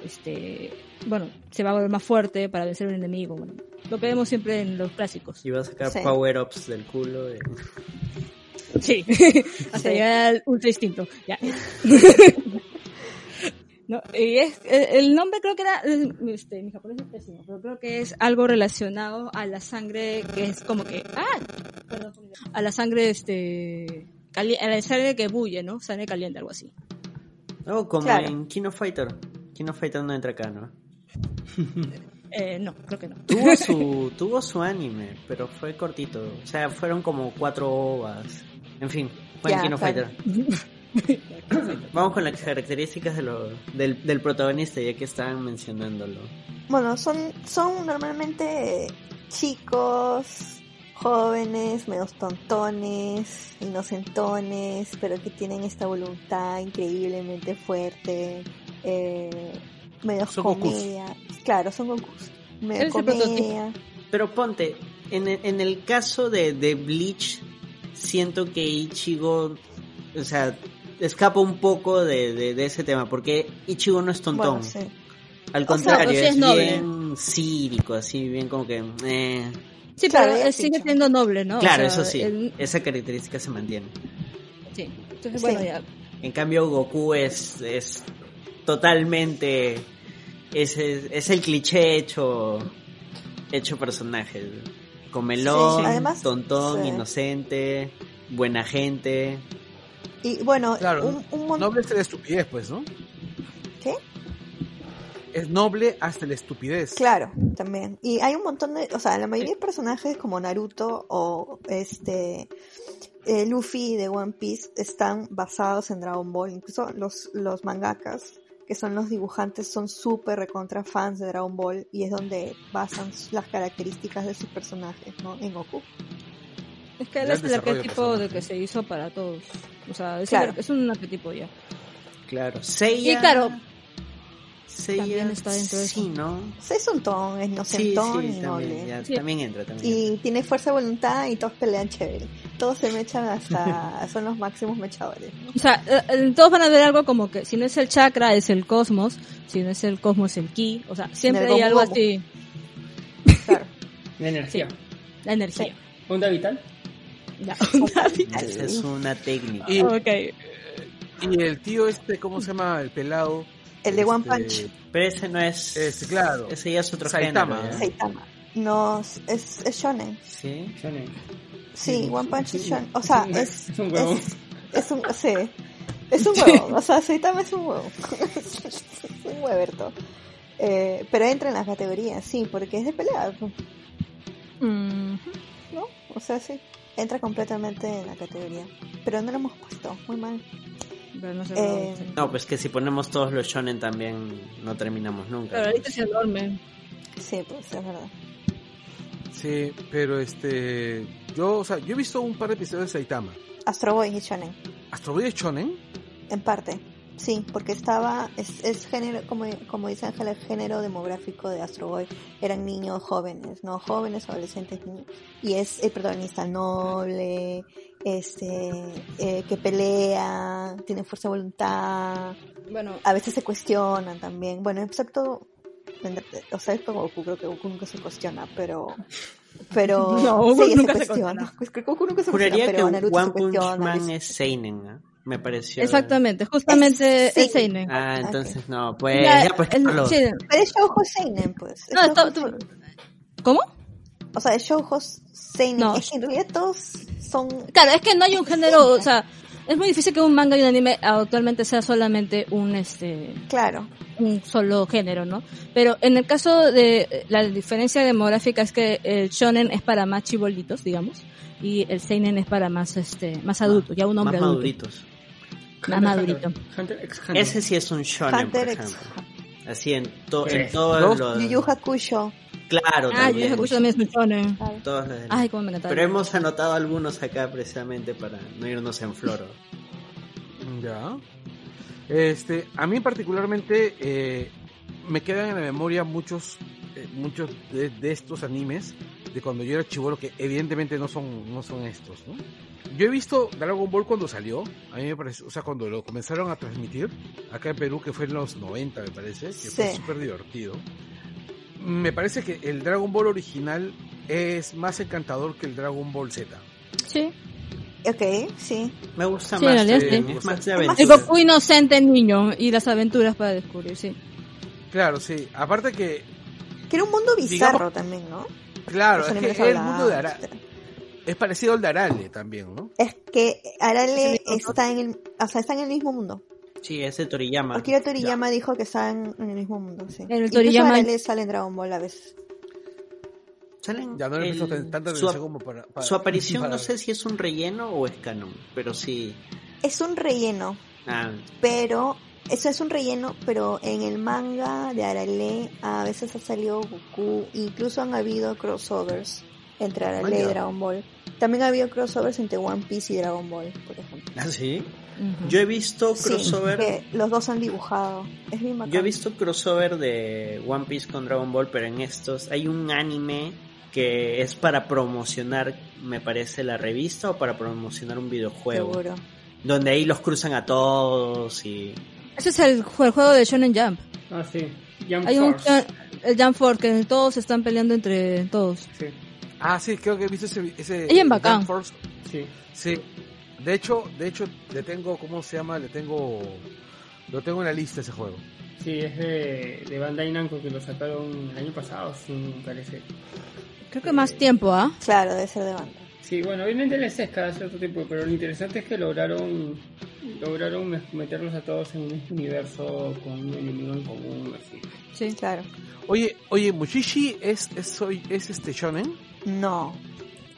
[SPEAKER 5] este, bueno, se va a volver más fuerte para vencer a un enemigo, bueno, lo que vemos siempre en los clásicos.
[SPEAKER 3] Y va a sacar
[SPEAKER 7] Sí.
[SPEAKER 3] power-ups del culo. de-
[SPEAKER 5] Sí, hasta
[SPEAKER 7] Sí.
[SPEAKER 5] llegar al ultra instinto. Ya. No, y es, eh, el nombre creo que era, eh, este, mi japonés es pésimo, pero creo que es algo relacionado a la sangre que es como que, ah, perdón, a la sangre, este, cali- a la sangre que bulle, ¿no? Sangre caliente, algo así.
[SPEAKER 3] Oh, como
[SPEAKER 7] Claro.
[SPEAKER 3] en Kino Fighter. Kino Fighter no entra acá, ¿no?
[SPEAKER 5] Eh, no, creo que no.
[SPEAKER 3] Tuvo su, tuvo su anime, pero fue cortito. O sea, fueron como cuatro ovas. En fin, fue
[SPEAKER 7] Ya,
[SPEAKER 3] en Kino
[SPEAKER 7] claro.
[SPEAKER 3] Fighter. Vamos con las características de lo- del, del protagonista, ya que estaban mencionándolo.
[SPEAKER 7] Bueno, son, son normalmente chicos, jóvenes, medios tontones, inocentones, pero que tienen esta voluntad increíblemente fuerte, eh, medios
[SPEAKER 4] Son Gokus.
[SPEAKER 7] comedia. Claro, son Goku. Medio
[SPEAKER 5] Eres el
[SPEAKER 7] comedia.
[SPEAKER 3] Pero ponte, en, el- en el caso de, de Bleach, siento que Ichigo, o sea, escapa un poco de, de- de ese tema, porque Ichigo no es tontón.
[SPEAKER 7] Bueno, sí.
[SPEAKER 3] Al
[SPEAKER 7] O sea,
[SPEAKER 3] contrario,
[SPEAKER 5] pues sí
[SPEAKER 3] es,
[SPEAKER 5] es noble.
[SPEAKER 3] bien cívico, así, bien como que... eh.
[SPEAKER 5] Sí,
[SPEAKER 7] Claro,
[SPEAKER 5] pero
[SPEAKER 7] ya
[SPEAKER 5] eh, sigue
[SPEAKER 7] ficha.
[SPEAKER 5] siendo noble, ¿no? O
[SPEAKER 3] Claro,
[SPEAKER 5] sea,
[SPEAKER 3] eso sí,
[SPEAKER 5] el-
[SPEAKER 3] esa característica se mantiene.
[SPEAKER 5] sí. Entonces, bueno,
[SPEAKER 7] Sí.
[SPEAKER 5] ya.
[SPEAKER 3] En cambio, Goku es, es totalmente. Es, es, es el cliché hecho, hecho personaje. Comelón,
[SPEAKER 7] Sí, además,
[SPEAKER 3] tontón,
[SPEAKER 7] sí.
[SPEAKER 3] inocente, buena gente.
[SPEAKER 7] Y bueno,
[SPEAKER 4] Claro,
[SPEAKER 7] un, un mon-
[SPEAKER 4] Noble hasta la estupidez, pues, ¿no?
[SPEAKER 7] ¿Qué?
[SPEAKER 4] Es noble hasta la estupidez.
[SPEAKER 7] Claro, también. Y hay un montón de, o sea, la mayoría de personajes como Naruto o este eh, Luffy de One Piece están basados en Dragon Ball. Incluso los, los mangakas, que son los dibujantes, son súper recontra fans de Dragon Ball y es donde basan s- las características de sus personajes, ¿no? En Goku.
[SPEAKER 5] Es que él
[SPEAKER 4] Gran
[SPEAKER 5] es el
[SPEAKER 4] desarrollo
[SPEAKER 5] arquetipo de
[SPEAKER 4] personaje.
[SPEAKER 5] que se hizo para todos. O sea, es,
[SPEAKER 7] Claro.
[SPEAKER 5] el- es un arquetipo ya.
[SPEAKER 3] Claro. Seiya.
[SPEAKER 5] Y claro,
[SPEAKER 3] Seiya,
[SPEAKER 5] también está dentro de
[SPEAKER 3] Sí,
[SPEAKER 5] eso.
[SPEAKER 3] ¿no?
[SPEAKER 7] Sí, Es un ton,
[SPEAKER 3] Sí,
[SPEAKER 7] es
[SPEAKER 3] sí,
[SPEAKER 7] inocentón y
[SPEAKER 3] también,
[SPEAKER 7] noble.
[SPEAKER 3] ya,
[SPEAKER 5] Sí.
[SPEAKER 3] también entra. También entra.
[SPEAKER 7] Y tiene fuerza de voluntad y todos pelean chévere. Todos se mechan hasta... son los máximos mechadores. ¿no?
[SPEAKER 5] O sea, eh, eh, todos van a ver algo como que si no es el chakra es el cosmos, si no es el cosmos es el ki, o sea, siempre
[SPEAKER 7] Del
[SPEAKER 5] hay algo
[SPEAKER 7] gomu-gomu.
[SPEAKER 5] así,
[SPEAKER 7] Claro.
[SPEAKER 2] La energía.
[SPEAKER 5] la energía.
[SPEAKER 2] Onda vital.
[SPEAKER 5] Ya.
[SPEAKER 3] Esa es una técnica.
[SPEAKER 4] Y,
[SPEAKER 5] ok.
[SPEAKER 4] y el tío este, ¿cómo se llama? El pelado.
[SPEAKER 7] El de One
[SPEAKER 4] este,
[SPEAKER 7] Punch.
[SPEAKER 3] Pero ese no es.
[SPEAKER 4] Este, claro.
[SPEAKER 3] Ese ya es otro
[SPEAKER 4] Saitama,
[SPEAKER 3] género. ya.
[SPEAKER 7] Saitama. ¿eh? No, es, es shonen.
[SPEAKER 3] Sí.
[SPEAKER 2] Shonen.
[SPEAKER 7] Sí,
[SPEAKER 2] Sí,
[SPEAKER 7] One Punch es
[SPEAKER 2] sí.
[SPEAKER 7] shonen. O sea, es,
[SPEAKER 2] Es un huevón.
[SPEAKER 7] Es, es un, sí, es un huevón. O sea, Saitama es un huevón. es un hueverto. Eh, pero entra en las categorías, sí, porque es de pelea,
[SPEAKER 5] Mm,
[SPEAKER 7] ¿no? O sea, sí. Entra completamente en la categoría. Pero no lo hemos puesto, muy mal.
[SPEAKER 5] pero no sé.
[SPEAKER 7] Eh,
[SPEAKER 5] no sé.
[SPEAKER 3] No, pues que si ponemos todos los shonen también no terminamos nunca.
[SPEAKER 5] Pero ahorita
[SPEAKER 3] pues.
[SPEAKER 5] es enorme.
[SPEAKER 7] Sí, pues es verdad.
[SPEAKER 4] Sí, pero este. Yo, o sea, yo he visto un par de episodios de Saitama.
[SPEAKER 7] Astro Boy y Shonen,
[SPEAKER 4] Astro Boy es Shonen.
[SPEAKER 7] en parte. Sí, porque estaba, es, es género, como, como dice Ángela, el género demográfico de Astro Boy eran niños jóvenes, no jóvenes, adolescentes, niños. Y es el protagonista noble, este, eh, que pelea, tiene fuerza de voluntad,
[SPEAKER 5] Bueno,
[SPEAKER 7] a veces se cuestionan también. Bueno, excepto, o sea, es como Goku, creo que Goku nunca se cuestiona, pero... Pero
[SPEAKER 5] No, Goku
[SPEAKER 7] Seiya
[SPEAKER 5] nunca se
[SPEAKER 7] se cuestiona. Pues Goku nunca se cuestiona,
[SPEAKER 3] Juraría que
[SPEAKER 7] pero Naruto se
[SPEAKER 3] One Punch
[SPEAKER 7] cuestiona.
[SPEAKER 3] Man
[SPEAKER 7] Luis-
[SPEAKER 3] es Seinen, ¿no? Me pareció.
[SPEAKER 5] exactamente, justamente
[SPEAKER 7] Es- sí.
[SPEAKER 5] el Seinen.
[SPEAKER 3] Ah, entonces no, pues.
[SPEAKER 5] Ya,
[SPEAKER 3] ya, pues,
[SPEAKER 5] el-
[SPEAKER 3] Carlos.
[SPEAKER 5] sí,
[SPEAKER 7] Pero es Shoujo Seinen, pues. Es
[SPEAKER 5] No,
[SPEAKER 7] shoujo
[SPEAKER 5] to- to-
[SPEAKER 7] seinen.
[SPEAKER 5] ¿Cómo?
[SPEAKER 7] O sea, es Shoujo Seinen.
[SPEAKER 5] No.
[SPEAKER 7] Es que en realidad todos son...
[SPEAKER 5] Claro, es que no hay un género, o sea, es muy difícil que un manga y un anime actualmente sea solamente un este
[SPEAKER 7] Claro.
[SPEAKER 5] un solo género, ¿no? Pero en el caso de eh, la diferencia demográfica es que el shonen es para más chibolitos, digamos, y el seinen es para más este más adulto, ya un hombre
[SPEAKER 3] Más
[SPEAKER 5] adulto.
[SPEAKER 3] maduritos.
[SPEAKER 5] Más madurito.
[SPEAKER 2] Hunter, Hunter x Hunter.
[SPEAKER 3] Ese sí es un shonen, por
[SPEAKER 7] Hunter x...
[SPEAKER 3] ejemplo. Así en, to-
[SPEAKER 2] Sí.
[SPEAKER 3] en todos
[SPEAKER 4] Dos.
[SPEAKER 3] los.
[SPEAKER 7] Yu Yu Hakusho.
[SPEAKER 3] Claro,
[SPEAKER 5] Ah, yo
[SPEAKER 3] también.
[SPEAKER 5] escucho también es un shonen.
[SPEAKER 3] Todos los del-
[SPEAKER 5] Ay, cómo me encantaba.
[SPEAKER 3] Pero hemos anotado algunos acá precisamente para no irnos en floro.
[SPEAKER 4] Ya. Este, a mí particularmente eh, me quedan en la memoria muchos, eh, muchos de, de estos animes de cuando yo era chivolo que evidentemente no son, no son estos, ¿no? Yo he visto Dragon Ball cuando salió, a mí me pareció, o sea, cuando lo comenzaron a transmitir acá en Perú, que fue en los 90, me parece, que fue
[SPEAKER 7] Sí.
[SPEAKER 4] súper divertido. Me parece que el Dragon Ball original es más encantador que el Dragon Ball Z.
[SPEAKER 5] Sí.
[SPEAKER 7] Ok, sí.
[SPEAKER 3] Me gusta
[SPEAKER 5] Sí, en
[SPEAKER 3] más.
[SPEAKER 5] realidad
[SPEAKER 3] eh,
[SPEAKER 5] sí.
[SPEAKER 3] es más de
[SPEAKER 5] El
[SPEAKER 3] aventura.
[SPEAKER 5] Goku inocente niño y las aventuras para descubrir, sí.
[SPEAKER 4] Claro, sí. Aparte que,
[SPEAKER 7] Que era un mundo bizarro
[SPEAKER 4] Digamos-
[SPEAKER 7] también, ¿no?
[SPEAKER 4] claro,
[SPEAKER 7] Los
[SPEAKER 4] es que
[SPEAKER 7] animales
[SPEAKER 4] era el mundo de
[SPEAKER 7] hablaban,
[SPEAKER 4] Ara-
[SPEAKER 7] etcétera.
[SPEAKER 4] Es parecido al de Arale también, ¿no?
[SPEAKER 7] Es que Arale
[SPEAKER 5] Ese mismo
[SPEAKER 7] está en el... O sea, está en el mismo mundo.
[SPEAKER 3] Sí, ese Toriyama.
[SPEAKER 7] Akira Toriyama dijo que está en, en el mismo mundo, sí.
[SPEAKER 5] El
[SPEAKER 7] Incluso
[SPEAKER 5] Toriyama-
[SPEAKER 7] Arale sale en Dragon Ball a veces.
[SPEAKER 3] Salen
[SPEAKER 4] Ya no le
[SPEAKER 3] el-
[SPEAKER 4] prestó tan- tanta
[SPEAKER 3] su,
[SPEAKER 4] atención como para, para-
[SPEAKER 3] su aparición
[SPEAKER 4] para-
[SPEAKER 3] no sé si es un relleno o es canon, pero sí.
[SPEAKER 7] Es un relleno,
[SPEAKER 3] Ah,
[SPEAKER 7] pero... Eso es un relleno, pero en el manga de Arale a veces ha salido Goku. Incluso han habido crossovers entre Arale y
[SPEAKER 3] Vaya.
[SPEAKER 7] Dragon Ball. También ha habido crossovers entre One Piece y Dragon Ball, por ejemplo.
[SPEAKER 3] ¿ah, sí?
[SPEAKER 5] Ujú.
[SPEAKER 3] Yo he visto crossover.
[SPEAKER 7] Sí, que los dos han dibujado. Es bien bacán.
[SPEAKER 3] Yo he visto crossover de One Piece con Dragon Ball, pero en estos hay un anime que es para promocionar, me parece, la revista o para promocionar un videojuego.
[SPEAKER 7] Seguro.
[SPEAKER 3] Donde ahí los cruzan a todos y...
[SPEAKER 5] Ese es el, jue- el juego de Shonen Jump.
[SPEAKER 2] Ah, sí. Jump
[SPEAKER 5] Hay un
[SPEAKER 2] Force.
[SPEAKER 5] el Jump Force que todos están peleando entre todos.
[SPEAKER 2] Sí,
[SPEAKER 4] Ah, sí, creo que he visto ese... ese
[SPEAKER 5] Es bien bacán.
[SPEAKER 4] Jump Force.
[SPEAKER 2] sí.
[SPEAKER 4] Sí. De hecho, de hecho, le tengo, ¿cómo se llama? Le tengo... Lo tengo en la lista ese juego.
[SPEAKER 2] Sí, es de, de Bandai Namco que lo sacaron el año pasado, sí, me parece.
[SPEAKER 5] Creo que
[SPEAKER 3] Eh.
[SPEAKER 5] más tiempo, ¿ah?
[SPEAKER 7] Claro, debe ser de banda.
[SPEAKER 2] Sí, bueno, vienen DLCs cada cierto tiempo, pero lo interesante es que lograron lograron me- meterlos a todos en un mismo universo con un enemigo en común, así.
[SPEAKER 5] Sí.
[SPEAKER 7] Claro.
[SPEAKER 4] Oye, oye, Mushishi es, es, soy, es este shonen.
[SPEAKER 7] No.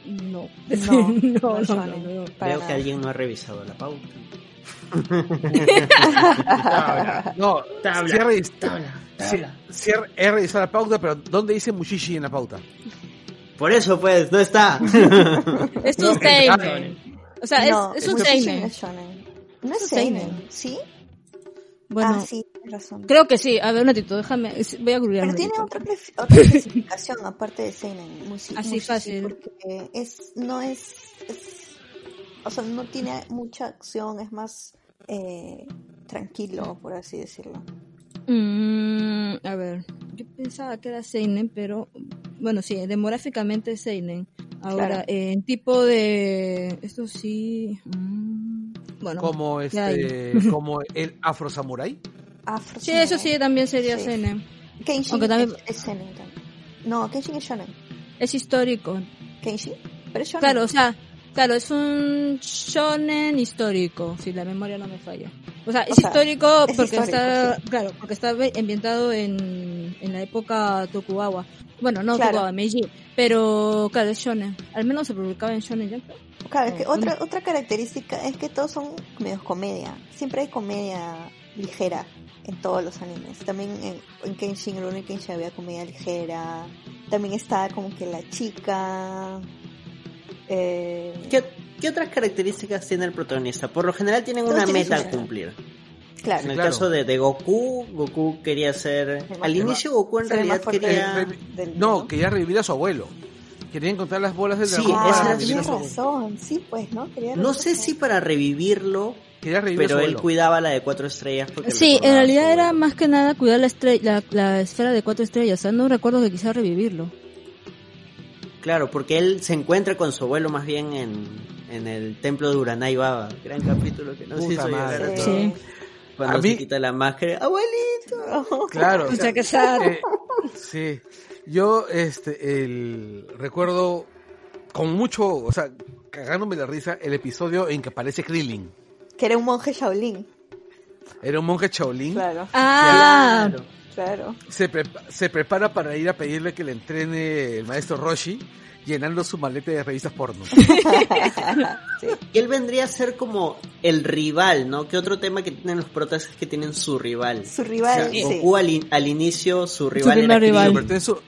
[SPEAKER 5] No.
[SPEAKER 7] No,
[SPEAKER 5] no,
[SPEAKER 7] no,
[SPEAKER 5] no, no,
[SPEAKER 7] Shonen.
[SPEAKER 5] no.
[SPEAKER 7] Para
[SPEAKER 3] Veo que
[SPEAKER 7] nada.
[SPEAKER 3] alguien no ha revisado la pauta.
[SPEAKER 5] Ah,
[SPEAKER 2] Tabla,
[SPEAKER 4] No,
[SPEAKER 2] Tabla.
[SPEAKER 4] sí he revis-
[SPEAKER 2] tabla,
[SPEAKER 4] sí-
[SPEAKER 2] tabla.
[SPEAKER 4] sí he- he revisado la pauta, pero ¿dónde dice Mushishi en la pauta?
[SPEAKER 3] Por eso, pues, no está.
[SPEAKER 5] Es un seinen. O sea, es,
[SPEAKER 7] No,
[SPEAKER 5] es un
[SPEAKER 7] Mushishi No
[SPEAKER 5] seinen.
[SPEAKER 7] es shonen. No es
[SPEAKER 5] Es un seinen.
[SPEAKER 7] seinen, ¿sí?
[SPEAKER 5] Bueno,
[SPEAKER 7] ah, sí, tienes razón.
[SPEAKER 5] creo que sí. A ver, un ratito, déjame. es- Voy a googlear.
[SPEAKER 7] Pero
[SPEAKER 5] un
[SPEAKER 7] tiene
[SPEAKER 5] ratito.
[SPEAKER 7] otra, clasi- otra clasificación aparte de seinen. Musi-
[SPEAKER 5] Así
[SPEAKER 7] Mushishi,
[SPEAKER 5] fácil.
[SPEAKER 7] Porque es, no es, es- O sea, no tiene mucha acción, es más eh, tranquilo, por así decirlo.
[SPEAKER 5] Mm, a ver, yo pensaba que era Seinen, pero bueno, sí, demográficamente es Seinen. Ahora,
[SPEAKER 7] Claro.
[SPEAKER 5] en tipo de. Esto sí. mm, bueno,
[SPEAKER 4] Como
[SPEAKER 5] ya
[SPEAKER 4] este, como el Afro Samurai.
[SPEAKER 7] Afro
[SPEAKER 5] sí, eso sí,
[SPEAKER 7] Samurai.
[SPEAKER 5] también sería
[SPEAKER 7] Sí.
[SPEAKER 5] Seinen.
[SPEAKER 7] Kenshin
[SPEAKER 5] Aunque también-
[SPEAKER 7] es, es seinen también. No, Kenshin es shonen.
[SPEAKER 5] Es histórico.
[SPEAKER 7] Kenshin, pero es shonen.
[SPEAKER 5] Claro, o sea, claro, es un shonen histórico, si la memoria no me falla. O sea, es
[SPEAKER 7] sea,
[SPEAKER 5] histórico
[SPEAKER 7] es
[SPEAKER 5] porque
[SPEAKER 7] histórico,
[SPEAKER 5] está,
[SPEAKER 7] sí.
[SPEAKER 5] claro, porque está ve- ambientado en, en la época Tokugawa. Bueno, no
[SPEAKER 7] Claro.
[SPEAKER 5] Tokugawa, Meiji, pero claro, es shonen. Al menos se publicaba en shonen Jump.
[SPEAKER 7] Claro, es que
[SPEAKER 5] Mm.
[SPEAKER 7] otra, otra característica es que todos son medios comedia. Siempre hay comedia ligera en todos los animes. También en, en Kenshin, el uno en Kenshin había comedia ligera. También está como que la chica. Eh,
[SPEAKER 3] ¿Qué, qué otras características tiene el protagonista? Por lo general tienen
[SPEAKER 7] Todos
[SPEAKER 3] una
[SPEAKER 7] tienen
[SPEAKER 3] meta
[SPEAKER 7] su
[SPEAKER 3] a
[SPEAKER 7] meta.
[SPEAKER 3] cumplir.
[SPEAKER 7] Claro.
[SPEAKER 3] En el
[SPEAKER 4] claro.
[SPEAKER 3] caso de, de Goku, Goku quería ser...
[SPEAKER 7] más-
[SPEAKER 3] Al inicio Goku en
[SPEAKER 7] se ve
[SPEAKER 3] realidad
[SPEAKER 7] más fuerte.
[SPEAKER 3] quería...
[SPEAKER 4] Eh, No, quería revivir a su abuelo. Quería encontrar las bolas del
[SPEAKER 3] Sí,
[SPEAKER 4] dragón.
[SPEAKER 7] Ah,
[SPEAKER 3] esa
[SPEAKER 4] para
[SPEAKER 3] era
[SPEAKER 4] revivir a
[SPEAKER 7] tienes
[SPEAKER 4] su abuelo.
[SPEAKER 7] razón, sí, pues, ¿no? Quería
[SPEAKER 3] No sé si
[SPEAKER 7] regresar.
[SPEAKER 3] para revivirlo,
[SPEAKER 4] Quería revivir
[SPEAKER 3] pero
[SPEAKER 4] a su
[SPEAKER 3] él
[SPEAKER 4] abuelo.
[SPEAKER 3] cuidaba la de cuatro estrellas. Porque
[SPEAKER 5] Sí,
[SPEAKER 3] recordaba
[SPEAKER 5] en
[SPEAKER 3] a
[SPEAKER 5] realidad
[SPEAKER 3] su
[SPEAKER 5] era
[SPEAKER 3] abuelo.
[SPEAKER 5] más que nada cuidar la, estre- la, la esfera de cuatro estrellas. O sea, no recuerdo que quisiera revivirlo.
[SPEAKER 3] Claro, porque él se encuentra con su abuelo más bien en, en el templo de Uranai Baba. Gran capítulo que nos
[SPEAKER 4] Puta
[SPEAKER 3] hizo llorar
[SPEAKER 4] madre.
[SPEAKER 3] a todos.
[SPEAKER 5] Sí.
[SPEAKER 3] Cuando
[SPEAKER 4] A
[SPEAKER 3] se
[SPEAKER 4] mí-
[SPEAKER 3] quita la máscara. Ah, ¡Abuelito!
[SPEAKER 4] Claro.
[SPEAKER 7] Pucha, qué sad.
[SPEAKER 4] Eh, sí. Yo, este, el recuerdo con mucho, o sea, cagándome la risa, el episodio en que aparece Krillin.
[SPEAKER 7] Que era un monje Shaolin.
[SPEAKER 4] Era un monje Shaolin.
[SPEAKER 7] Claro,
[SPEAKER 5] Ah,
[SPEAKER 3] Claro.
[SPEAKER 7] claro.
[SPEAKER 4] Se, prepa- se prepara para ir a pedirle que le entrene el maestro Roshi, llenando su maleta de revistas porno.
[SPEAKER 7] Sí.
[SPEAKER 3] Y él vendría a ser como el rival, ¿no? Que otro tema que tienen los protas es que tienen su rival.
[SPEAKER 7] Su
[SPEAKER 3] O sea,
[SPEAKER 7] rival, sí.
[SPEAKER 3] Goku al, in- al inicio, su rival
[SPEAKER 5] primer
[SPEAKER 3] era Krillin.
[SPEAKER 4] Se
[SPEAKER 5] rival.
[SPEAKER 4] convirtió en su-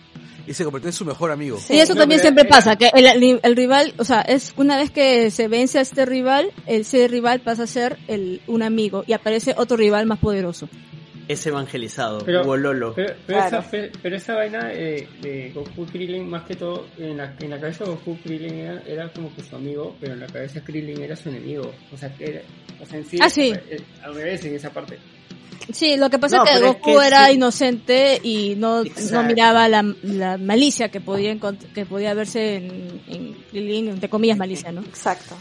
[SPEAKER 4] y se convirtió en su mejor amigo.
[SPEAKER 7] Sí.
[SPEAKER 5] y eso
[SPEAKER 2] No,
[SPEAKER 5] también
[SPEAKER 2] mira,
[SPEAKER 5] siempre
[SPEAKER 2] era-
[SPEAKER 5] pasa, que el, el- el rival, o sea, es una vez que se vence a este rival, ese rival pasa a ser el, un amigo y aparece otro rival más poderoso.
[SPEAKER 3] Es evangelizado,
[SPEAKER 2] Pero-
[SPEAKER 3] Wololo.
[SPEAKER 2] Pero, pero
[SPEAKER 7] Claro.
[SPEAKER 2] esa, pero- pero esa vaina eh, de Goku Krillin, más que todo, en la, en la cabeza de Goku Krillin era, era como que su amigo, pero en la cabeza Krillin era su enemigo. O sea, que era, o sea en sí,
[SPEAKER 5] Ah, sí.
[SPEAKER 2] eh, al revés en esa parte.
[SPEAKER 5] Sí, lo que pasa
[SPEAKER 3] No,
[SPEAKER 5] es que
[SPEAKER 3] pero es
[SPEAKER 5] Goku
[SPEAKER 3] que
[SPEAKER 5] era
[SPEAKER 3] sí.
[SPEAKER 5] inocente y no, no
[SPEAKER 3] Exacto.
[SPEAKER 5] miraba la, la malicia que podía encont- que podía verse en, en Krillin, entre comillas malicia, ¿no?
[SPEAKER 7] Exacto.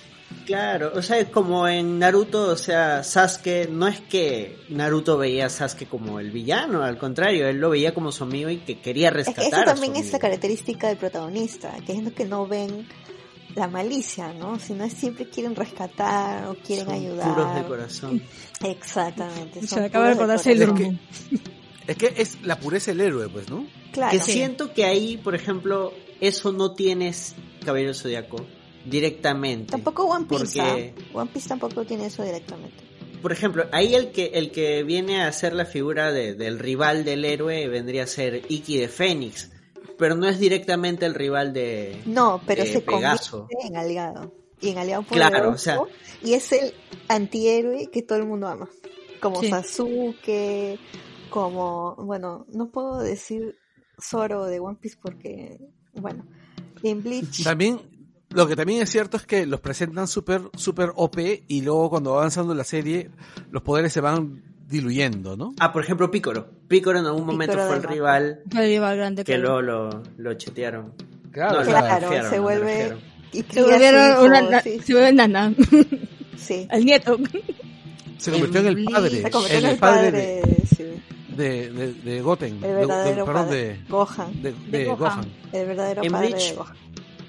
[SPEAKER 3] Claro, o sea, como en Naruto, o sea, Sasuke, no es que Naruto veía a Sasuke como el villano, al contrario, él lo veía como su amigo y que quería
[SPEAKER 7] Es
[SPEAKER 3] rescatar.
[SPEAKER 7] que esa
[SPEAKER 3] a su
[SPEAKER 7] también es
[SPEAKER 3] amigo.
[SPEAKER 7] la característica del protagonista, que es lo que no ven la malicia, ¿no? Sino es siempre quieren rescatar o quieren
[SPEAKER 3] Son Puros de
[SPEAKER 7] ayudar.
[SPEAKER 3] corazón.
[SPEAKER 7] Exactamente.
[SPEAKER 5] Se
[SPEAKER 7] son
[SPEAKER 5] me acaba de
[SPEAKER 7] puros
[SPEAKER 5] recordar Sailor
[SPEAKER 7] corazón.
[SPEAKER 4] que-
[SPEAKER 5] Moon.
[SPEAKER 4] Es que es la pureza del héroe, pues, ¿no?
[SPEAKER 7] Claro.
[SPEAKER 3] Que siento que ahí, por ejemplo, eso no tienes Caballero Zodiaco directamente.
[SPEAKER 7] Tampoco One Piece.
[SPEAKER 3] Porque-
[SPEAKER 7] ¿ah? One Piece tampoco tiene eso directamente.
[SPEAKER 3] Por ejemplo, ahí el que, el que viene a ser la figura de- del rival del héroe vendría a ser Iki de Fénix, pero no es directamente el rival de...
[SPEAKER 7] No, pero
[SPEAKER 3] de
[SPEAKER 7] se
[SPEAKER 3] Eh, Pegaso.
[SPEAKER 7] convierte en aliado. Y en aliado poderoso.
[SPEAKER 3] Claro, o sea-
[SPEAKER 7] Y es el antihéroe que todo el mundo ama. Como
[SPEAKER 5] Sí.
[SPEAKER 7] Sasuke, como... Bueno, no puedo decir Zoro de One Piece porque... Bueno, en Bleach...
[SPEAKER 4] También, lo que también es cierto es que los presentan súper, súper OP y luego cuando va avanzando la serie, los poderes se van diluyendo, ¿no?
[SPEAKER 3] Ah, por ejemplo, Pícoro. Pícoro en algún momento
[SPEAKER 7] Pícoro
[SPEAKER 3] fue
[SPEAKER 7] de
[SPEAKER 3] el
[SPEAKER 7] Roma.
[SPEAKER 3] rival
[SPEAKER 5] Fue el rival grande
[SPEAKER 3] que luego
[SPEAKER 5] claro.
[SPEAKER 3] lo, lo chetearon.
[SPEAKER 4] Claro,
[SPEAKER 3] No,
[SPEAKER 4] o sea,
[SPEAKER 7] Claro,
[SPEAKER 3] nerfearon,
[SPEAKER 7] se
[SPEAKER 3] Ah, lo
[SPEAKER 7] vuelve...
[SPEAKER 3] nerfearon.
[SPEAKER 7] Y
[SPEAKER 5] Se
[SPEAKER 7] cría a su hijo,
[SPEAKER 5] volvieron una, na-
[SPEAKER 7] sí,
[SPEAKER 5] se vuelve nana,
[SPEAKER 7] sí.
[SPEAKER 5] al nieto.
[SPEAKER 4] se convirtió en el
[SPEAKER 3] Bleach.
[SPEAKER 4] padre,
[SPEAKER 7] Se convirtió
[SPEAKER 4] en el padre de,
[SPEAKER 7] padre, sí,
[SPEAKER 4] de, de- de Goten, de-
[SPEAKER 7] el
[SPEAKER 4] de-
[SPEAKER 7] verdadero
[SPEAKER 4] perdón,
[SPEAKER 7] padre,
[SPEAKER 4] de,
[SPEAKER 7] Gohan,
[SPEAKER 4] de-
[SPEAKER 5] De
[SPEAKER 4] de
[SPEAKER 5] Gohan.
[SPEAKER 4] Gohan.
[SPEAKER 7] el verdadero
[SPEAKER 3] En
[SPEAKER 7] padre
[SPEAKER 3] Bleach,
[SPEAKER 7] de Gohan.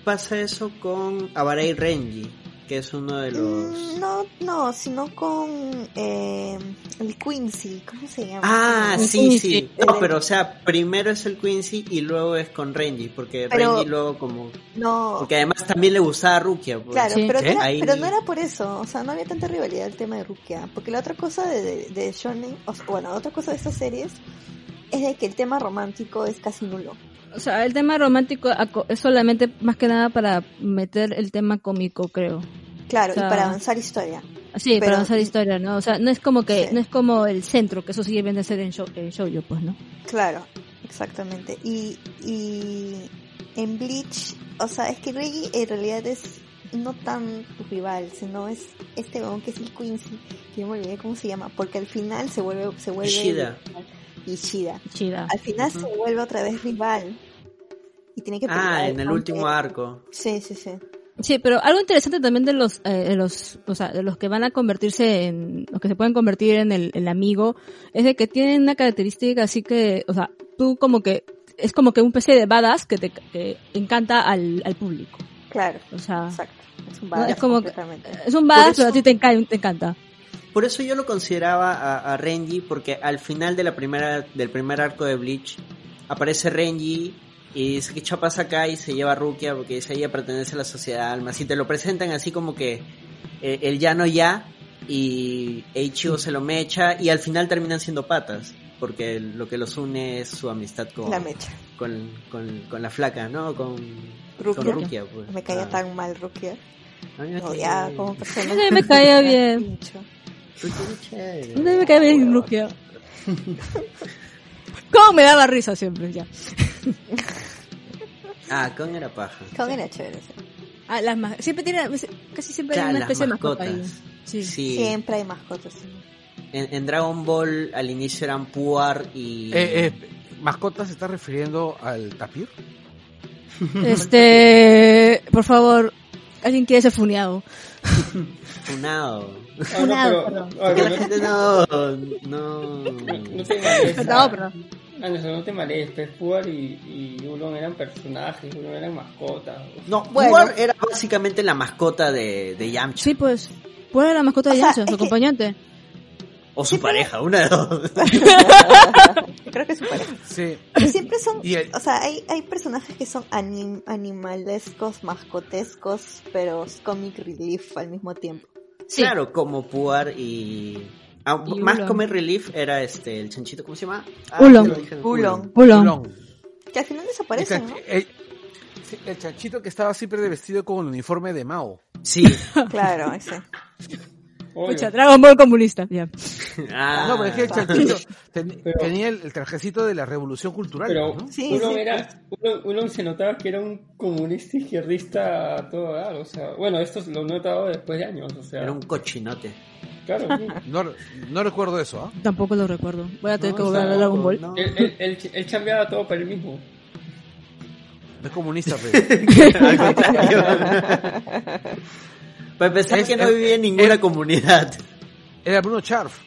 [SPEAKER 3] Pasa eso con Abarai Renji, que es uno de los...
[SPEAKER 7] Mm, No, no, sino con eh, el Quincy, ¿cómo se llama?
[SPEAKER 3] Ah, sí,
[SPEAKER 5] Quincy.
[SPEAKER 3] sí. No, pero o sea, primero es el Quincy y luego es con Renji, porque
[SPEAKER 7] Pero-
[SPEAKER 3] Renji luego como...
[SPEAKER 7] No,
[SPEAKER 3] Porque además también le gustaba a Rukia. pues.
[SPEAKER 7] Claro,
[SPEAKER 5] Sí.
[SPEAKER 7] pero,
[SPEAKER 4] ¿Qué?
[SPEAKER 7] no era-
[SPEAKER 3] Ahí-
[SPEAKER 7] pero no era por eso, o sea, no había tanta rivalidad el tema de Rukia, porque la otra cosa de, de, de Shonen, o sea, bueno, otra cosa de estas series es de que el tema romántico es casi nulo.
[SPEAKER 5] O sea, el tema romántico aco- es solamente más que nada para meter el tema cómico, creo.
[SPEAKER 7] Claro,
[SPEAKER 5] O sea,
[SPEAKER 7] y para avanzar historia.
[SPEAKER 5] Sí,
[SPEAKER 7] Pero-
[SPEAKER 5] para avanzar historia, ¿no? O sea, no es como que
[SPEAKER 7] Sí.
[SPEAKER 5] no es como el centro, que eso sí viene a ser en show, yo pues, ¿no?
[SPEAKER 7] Claro, exactamente. Y, y en Bleach, o sea, es que Reggie en realidad es no tan tu rival, sino es este weón que es el Quincy, que yo me olvidé cómo se llama, porque al final se vuelve, se vuelve
[SPEAKER 3] Ishida.
[SPEAKER 7] Ishida.
[SPEAKER 5] Chida.
[SPEAKER 7] Al final
[SPEAKER 3] Ujú.
[SPEAKER 7] se vuelve otra vez rival y tiene que pelear
[SPEAKER 3] Ah, en el
[SPEAKER 7] ante-
[SPEAKER 3] último arco.
[SPEAKER 7] Sí, sí, sí.
[SPEAKER 5] Sí, pero algo interesante también de los, eh, de los, o sea, de los que van a convertirse en, los que se pueden convertir en el, el amigo, es de que tienen una característica así que, o sea, tú como que, es como que un PC de badass que te que encanta al, al público.
[SPEAKER 7] Claro,
[SPEAKER 5] O sea,
[SPEAKER 7] exacto. Es un
[SPEAKER 5] Ah. No,
[SPEAKER 7] badass
[SPEAKER 5] es como que-
[SPEAKER 7] completamente.
[SPEAKER 5] es un badass,
[SPEAKER 3] Por eso-
[SPEAKER 5] pero a ti te encanta. Te encanta.
[SPEAKER 3] Por eso yo lo consideraba a, a Renji, porque al final de la primera, del primer arco de Bleach, aparece Renji y dice que chapas acá y se lleva a Rukia porque dice ella pertenece a la sociedad almas. Y te lo presentan así como que eh, el ya no ya y Eiichiro se lo mecha y al final terminan siendo patas, porque lo que los une es su amistad con
[SPEAKER 7] La mecha.
[SPEAKER 3] con, con, con la flaca, ¿no? Con
[SPEAKER 7] Rukia.
[SPEAKER 3] con Rukia pues.
[SPEAKER 7] Me caía
[SPEAKER 3] Ah.
[SPEAKER 7] tan mal Rukia.
[SPEAKER 3] Ay,
[SPEAKER 7] Lo odiaba como
[SPEAKER 5] A
[SPEAKER 7] persona.
[SPEAKER 5] mí me caía
[SPEAKER 7] Era
[SPEAKER 5] bien.
[SPEAKER 7] pincho.
[SPEAKER 5] No me cae bien bloqueado. ¿Cómo me daba risa siempre? Ya.
[SPEAKER 3] Ah, con era paja.
[SPEAKER 7] Con era chévere. sí.
[SPEAKER 5] Ah, las ma- siempre tiene, casi siempre
[SPEAKER 3] Claro,
[SPEAKER 5] hay una
[SPEAKER 3] las
[SPEAKER 5] especie de mascota ahí.
[SPEAKER 3] mascotas.
[SPEAKER 5] Sí.
[SPEAKER 3] Sí.
[SPEAKER 7] Siempre hay mascotas.
[SPEAKER 3] En, en Dragon Ball al inicio eran Puar y.
[SPEAKER 4] Eh, eh, ¿Mascota se está refiriendo al tapir?
[SPEAKER 5] Este, por favor, alguien quiere ser funeado.
[SPEAKER 3] Funao.
[SPEAKER 2] Ah, no,
[SPEAKER 7] Nada,
[SPEAKER 2] pero-
[SPEAKER 7] perdón.
[SPEAKER 2] ah,
[SPEAKER 3] Que la
[SPEAKER 2] no,
[SPEAKER 3] gente no.
[SPEAKER 2] no- no
[SPEAKER 3] No.
[SPEAKER 2] te malestes.
[SPEAKER 5] No, pero
[SPEAKER 2] Ah, no, no te malestes. Puar y, y Ulon eran personajes, Ulon eran mascotas.
[SPEAKER 3] No,
[SPEAKER 7] Bueno.
[SPEAKER 3] Puar era básicamente la mascota de, de Yamcha.
[SPEAKER 5] sí, pues, ¿cuál era la mascota de
[SPEAKER 7] O sea,
[SPEAKER 5] Yamcha,
[SPEAKER 7] es
[SPEAKER 5] su
[SPEAKER 7] que-
[SPEAKER 5] acompañante?
[SPEAKER 3] O su pareja, una de dos.
[SPEAKER 7] Creo que es su pareja.
[SPEAKER 4] Sí.
[SPEAKER 7] Pero siempre son,
[SPEAKER 4] Y el-
[SPEAKER 7] o sea, hay, hay personajes que son anim- animalescos, mascotescos, pero comic relief al mismo tiempo.
[SPEAKER 5] Sí.
[SPEAKER 3] Claro, como Puar y. ah,
[SPEAKER 5] Y
[SPEAKER 3] más
[SPEAKER 5] Ulon.
[SPEAKER 3] comic relief era este el chanchito, ¿cómo se llama? Ah,
[SPEAKER 5] Ulon.
[SPEAKER 3] ya lo dije.
[SPEAKER 7] Ulon.
[SPEAKER 5] Pulón.
[SPEAKER 4] Ulon.
[SPEAKER 7] Que al final
[SPEAKER 4] El,
[SPEAKER 7] desaparecen,
[SPEAKER 4] chan-
[SPEAKER 7] ¿no?
[SPEAKER 4] el- sí, el chanchito que estaba siempre de vestido con el uniforme de Mao.
[SPEAKER 3] Sí.
[SPEAKER 7] Claro, ese.
[SPEAKER 2] Obvio.
[SPEAKER 5] Pucha, Dragon Ball comunista. Ya.
[SPEAKER 3] Ah,
[SPEAKER 4] no, pero es que el chanchito ten-
[SPEAKER 2] Pero-
[SPEAKER 4] tenía el, el trajecito de la revolución cultural.
[SPEAKER 2] Pero
[SPEAKER 4] ¿no?
[SPEAKER 7] Sí,
[SPEAKER 2] uno,
[SPEAKER 7] sí.
[SPEAKER 2] era, uno, uno se notaba que era un comunista izquierdista a todo dar, o sea, bueno, esto lo he notado después de años, o sea,
[SPEAKER 3] Era un cochinote.
[SPEAKER 2] claro. sí.
[SPEAKER 4] No, re- no recuerdo eso, ¿ah?
[SPEAKER 5] Tampoco lo recuerdo. Voy a tener
[SPEAKER 3] No,
[SPEAKER 5] que volver a ver Dragon Ball.
[SPEAKER 3] no.
[SPEAKER 2] Él, él, él, él chambeaba todo para él mismo.
[SPEAKER 4] Es comunista, pero.
[SPEAKER 3] Al contrario. Para empezar
[SPEAKER 4] Es-
[SPEAKER 3] que no
[SPEAKER 4] es-
[SPEAKER 3] vivía en ninguna comunidad.
[SPEAKER 4] Era Bruno Charf.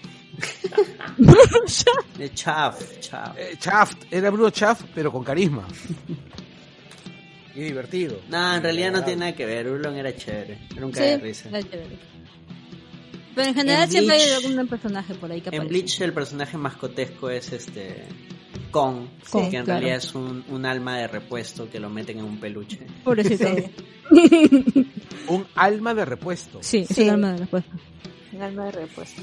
[SPEAKER 3] De Chaf, chaf.
[SPEAKER 4] Eh, Shaft, era Bruno Chaff, pero con carisma. Y divertido.
[SPEAKER 3] No, en realidad no tiene nada que ver. Urlon era chévere. Era un caga de risa.
[SPEAKER 5] era chévere. Pero en general
[SPEAKER 3] En
[SPEAKER 5] siempre hay
[SPEAKER 3] Bleach-
[SPEAKER 5] algún personaje por ahí que
[SPEAKER 3] En
[SPEAKER 5] aparece.
[SPEAKER 3] Bleach el personaje mascotesco es este Kong,
[SPEAKER 5] Kong,
[SPEAKER 3] que en
[SPEAKER 5] claro.
[SPEAKER 3] realidad es un, un alma de repuesto que lo meten en un peluche.
[SPEAKER 5] Pobrecito.
[SPEAKER 7] Sí.
[SPEAKER 4] Un alma de repuesto.
[SPEAKER 5] Sí, es
[SPEAKER 7] Sí.
[SPEAKER 5] un alma de respuesta.
[SPEAKER 7] Un alma de repuesto.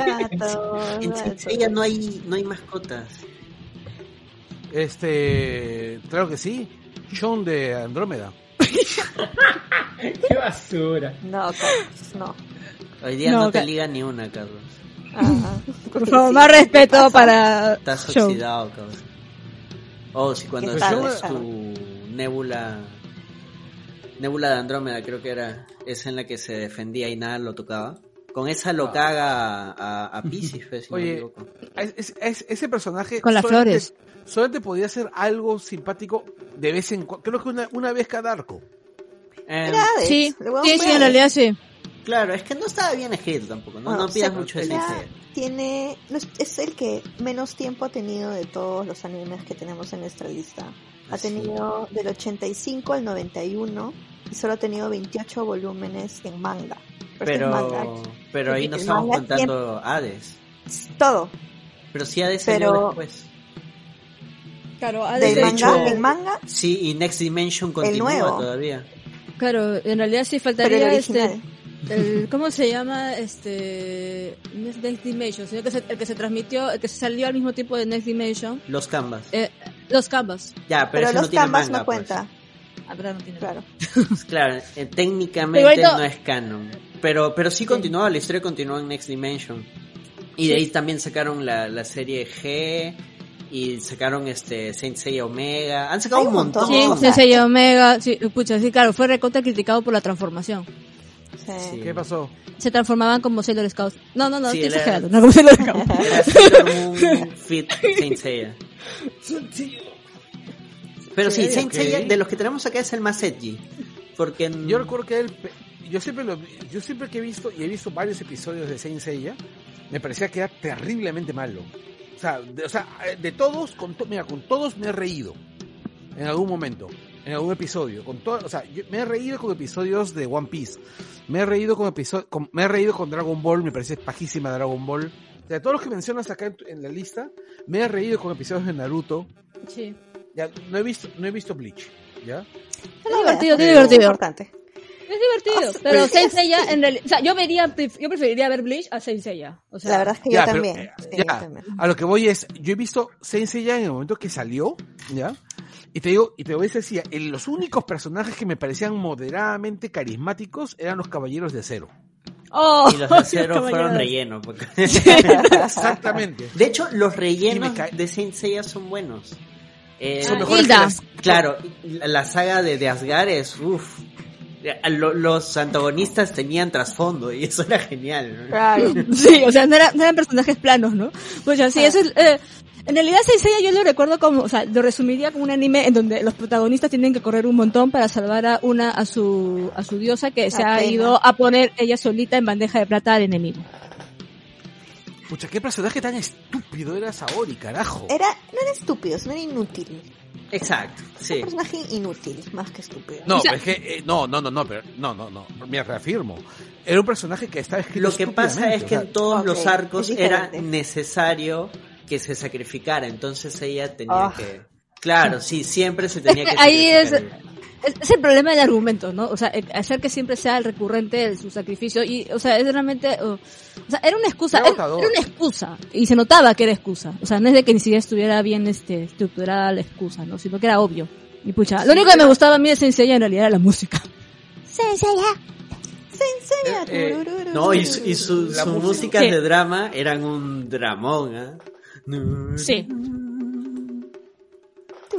[SPEAKER 5] Ah,
[SPEAKER 3] En Senseiya no hay no hay mascotas.
[SPEAKER 4] Este, claro que sí. Sean de Andrómeda.
[SPEAKER 2] ¡Qué basura!
[SPEAKER 7] No, Carlos, no. Ah,
[SPEAKER 3] Hoy día
[SPEAKER 5] No,
[SPEAKER 3] no, te
[SPEAKER 5] ca-
[SPEAKER 3] liga ni una, Carlos.
[SPEAKER 7] Ajá.
[SPEAKER 5] Por favor, más respeto para
[SPEAKER 3] Estás
[SPEAKER 5] Show.
[SPEAKER 3] oxidado, Carlos. Oh, si cuando
[SPEAKER 7] Qué tarde,
[SPEAKER 3] haces
[SPEAKER 7] tarde.
[SPEAKER 3] tu nébula nébula de Andrómeda, creo que era esa en la que se defendía y nada lo tocaba. Con esa lo caga a, a, a Pisces, pues, si no me
[SPEAKER 4] Oye,
[SPEAKER 3] equivoco.
[SPEAKER 4] Es- es- es- ese personaje.
[SPEAKER 5] Con las
[SPEAKER 4] solamente-
[SPEAKER 5] flores.
[SPEAKER 4] Solamente podía hacer algo simpático de vez en cuando. Creo que una, una vez cada arco.
[SPEAKER 3] Em,
[SPEAKER 7] Era Hades,
[SPEAKER 5] Sí,
[SPEAKER 7] el huevón
[SPEAKER 5] sí,
[SPEAKER 7] fue
[SPEAKER 5] sí, en
[SPEAKER 7] Hades.
[SPEAKER 5] realidad sí.
[SPEAKER 3] Claro, es que no estaba bien escrito tampoco, no,
[SPEAKER 7] Ah,
[SPEAKER 3] no
[SPEAKER 7] sí,
[SPEAKER 3] pidas
[SPEAKER 7] no,
[SPEAKER 3] mucho
[SPEAKER 7] ya
[SPEAKER 3] de Sensei.
[SPEAKER 7] tiene no es, es el que menos tiempo ha tenido de todos los animes que tenemos en nuestra lista. Ha
[SPEAKER 3] Sí.
[SPEAKER 7] tenido del 85 al 91 y solo ha tenido 28 volúmenes en manga. Pero, este es
[SPEAKER 3] Pero,
[SPEAKER 7] manga,
[SPEAKER 3] pero ahí
[SPEAKER 7] Porque
[SPEAKER 3] no
[SPEAKER 7] el
[SPEAKER 3] estamos
[SPEAKER 7] manga
[SPEAKER 3] contando Hades.
[SPEAKER 7] todo.
[SPEAKER 3] Pero sí Hades salió
[SPEAKER 7] Pero-
[SPEAKER 3] después.
[SPEAKER 5] Claro, ha
[SPEAKER 7] Del
[SPEAKER 3] de
[SPEAKER 7] manga,
[SPEAKER 3] hecho-
[SPEAKER 7] el manga,
[SPEAKER 3] Sí, y Next Dimension continúa
[SPEAKER 7] nuevo.
[SPEAKER 3] todavía.
[SPEAKER 5] Claro, en realidad sí
[SPEAKER 7] pero el
[SPEAKER 5] faltaría
[SPEAKER 7] original.
[SPEAKER 5] este, el, ¿cómo se llama? Este, no es Next Dimension, sino que se- el que se transmitió, el que se salió al mismo tiempo de Next Dimension,
[SPEAKER 3] Los Canvas.
[SPEAKER 5] eh, los Canvas.
[SPEAKER 3] ya, pero,
[SPEAKER 7] Pero,
[SPEAKER 3] ese
[SPEAKER 7] los
[SPEAKER 3] no tiene
[SPEAKER 7] canvas
[SPEAKER 3] manga,
[SPEAKER 7] no
[SPEAKER 3] pues.
[SPEAKER 7] cuenta,
[SPEAKER 5] Ah, pero no tiene.
[SPEAKER 7] claro.
[SPEAKER 3] Claro, eh, técnicamente
[SPEAKER 5] Pero ahorita-
[SPEAKER 3] no es canon. Pero, pero sí continuaba, la historia continuó en Next Dimension. Y de ahí también sacaron la, la serie G y sacaron este Saint Seiya Omega. Han sacado
[SPEAKER 7] Hay
[SPEAKER 3] un
[SPEAKER 7] un montón.
[SPEAKER 3] montón.
[SPEAKER 5] Sí,
[SPEAKER 7] No.
[SPEAKER 5] se Sensei Omega, sí, pucha, sí, claro, fue recontra criticado por la transformación.
[SPEAKER 7] O sea,
[SPEAKER 3] Sí.
[SPEAKER 4] ¿Qué pasó?
[SPEAKER 5] Se transformaban como Sailor Scouts. No, no, no,
[SPEAKER 3] Sí,
[SPEAKER 5] estoy
[SPEAKER 3] era-
[SPEAKER 5] exagerando, no como Sailor Scouts.
[SPEAKER 3] Era así como un fit Saint Seiya. Pero sí,
[SPEAKER 4] Sí,
[SPEAKER 3] Saint
[SPEAKER 4] ok.
[SPEAKER 3] Seiya, de los que tenemos acá es el más edgy. Porque en-
[SPEAKER 4] Yo recuerdo que él, pe- yo siempre lo, vi- yo siempre que he visto y he visto varios episodios de Saint Seiya, me parecía que era terriblemente malo. O sea, de, o sea, eh, de todos, con to- mira, con todos me he reído en algún momento, en algún episodio, con todo, o sea, yo me he reído con episodios de One Piece, me he reído con episodios, me he reído con Dragon Ball, me parece pajísima Dragon Ball. O sea, todos los que mencionas acá en, tu- en la lista, me he reído con episodios de Naruto.
[SPEAKER 5] Sí.
[SPEAKER 4] Ya, no he visto, no he visto Bleach, ¿ya?
[SPEAKER 7] no
[SPEAKER 5] Es
[SPEAKER 7] lo veas,
[SPEAKER 5] divertido, es
[SPEAKER 7] pero
[SPEAKER 5] divertido.
[SPEAKER 7] importante.
[SPEAKER 5] Es divertido,
[SPEAKER 7] Pues,
[SPEAKER 5] pero Saint Seiya en realidad, o sea, yo vería, pref- yo preferiría ver Bleach a Saint Seiya. O sea,
[SPEAKER 7] La verdad es que
[SPEAKER 4] Ya,
[SPEAKER 7] yo
[SPEAKER 4] pero,
[SPEAKER 7] también.
[SPEAKER 4] eh,
[SPEAKER 7] sí,
[SPEAKER 4] ya,
[SPEAKER 7] yo también.
[SPEAKER 4] A lo que voy es, yo he visto Saint Seiya en el momento que salió, ¿ya? Y te digo, y te voy a decir, así, el- los únicos personajes que me parecían moderadamente carismáticos eran los caballeros de acero.
[SPEAKER 5] Oh,
[SPEAKER 3] Y los de cero fueron
[SPEAKER 5] caballeros.
[SPEAKER 3] relleno. porque-
[SPEAKER 4] Exactamente.
[SPEAKER 3] De hecho, los
[SPEAKER 4] Y
[SPEAKER 3] rellenos
[SPEAKER 4] me cae-
[SPEAKER 3] de Saint Seiya son buenos. Eh,
[SPEAKER 5] Son Ah,
[SPEAKER 4] mejores
[SPEAKER 11] Hilda.
[SPEAKER 4] que las-
[SPEAKER 3] Claro, la la saga de, de Asgard es, uff, los antagonistas tenían trasfondo y eso era genial. ¿no?
[SPEAKER 5] Sí, o sea, no, era- no eran personajes planos, ¿no? Pues ya, sí, eso es... eh, en realidad, Saint Seiya yo lo recuerdo como, o sea, lo resumiría como un anime en donde los protagonistas tienen que correr un montón para salvar a una, a su, a su diosa que se ha
[SPEAKER 11] Atena.
[SPEAKER 5] ido a poner ella solita en bandeja de plata al enemigo.
[SPEAKER 4] Pucha, qué personaje tan estúpido era Saori, carajo.
[SPEAKER 7] Era, no era estúpido, no era inútil.
[SPEAKER 3] Exacto,
[SPEAKER 7] Era
[SPEAKER 3] sí.
[SPEAKER 7] Un personaje inútil, más que estúpido.
[SPEAKER 4] No,
[SPEAKER 5] O sea-
[SPEAKER 4] pero es que, eh, no, no, no, no, pero, no, no, no, me reafirmo. Era un personaje que estaba escrito
[SPEAKER 3] Lo que pasa es
[SPEAKER 4] estúpidamente,
[SPEAKER 3] que
[SPEAKER 4] o sea,
[SPEAKER 3] en todos
[SPEAKER 7] ok,
[SPEAKER 3] los arcos
[SPEAKER 7] es
[SPEAKER 3] era
[SPEAKER 7] diferente.
[SPEAKER 3] necesario que se sacrificara, entonces ella tenía
[SPEAKER 7] Ah.
[SPEAKER 3] que... Claro, sí, siempre se tenía
[SPEAKER 5] que
[SPEAKER 3] que
[SPEAKER 5] ahí es-
[SPEAKER 3] sacrificar.
[SPEAKER 5] Es, es el problema del argumento, ¿no? O sea, el- hacer que siempre sea el recurrente de su sacrificio y, o sea, es realmente, oh, o sea, era una excusa,
[SPEAKER 4] Era
[SPEAKER 5] era,
[SPEAKER 4] agotador.
[SPEAKER 5] era una excusa y se notaba que era excusa. O sea, no es de que ni siquiera estuviera bien, este, estructurada la excusa, ¿no? Sino que era obvio. Y pucha, lo único que me gustaba a mí de Sencilla en realidad era la música.
[SPEAKER 7] Enseña,
[SPEAKER 4] Eh, eh,
[SPEAKER 7] turururu.
[SPEAKER 3] No, y su, y su,
[SPEAKER 4] La
[SPEAKER 3] su
[SPEAKER 4] música.
[SPEAKER 3] música
[SPEAKER 5] Sí.
[SPEAKER 3] de drama eran un dramón, ¿ah?
[SPEAKER 5] Sí.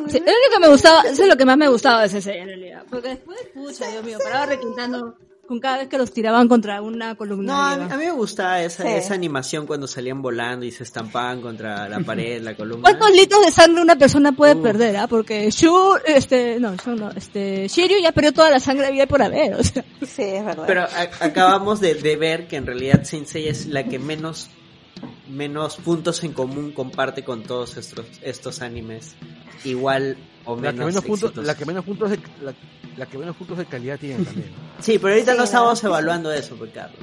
[SPEAKER 5] Sí, lo único que me gustaba, eso es lo que más me gustaba de Sensei en realidad. Porque después, pucha, Dios mío, paraba requintando con cada vez que los tiraban contra una columna.
[SPEAKER 3] No, a mí,
[SPEAKER 5] griega.
[SPEAKER 3] a mí me gustaba esa,
[SPEAKER 7] Sí.
[SPEAKER 3] esa animación cuando salían volando y se estampaban contra la pared, la columna.
[SPEAKER 5] ¿Cuántos litros de sangre una persona puede
[SPEAKER 3] Uh.
[SPEAKER 5] perder, ah? Porque Shu, este, no, Shu no, este, Shiryu ya perdió toda la sangre vida por haber, o sea.
[SPEAKER 7] Sí, es verdad.
[SPEAKER 3] Pero a- acabamos de, de ver que en realidad Sensei es la que menos, menos puntos en común comparte con todos estos, estos animes. Igual o
[SPEAKER 4] La
[SPEAKER 3] menos,
[SPEAKER 4] que, menos puntos,
[SPEAKER 3] exitosos.
[SPEAKER 4] la, que menos puntos de, la, la que menos puntos de calidad tiene también.
[SPEAKER 3] Sí, pero ahorita
[SPEAKER 7] Sí,
[SPEAKER 3] no
[SPEAKER 7] la
[SPEAKER 3] estamos
[SPEAKER 7] verdad que sí.
[SPEAKER 3] evaluando eso, pues, Carlos.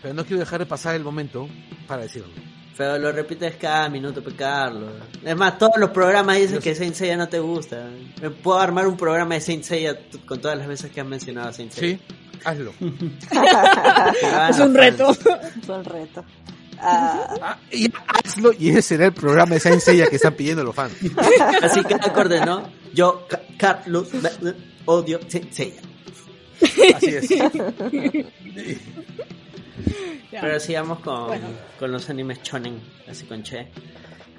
[SPEAKER 4] Pero no quiero dejar de pasar el momento para decirlo.
[SPEAKER 3] Pero lo repites cada minuto, pues, Carlos. Es más, todos los programas dicen
[SPEAKER 4] Yo
[SPEAKER 3] que Saint Seiya no te gusta. Puedo armar un programa de Saint Seiya t- con todas las veces que han mencionado a Saint Seiya.
[SPEAKER 4] Sí, hazlo.
[SPEAKER 3] Te van
[SPEAKER 5] Es
[SPEAKER 3] a fans.
[SPEAKER 5] un reto.
[SPEAKER 7] Es un Ah, reto. Ah,
[SPEAKER 4] Ah, y hazlo y ese será el programa de Saint Seiya que están pidiendo los fans.
[SPEAKER 3] Así que acorde, ¿no? Yo, Ca- Carlos, me- me- odio Saint Seiya.
[SPEAKER 4] Así es.
[SPEAKER 3] Pero sigamos con, con los animes shonen, así con che.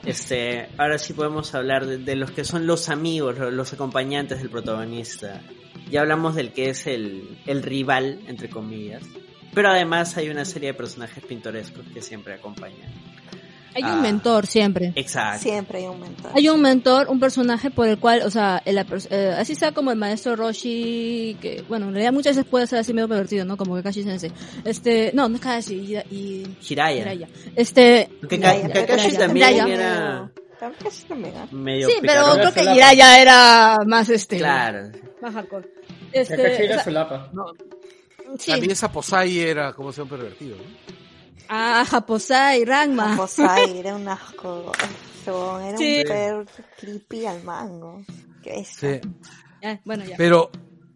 [SPEAKER 3] Este, ahora sí podemos hablar de, de los que son los amigos, lo- los acompañantes del protagonista. Ya hablamos del que es el, el rival, entre comillas. Pero además hay una serie de personajes pintorescos que siempre acompañan.
[SPEAKER 5] Hay
[SPEAKER 3] Ah.
[SPEAKER 5] un mentor siempre.
[SPEAKER 3] Exacto.
[SPEAKER 7] siempre hay un mentor.
[SPEAKER 5] Hay un mentor, un personaje por el cual, o sea, el- la pers- eh, así sea como el maestro Roshi, que, bueno, en realidad muchas veces puede ser así medio pervertido, ¿no? Como Kakashi Sensei. Este, no, no es Kakashi, y, y
[SPEAKER 3] Hiraya.
[SPEAKER 5] Jiraiya. Este,
[SPEAKER 3] Aunque Ka-
[SPEAKER 7] Jiraiya.
[SPEAKER 3] Kakashi
[SPEAKER 5] Jiraiya.
[SPEAKER 3] también
[SPEAKER 5] Jiraiya.
[SPEAKER 3] era
[SPEAKER 7] Kakashi también, ¿ah?
[SPEAKER 3] medio
[SPEAKER 5] sí, pero
[SPEAKER 3] picarón.
[SPEAKER 5] creo que
[SPEAKER 2] Solapa.
[SPEAKER 5] Jiraiya era más este,
[SPEAKER 3] Claro.
[SPEAKER 5] más hardcore.
[SPEAKER 2] La
[SPEAKER 5] Este,
[SPEAKER 2] caja
[SPEAKER 5] o
[SPEAKER 2] era
[SPEAKER 5] sea,
[SPEAKER 2] solapa.
[SPEAKER 5] sí.
[SPEAKER 4] También esa Posai era como sea un pervertido. ¿no?
[SPEAKER 5] Ah, Japosai, Rangma.
[SPEAKER 7] Bosai era un asco. Ese huevón
[SPEAKER 5] Ah.
[SPEAKER 7] Era
[SPEAKER 5] Sí.
[SPEAKER 7] un perro creepy al mango. Qué bestia.
[SPEAKER 4] Sí.
[SPEAKER 5] Ya, bueno, ya.
[SPEAKER 4] Ah, Pero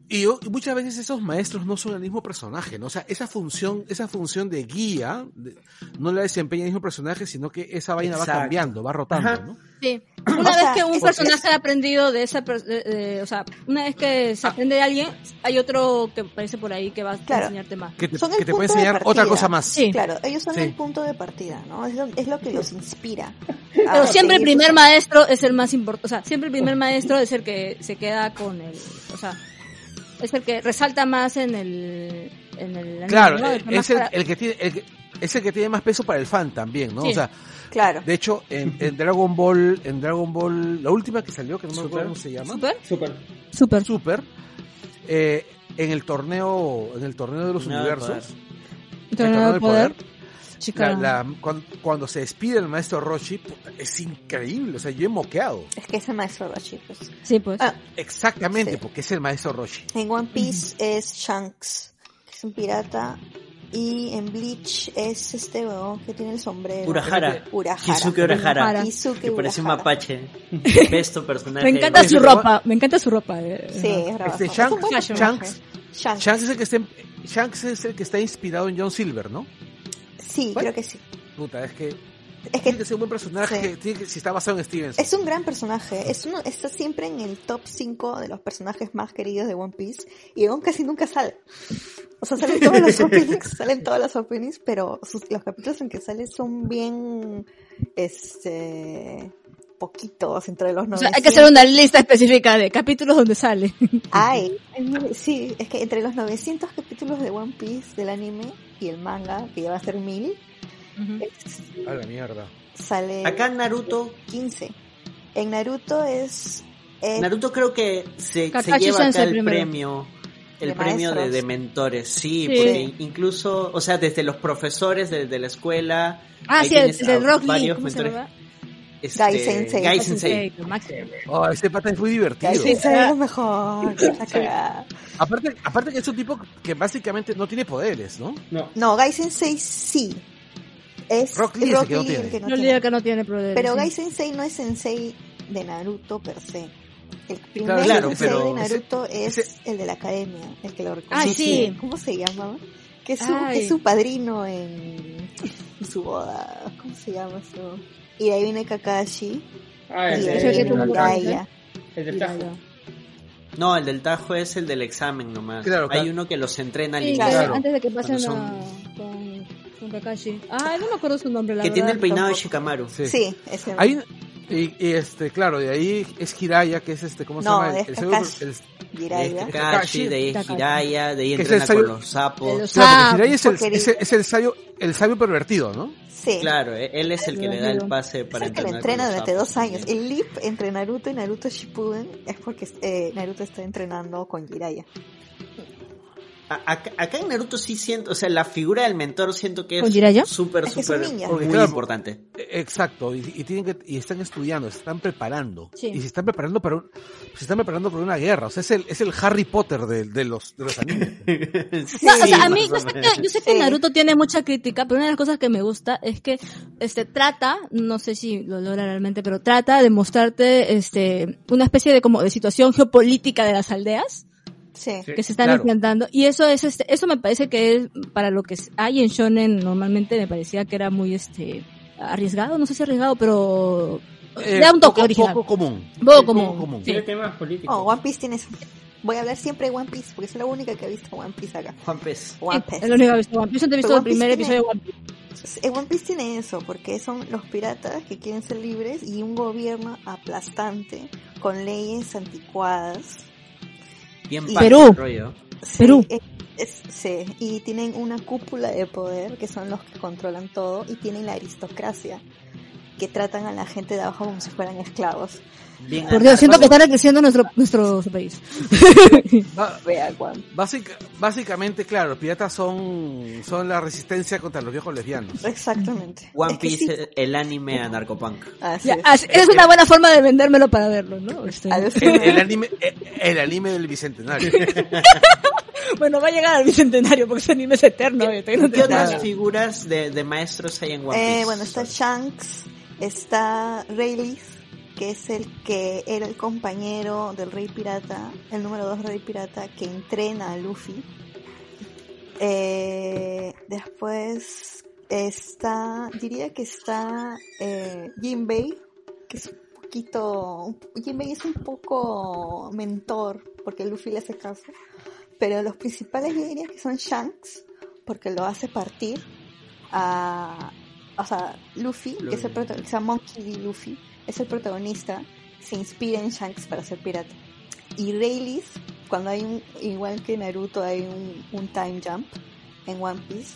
[SPEAKER 4] y, yo- y muchas veces esos maestros no son el mismo personaje, ¿no? O sea, esa función, esa función de guía de- no la desempeña el mismo personaje, sino que esa vaina va
[SPEAKER 3] Exacto.
[SPEAKER 4] cambiando, va rotando,
[SPEAKER 3] Ajá.
[SPEAKER 4] ¿no?
[SPEAKER 5] Sí. Una
[SPEAKER 7] O sea,
[SPEAKER 5] vez que un
[SPEAKER 7] es-
[SPEAKER 5] personaje ha aprendido de esa, per- de- de- o sea, una vez que
[SPEAKER 4] Ah.
[SPEAKER 5] se aprende de alguien, hay otro que aparece por ahí que va a
[SPEAKER 7] Claro.
[SPEAKER 5] enseñarte más.
[SPEAKER 4] Que te,
[SPEAKER 7] Son el
[SPEAKER 4] que te puede
[SPEAKER 7] punto de
[SPEAKER 4] enseñar otra
[SPEAKER 7] partida.
[SPEAKER 4] cosa más.
[SPEAKER 5] Sí.
[SPEAKER 7] Claro, ellos son
[SPEAKER 4] Sí.
[SPEAKER 7] el punto de partida, ¿no? Es lo, es lo que los inspira.
[SPEAKER 4] Ah,
[SPEAKER 5] Pero siempre el primer maestro es el más importante, o sea, siempre el primer maestro es el que se queda con el, o sea, es el que resalta más en el, en el anime,
[SPEAKER 4] Claro,
[SPEAKER 5] ¿no?
[SPEAKER 4] eh,
[SPEAKER 5] El que más
[SPEAKER 4] es el,
[SPEAKER 5] para-
[SPEAKER 4] el que tiene, el que- es el que tiene más peso para el fan también, ¿no?
[SPEAKER 5] Sí.
[SPEAKER 4] O sea,
[SPEAKER 7] Claro.
[SPEAKER 4] de hecho, en, en Dragon Ball, en Dragon Ball, la última que salió, que no me
[SPEAKER 2] Super.
[SPEAKER 4] acuerdo cómo se llama,
[SPEAKER 5] super,
[SPEAKER 2] Super.
[SPEAKER 5] super.
[SPEAKER 4] Super, eh, en el torneo, en el torneo de los
[SPEAKER 3] Torneo del
[SPEAKER 4] universos, el
[SPEAKER 5] Torneo del poder, chica.
[SPEAKER 4] la- la- cuan- cuando, se despide el maestro Roshi, puta, es increíble, o sea, yo he moqueado.
[SPEAKER 7] Es que ese maestro Roshi, pues.
[SPEAKER 5] Sí, pues.
[SPEAKER 7] Ah,
[SPEAKER 4] Exactamente,
[SPEAKER 7] Sí.
[SPEAKER 4] porque es el maestro Roshi.
[SPEAKER 7] En One Piece es Shanks, que es un pirata. Y en Bleach es este huevón que tiene el sombrero.
[SPEAKER 3] Urahara.
[SPEAKER 7] Urahara.
[SPEAKER 3] Kisuke Urahara.
[SPEAKER 7] Kisuke
[SPEAKER 3] Que parece un
[SPEAKER 7] Urahara.
[SPEAKER 3] mapache. Besto personaje.
[SPEAKER 5] me encanta
[SPEAKER 4] es
[SPEAKER 5] su
[SPEAKER 4] el robot.
[SPEAKER 5] ropa, me encanta su ropa. eh,
[SPEAKER 7] Sí, es
[SPEAKER 4] Este,
[SPEAKER 7] bravazo. Es un
[SPEAKER 4] Shanks-
[SPEAKER 7] buen
[SPEAKER 5] Shanks-
[SPEAKER 7] personaje. Shanks.
[SPEAKER 4] Shanks es el que está, en- Shanks es el que está inspirado en John Silver, ¿no?
[SPEAKER 7] Sí, creo que sí.
[SPEAKER 4] Puta, es que
[SPEAKER 7] Es
[SPEAKER 4] tiene
[SPEAKER 7] que
[SPEAKER 4] que ser un buen personaje,
[SPEAKER 7] Sí.
[SPEAKER 4] tiene que, si está basado en Stevenson.
[SPEAKER 7] es un gran personaje. Es uno, está siempre en el top 5 de los personajes más queridos de One Piece. Y aún casi nunca sale. O sea, salen todas las openings, salen todas las openings, pero sus- los capítulos en que sale son bien, este, poquitos entre los
[SPEAKER 5] O
[SPEAKER 7] 900.
[SPEAKER 5] sea, hay que hacer una lista específica de capítulos donde sale.
[SPEAKER 7] Ay, sí, es que entre los 900 capítulos de One Piece del anime y el manga, que ya va a ser 1000, es-
[SPEAKER 4] A la mierda.
[SPEAKER 7] sale
[SPEAKER 3] Acá Naruto,
[SPEAKER 7] 15. En Naruto es... es-
[SPEAKER 3] Naruto creo que se, se
[SPEAKER 5] Kakashi
[SPEAKER 3] lleva acá
[SPEAKER 5] Sensei
[SPEAKER 3] el
[SPEAKER 5] primero.
[SPEAKER 3] premio. El
[SPEAKER 7] De
[SPEAKER 3] premio de,
[SPEAKER 7] maestros.
[SPEAKER 3] de mentores, sí,
[SPEAKER 5] Sí.
[SPEAKER 3] porque incluso, o sea, desde los profesores, desde la escuela,
[SPEAKER 5] Ah,
[SPEAKER 3] Ahí
[SPEAKER 5] sí, el,
[SPEAKER 3] tienes
[SPEAKER 5] el
[SPEAKER 3] a
[SPEAKER 5] de Rock Lee.
[SPEAKER 3] varios
[SPEAKER 5] ¿Cómo se
[SPEAKER 3] mentores.
[SPEAKER 5] llama?
[SPEAKER 3] este,
[SPEAKER 7] Gai Sensei.
[SPEAKER 3] Gai
[SPEAKER 7] Gai
[SPEAKER 3] Sensei.
[SPEAKER 5] Lo máximo.
[SPEAKER 4] Oh, este pata es muy divertido.
[SPEAKER 7] Ay, sí, sale
[SPEAKER 4] Ah.
[SPEAKER 7] lo mejor. la cagada.
[SPEAKER 4] Aparte, aparte que es un tipo que básicamente no tiene poderes, ¿no?
[SPEAKER 2] No,
[SPEAKER 7] No, Gai Sensei sí. Es
[SPEAKER 4] Rock Lee es el que no
[SPEAKER 7] el que no
[SPEAKER 5] No
[SPEAKER 7] tiene.
[SPEAKER 5] olvida que no tiene poderes.
[SPEAKER 7] Pero
[SPEAKER 5] sí.
[SPEAKER 7] Gai Sensei no es sensei de Naruto per se. El primer
[SPEAKER 4] Claro,
[SPEAKER 3] claro,
[SPEAKER 7] sensei
[SPEAKER 3] pero
[SPEAKER 7] de Naruto es el de la academia, el que lo reconoce.
[SPEAKER 5] Ah, sí.
[SPEAKER 7] ¿Cómo se llama? Que es su,
[SPEAKER 5] Ay.
[SPEAKER 7] que es su padrino en, en su boda. ¿Cómo se llama eso? Y de ahí viene Kakashi.
[SPEAKER 2] ah,
[SPEAKER 7] y
[SPEAKER 2] el,
[SPEAKER 5] Ese
[SPEAKER 7] de ahí
[SPEAKER 5] que
[SPEAKER 7] viene
[SPEAKER 5] tuvo un
[SPEAKER 7] Jiraiya.
[SPEAKER 2] el del Tajo.
[SPEAKER 3] No, el del Tajo es el del examen nomás.
[SPEAKER 4] Claro,
[SPEAKER 3] Hay
[SPEAKER 4] claro.
[SPEAKER 3] uno que los entrena al
[SPEAKER 5] Sí,
[SPEAKER 3] inicio.
[SPEAKER 4] claro.
[SPEAKER 5] antes de que pasen
[SPEAKER 3] Cuando son-
[SPEAKER 5] a- con, con Kakashi. Ah, no me acuerdo su nombre, la
[SPEAKER 3] Que tiene
[SPEAKER 5] verdad.
[SPEAKER 3] el peinado de
[SPEAKER 7] tampoco.
[SPEAKER 3] Shikamaru.
[SPEAKER 4] Sí.
[SPEAKER 7] Sí, ese.
[SPEAKER 4] Ahí, y, y, este, claro, de ahí es Hiraya, que es este, ¿cómo se
[SPEAKER 7] No,
[SPEAKER 4] llama?
[SPEAKER 7] es
[SPEAKER 4] El- el pseudo-
[SPEAKER 7] Kakashi.
[SPEAKER 4] el-
[SPEAKER 3] De este
[SPEAKER 7] Jiraiya.
[SPEAKER 3] Kakashi, de ahí
[SPEAKER 5] Kakashi.
[SPEAKER 3] Hiraya, de ahí
[SPEAKER 4] Que es
[SPEAKER 3] entrena
[SPEAKER 4] el
[SPEAKER 3] con
[SPEAKER 4] sabio-
[SPEAKER 3] los
[SPEAKER 5] De
[SPEAKER 3] sapos.
[SPEAKER 5] los
[SPEAKER 4] claro, porque
[SPEAKER 5] sapos.
[SPEAKER 4] Jiraiya es, el,
[SPEAKER 7] porque-
[SPEAKER 4] es el- es el sabio, el sabio pervertido, ¿no?
[SPEAKER 7] Sí.
[SPEAKER 3] Claro, eh, él es el que le da el pase
[SPEAKER 7] Es
[SPEAKER 3] para
[SPEAKER 7] el que lo
[SPEAKER 3] entrenar.
[SPEAKER 7] entrena
[SPEAKER 3] con los
[SPEAKER 7] durante
[SPEAKER 3] sapos
[SPEAKER 7] dos años.
[SPEAKER 3] también.
[SPEAKER 7] El leap entre Naruto y Naruto Shippuden es porque eh, Naruto está entrenando con Jiraiya.
[SPEAKER 3] A- Acá, acá en Naruto sí siento, o sea, la figura del mentor siento que
[SPEAKER 5] ¿Con Jiraiya?
[SPEAKER 3] es súper,
[SPEAKER 7] Es que es un
[SPEAKER 3] súper,
[SPEAKER 7] ninja.
[SPEAKER 3] muy
[SPEAKER 4] Claro.
[SPEAKER 3] importante.
[SPEAKER 4] E- Exacto, y, y tienen que, y están estudiando, se están preparando.
[SPEAKER 5] Sí.
[SPEAKER 4] Y se están preparando para un- se están preparando para una guerra. O sea, es el, es el Harry Potter de, de los de los animes.
[SPEAKER 5] No, o sea, a mí,
[SPEAKER 3] Sí,
[SPEAKER 5] yo
[SPEAKER 3] más
[SPEAKER 5] sé,
[SPEAKER 3] o
[SPEAKER 5] que,
[SPEAKER 3] menos.
[SPEAKER 5] yo sé que
[SPEAKER 7] Sí.
[SPEAKER 5] Naruto tiene mucha crítica, pero una de las cosas que me gusta es que este trata, no sé si lo logra realmente, pero trata de mostrarte este una especie de como de situación geopolítica de las aldeas
[SPEAKER 7] Sí.
[SPEAKER 2] Sí.
[SPEAKER 5] que se están
[SPEAKER 4] claro.
[SPEAKER 5] enfrentando y eso es este, eso me parece que es para lo que hay en shonen normalmente me parecía que era muy este arriesgado, no sé si arriesgado, pero
[SPEAKER 4] Eh,
[SPEAKER 5] da un toque
[SPEAKER 4] poco,
[SPEAKER 5] original.
[SPEAKER 4] poco común. poco
[SPEAKER 5] Poco común,
[SPEAKER 4] común.
[SPEAKER 5] sí.
[SPEAKER 2] Tiene temas políticos.
[SPEAKER 7] Oh, One Piece tiene eso. Voy a hablar siempre de One Piece porque soy la única que ha visto One Piece acá.
[SPEAKER 3] Juan Pez.
[SPEAKER 7] One
[SPEAKER 5] Sí,
[SPEAKER 7] Piece.
[SPEAKER 5] es lo único que he visto. One Piece. Yo te he visto
[SPEAKER 7] Pero
[SPEAKER 5] el
[SPEAKER 7] One Piece
[SPEAKER 5] primer
[SPEAKER 7] tiene-
[SPEAKER 5] episodio de One Piece.
[SPEAKER 7] Eh, One Piece tiene eso porque son los piratas que quieren ser libres y un gobierno aplastante con leyes anticuadas.
[SPEAKER 3] Bien
[SPEAKER 7] Y-
[SPEAKER 3] paja el
[SPEAKER 5] Perú.
[SPEAKER 3] rollo.
[SPEAKER 7] Sí,
[SPEAKER 5] Perú.
[SPEAKER 7] es- es- sí, y tienen una cúpula de poder que son los que controlan todo y tienen la aristocracia que tratan a la gente de abajo como si fueran esclavos.
[SPEAKER 3] Bien
[SPEAKER 5] Por Dios, siento que
[SPEAKER 3] armado.
[SPEAKER 5] está creciendo nuestro nuestro país.
[SPEAKER 4] Ba-
[SPEAKER 7] Vea, One
[SPEAKER 4] básica- básicamente, claro, los piratas son, son la resistencia contra los viejos lesbianos.
[SPEAKER 7] Exactamente.
[SPEAKER 3] One
[SPEAKER 7] Es que
[SPEAKER 3] Piece,
[SPEAKER 7] sí.
[SPEAKER 3] eh, el anime a narcopunk.
[SPEAKER 7] Así
[SPEAKER 5] Ya,
[SPEAKER 7] es.
[SPEAKER 5] así- es una buena forma de vendérmelo para verlo, ¿no? Este,
[SPEAKER 7] Alucina.
[SPEAKER 4] El, el anime, el, el anime del bicentenario.
[SPEAKER 5] bueno, va a llegar al bicentenario porque ese anime es eterno. eh, todavía no
[SPEAKER 3] ¿Qué
[SPEAKER 5] te-
[SPEAKER 3] otras
[SPEAKER 7] Claro.
[SPEAKER 3] figuras de, de maestros hay en One Piece?
[SPEAKER 7] Eh, bueno, está Shanks, está Rayleigh, que es el que era el compañero del Rey Pirata, el número 2 Rey Pirata, que entrena a Luffy. Eh, después está, diría que está eh, Jinbei, que es un poquito, Jinbei es un poco mentor, porque Luffy le hace caso. Pero los principales yo diría que son Shanks, porque lo hace partir a, o sea, Luffy, que es el
[SPEAKER 3] Luffy.
[SPEAKER 7] protagonista, Monkey D. Luffy, es el protagonista, se inspira en Shanks para ser pirata. Y Rayleigh, cuando hay un, igual que Naruto, hay un, un time jump en One Piece,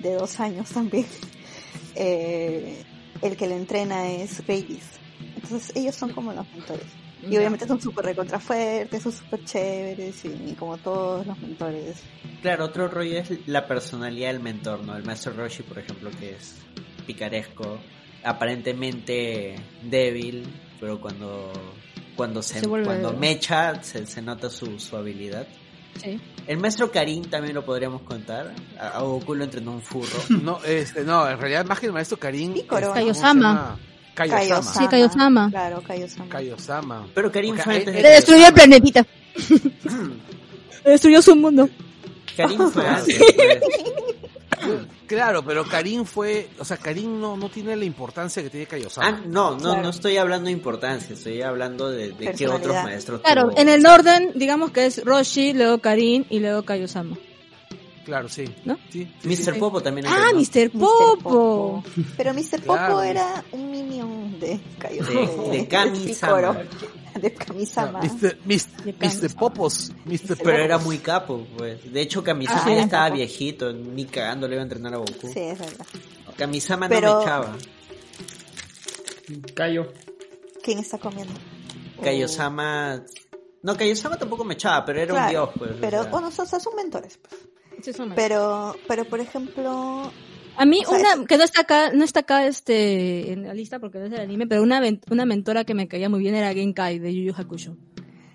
[SPEAKER 7] de dos años también, eh, el que lo entrena es Rayleigh. Entonces ellos son como los mentores. Y obviamente son súper recontra fuertes, son súper chéveres y como todos los mentores.
[SPEAKER 3] Claro, otro rollo es la personalidad del mentor, ¿no? El maestro Roshi, por ejemplo, que es picaresco, aparentemente débil, pero cuando cuando se,
[SPEAKER 5] Se vuelve-
[SPEAKER 3] cuando mecha se, se nota su, su habilidad.
[SPEAKER 5] Sí.
[SPEAKER 3] El maestro Karin también lo podríamos contar. A, a Goku lo entrenó un furro.
[SPEAKER 4] No, este, no, en realidad más que el maestro Karim.
[SPEAKER 7] Pícoro.
[SPEAKER 4] este, ¿cómo se
[SPEAKER 5] Kaiosama.
[SPEAKER 4] llama? Kaiosama.
[SPEAKER 5] Sí, Kaiosama.
[SPEAKER 7] Claro, Kaiosama.
[SPEAKER 4] Kaiosama.
[SPEAKER 3] Pero Karin
[SPEAKER 4] Porque
[SPEAKER 3] fue
[SPEAKER 4] ahí-
[SPEAKER 3] antes de
[SPEAKER 5] Le destruyó el planetita. Le destruyó su mundo.
[SPEAKER 3] Karin fue antes. pues.
[SPEAKER 4] Claro, pero Karim fue, o sea, Karim no, no tiene la importancia que tiene Kaiosama.
[SPEAKER 3] Ah, no, no,
[SPEAKER 7] Claro.
[SPEAKER 3] no estoy hablando de importancia, estoy hablando de, de qué
[SPEAKER 7] Personalidad.
[SPEAKER 3] otros maestros
[SPEAKER 5] Claro,
[SPEAKER 3] tuvo.
[SPEAKER 5] en el orden, digamos que es Roshi, luego Karin y luego Kaiosama.
[SPEAKER 4] Claro, sí.
[SPEAKER 5] ¿No?
[SPEAKER 4] Sí, sí, sí.
[SPEAKER 3] Mr. Popo también
[SPEAKER 5] ¡Ah,
[SPEAKER 3] entró.
[SPEAKER 5] Mr. Popo!
[SPEAKER 7] Pero Mr.
[SPEAKER 4] Claro.
[SPEAKER 7] Popo era un minion de Cayo.
[SPEAKER 3] De- de Kami-sama.
[SPEAKER 7] Picoro. De Kami-sama.
[SPEAKER 4] Mr.
[SPEAKER 5] De
[SPEAKER 4] Mr.
[SPEAKER 5] Kami-sama.
[SPEAKER 4] Popos. Mr.
[SPEAKER 3] Pero
[SPEAKER 4] Popos.
[SPEAKER 3] era muy capo, pues. De hecho, Kamisama
[SPEAKER 7] Ah,
[SPEAKER 3] ya
[SPEAKER 7] era
[SPEAKER 3] estaba
[SPEAKER 7] capo.
[SPEAKER 3] viejito, ni cagando le iba a entrenar a Goku.
[SPEAKER 7] Sí, es verdad.
[SPEAKER 3] Kamisama no
[SPEAKER 7] Pero-
[SPEAKER 3] me echaba.
[SPEAKER 2] Cayo.
[SPEAKER 7] ¿Quién está comiendo?
[SPEAKER 3] Kaiosama. No, Kaiosama tampoco me echaba, pero era un
[SPEAKER 7] Mm. Claro,
[SPEAKER 3] dios, pues. o
[SPEAKER 7] Pero,
[SPEAKER 3] sea.
[SPEAKER 7] bueno, son, son mentores. pues.
[SPEAKER 5] Esos son los-
[SPEAKER 7] Pero, pero por ejemplo,
[SPEAKER 5] A mí,
[SPEAKER 7] O sea,
[SPEAKER 5] una
[SPEAKER 7] es-
[SPEAKER 5] que no está acá, no está acá este, en la lista porque no es el anime, pero una, ven- una mentora que me caía muy bien era Genkai de Yu Yu Hakusho.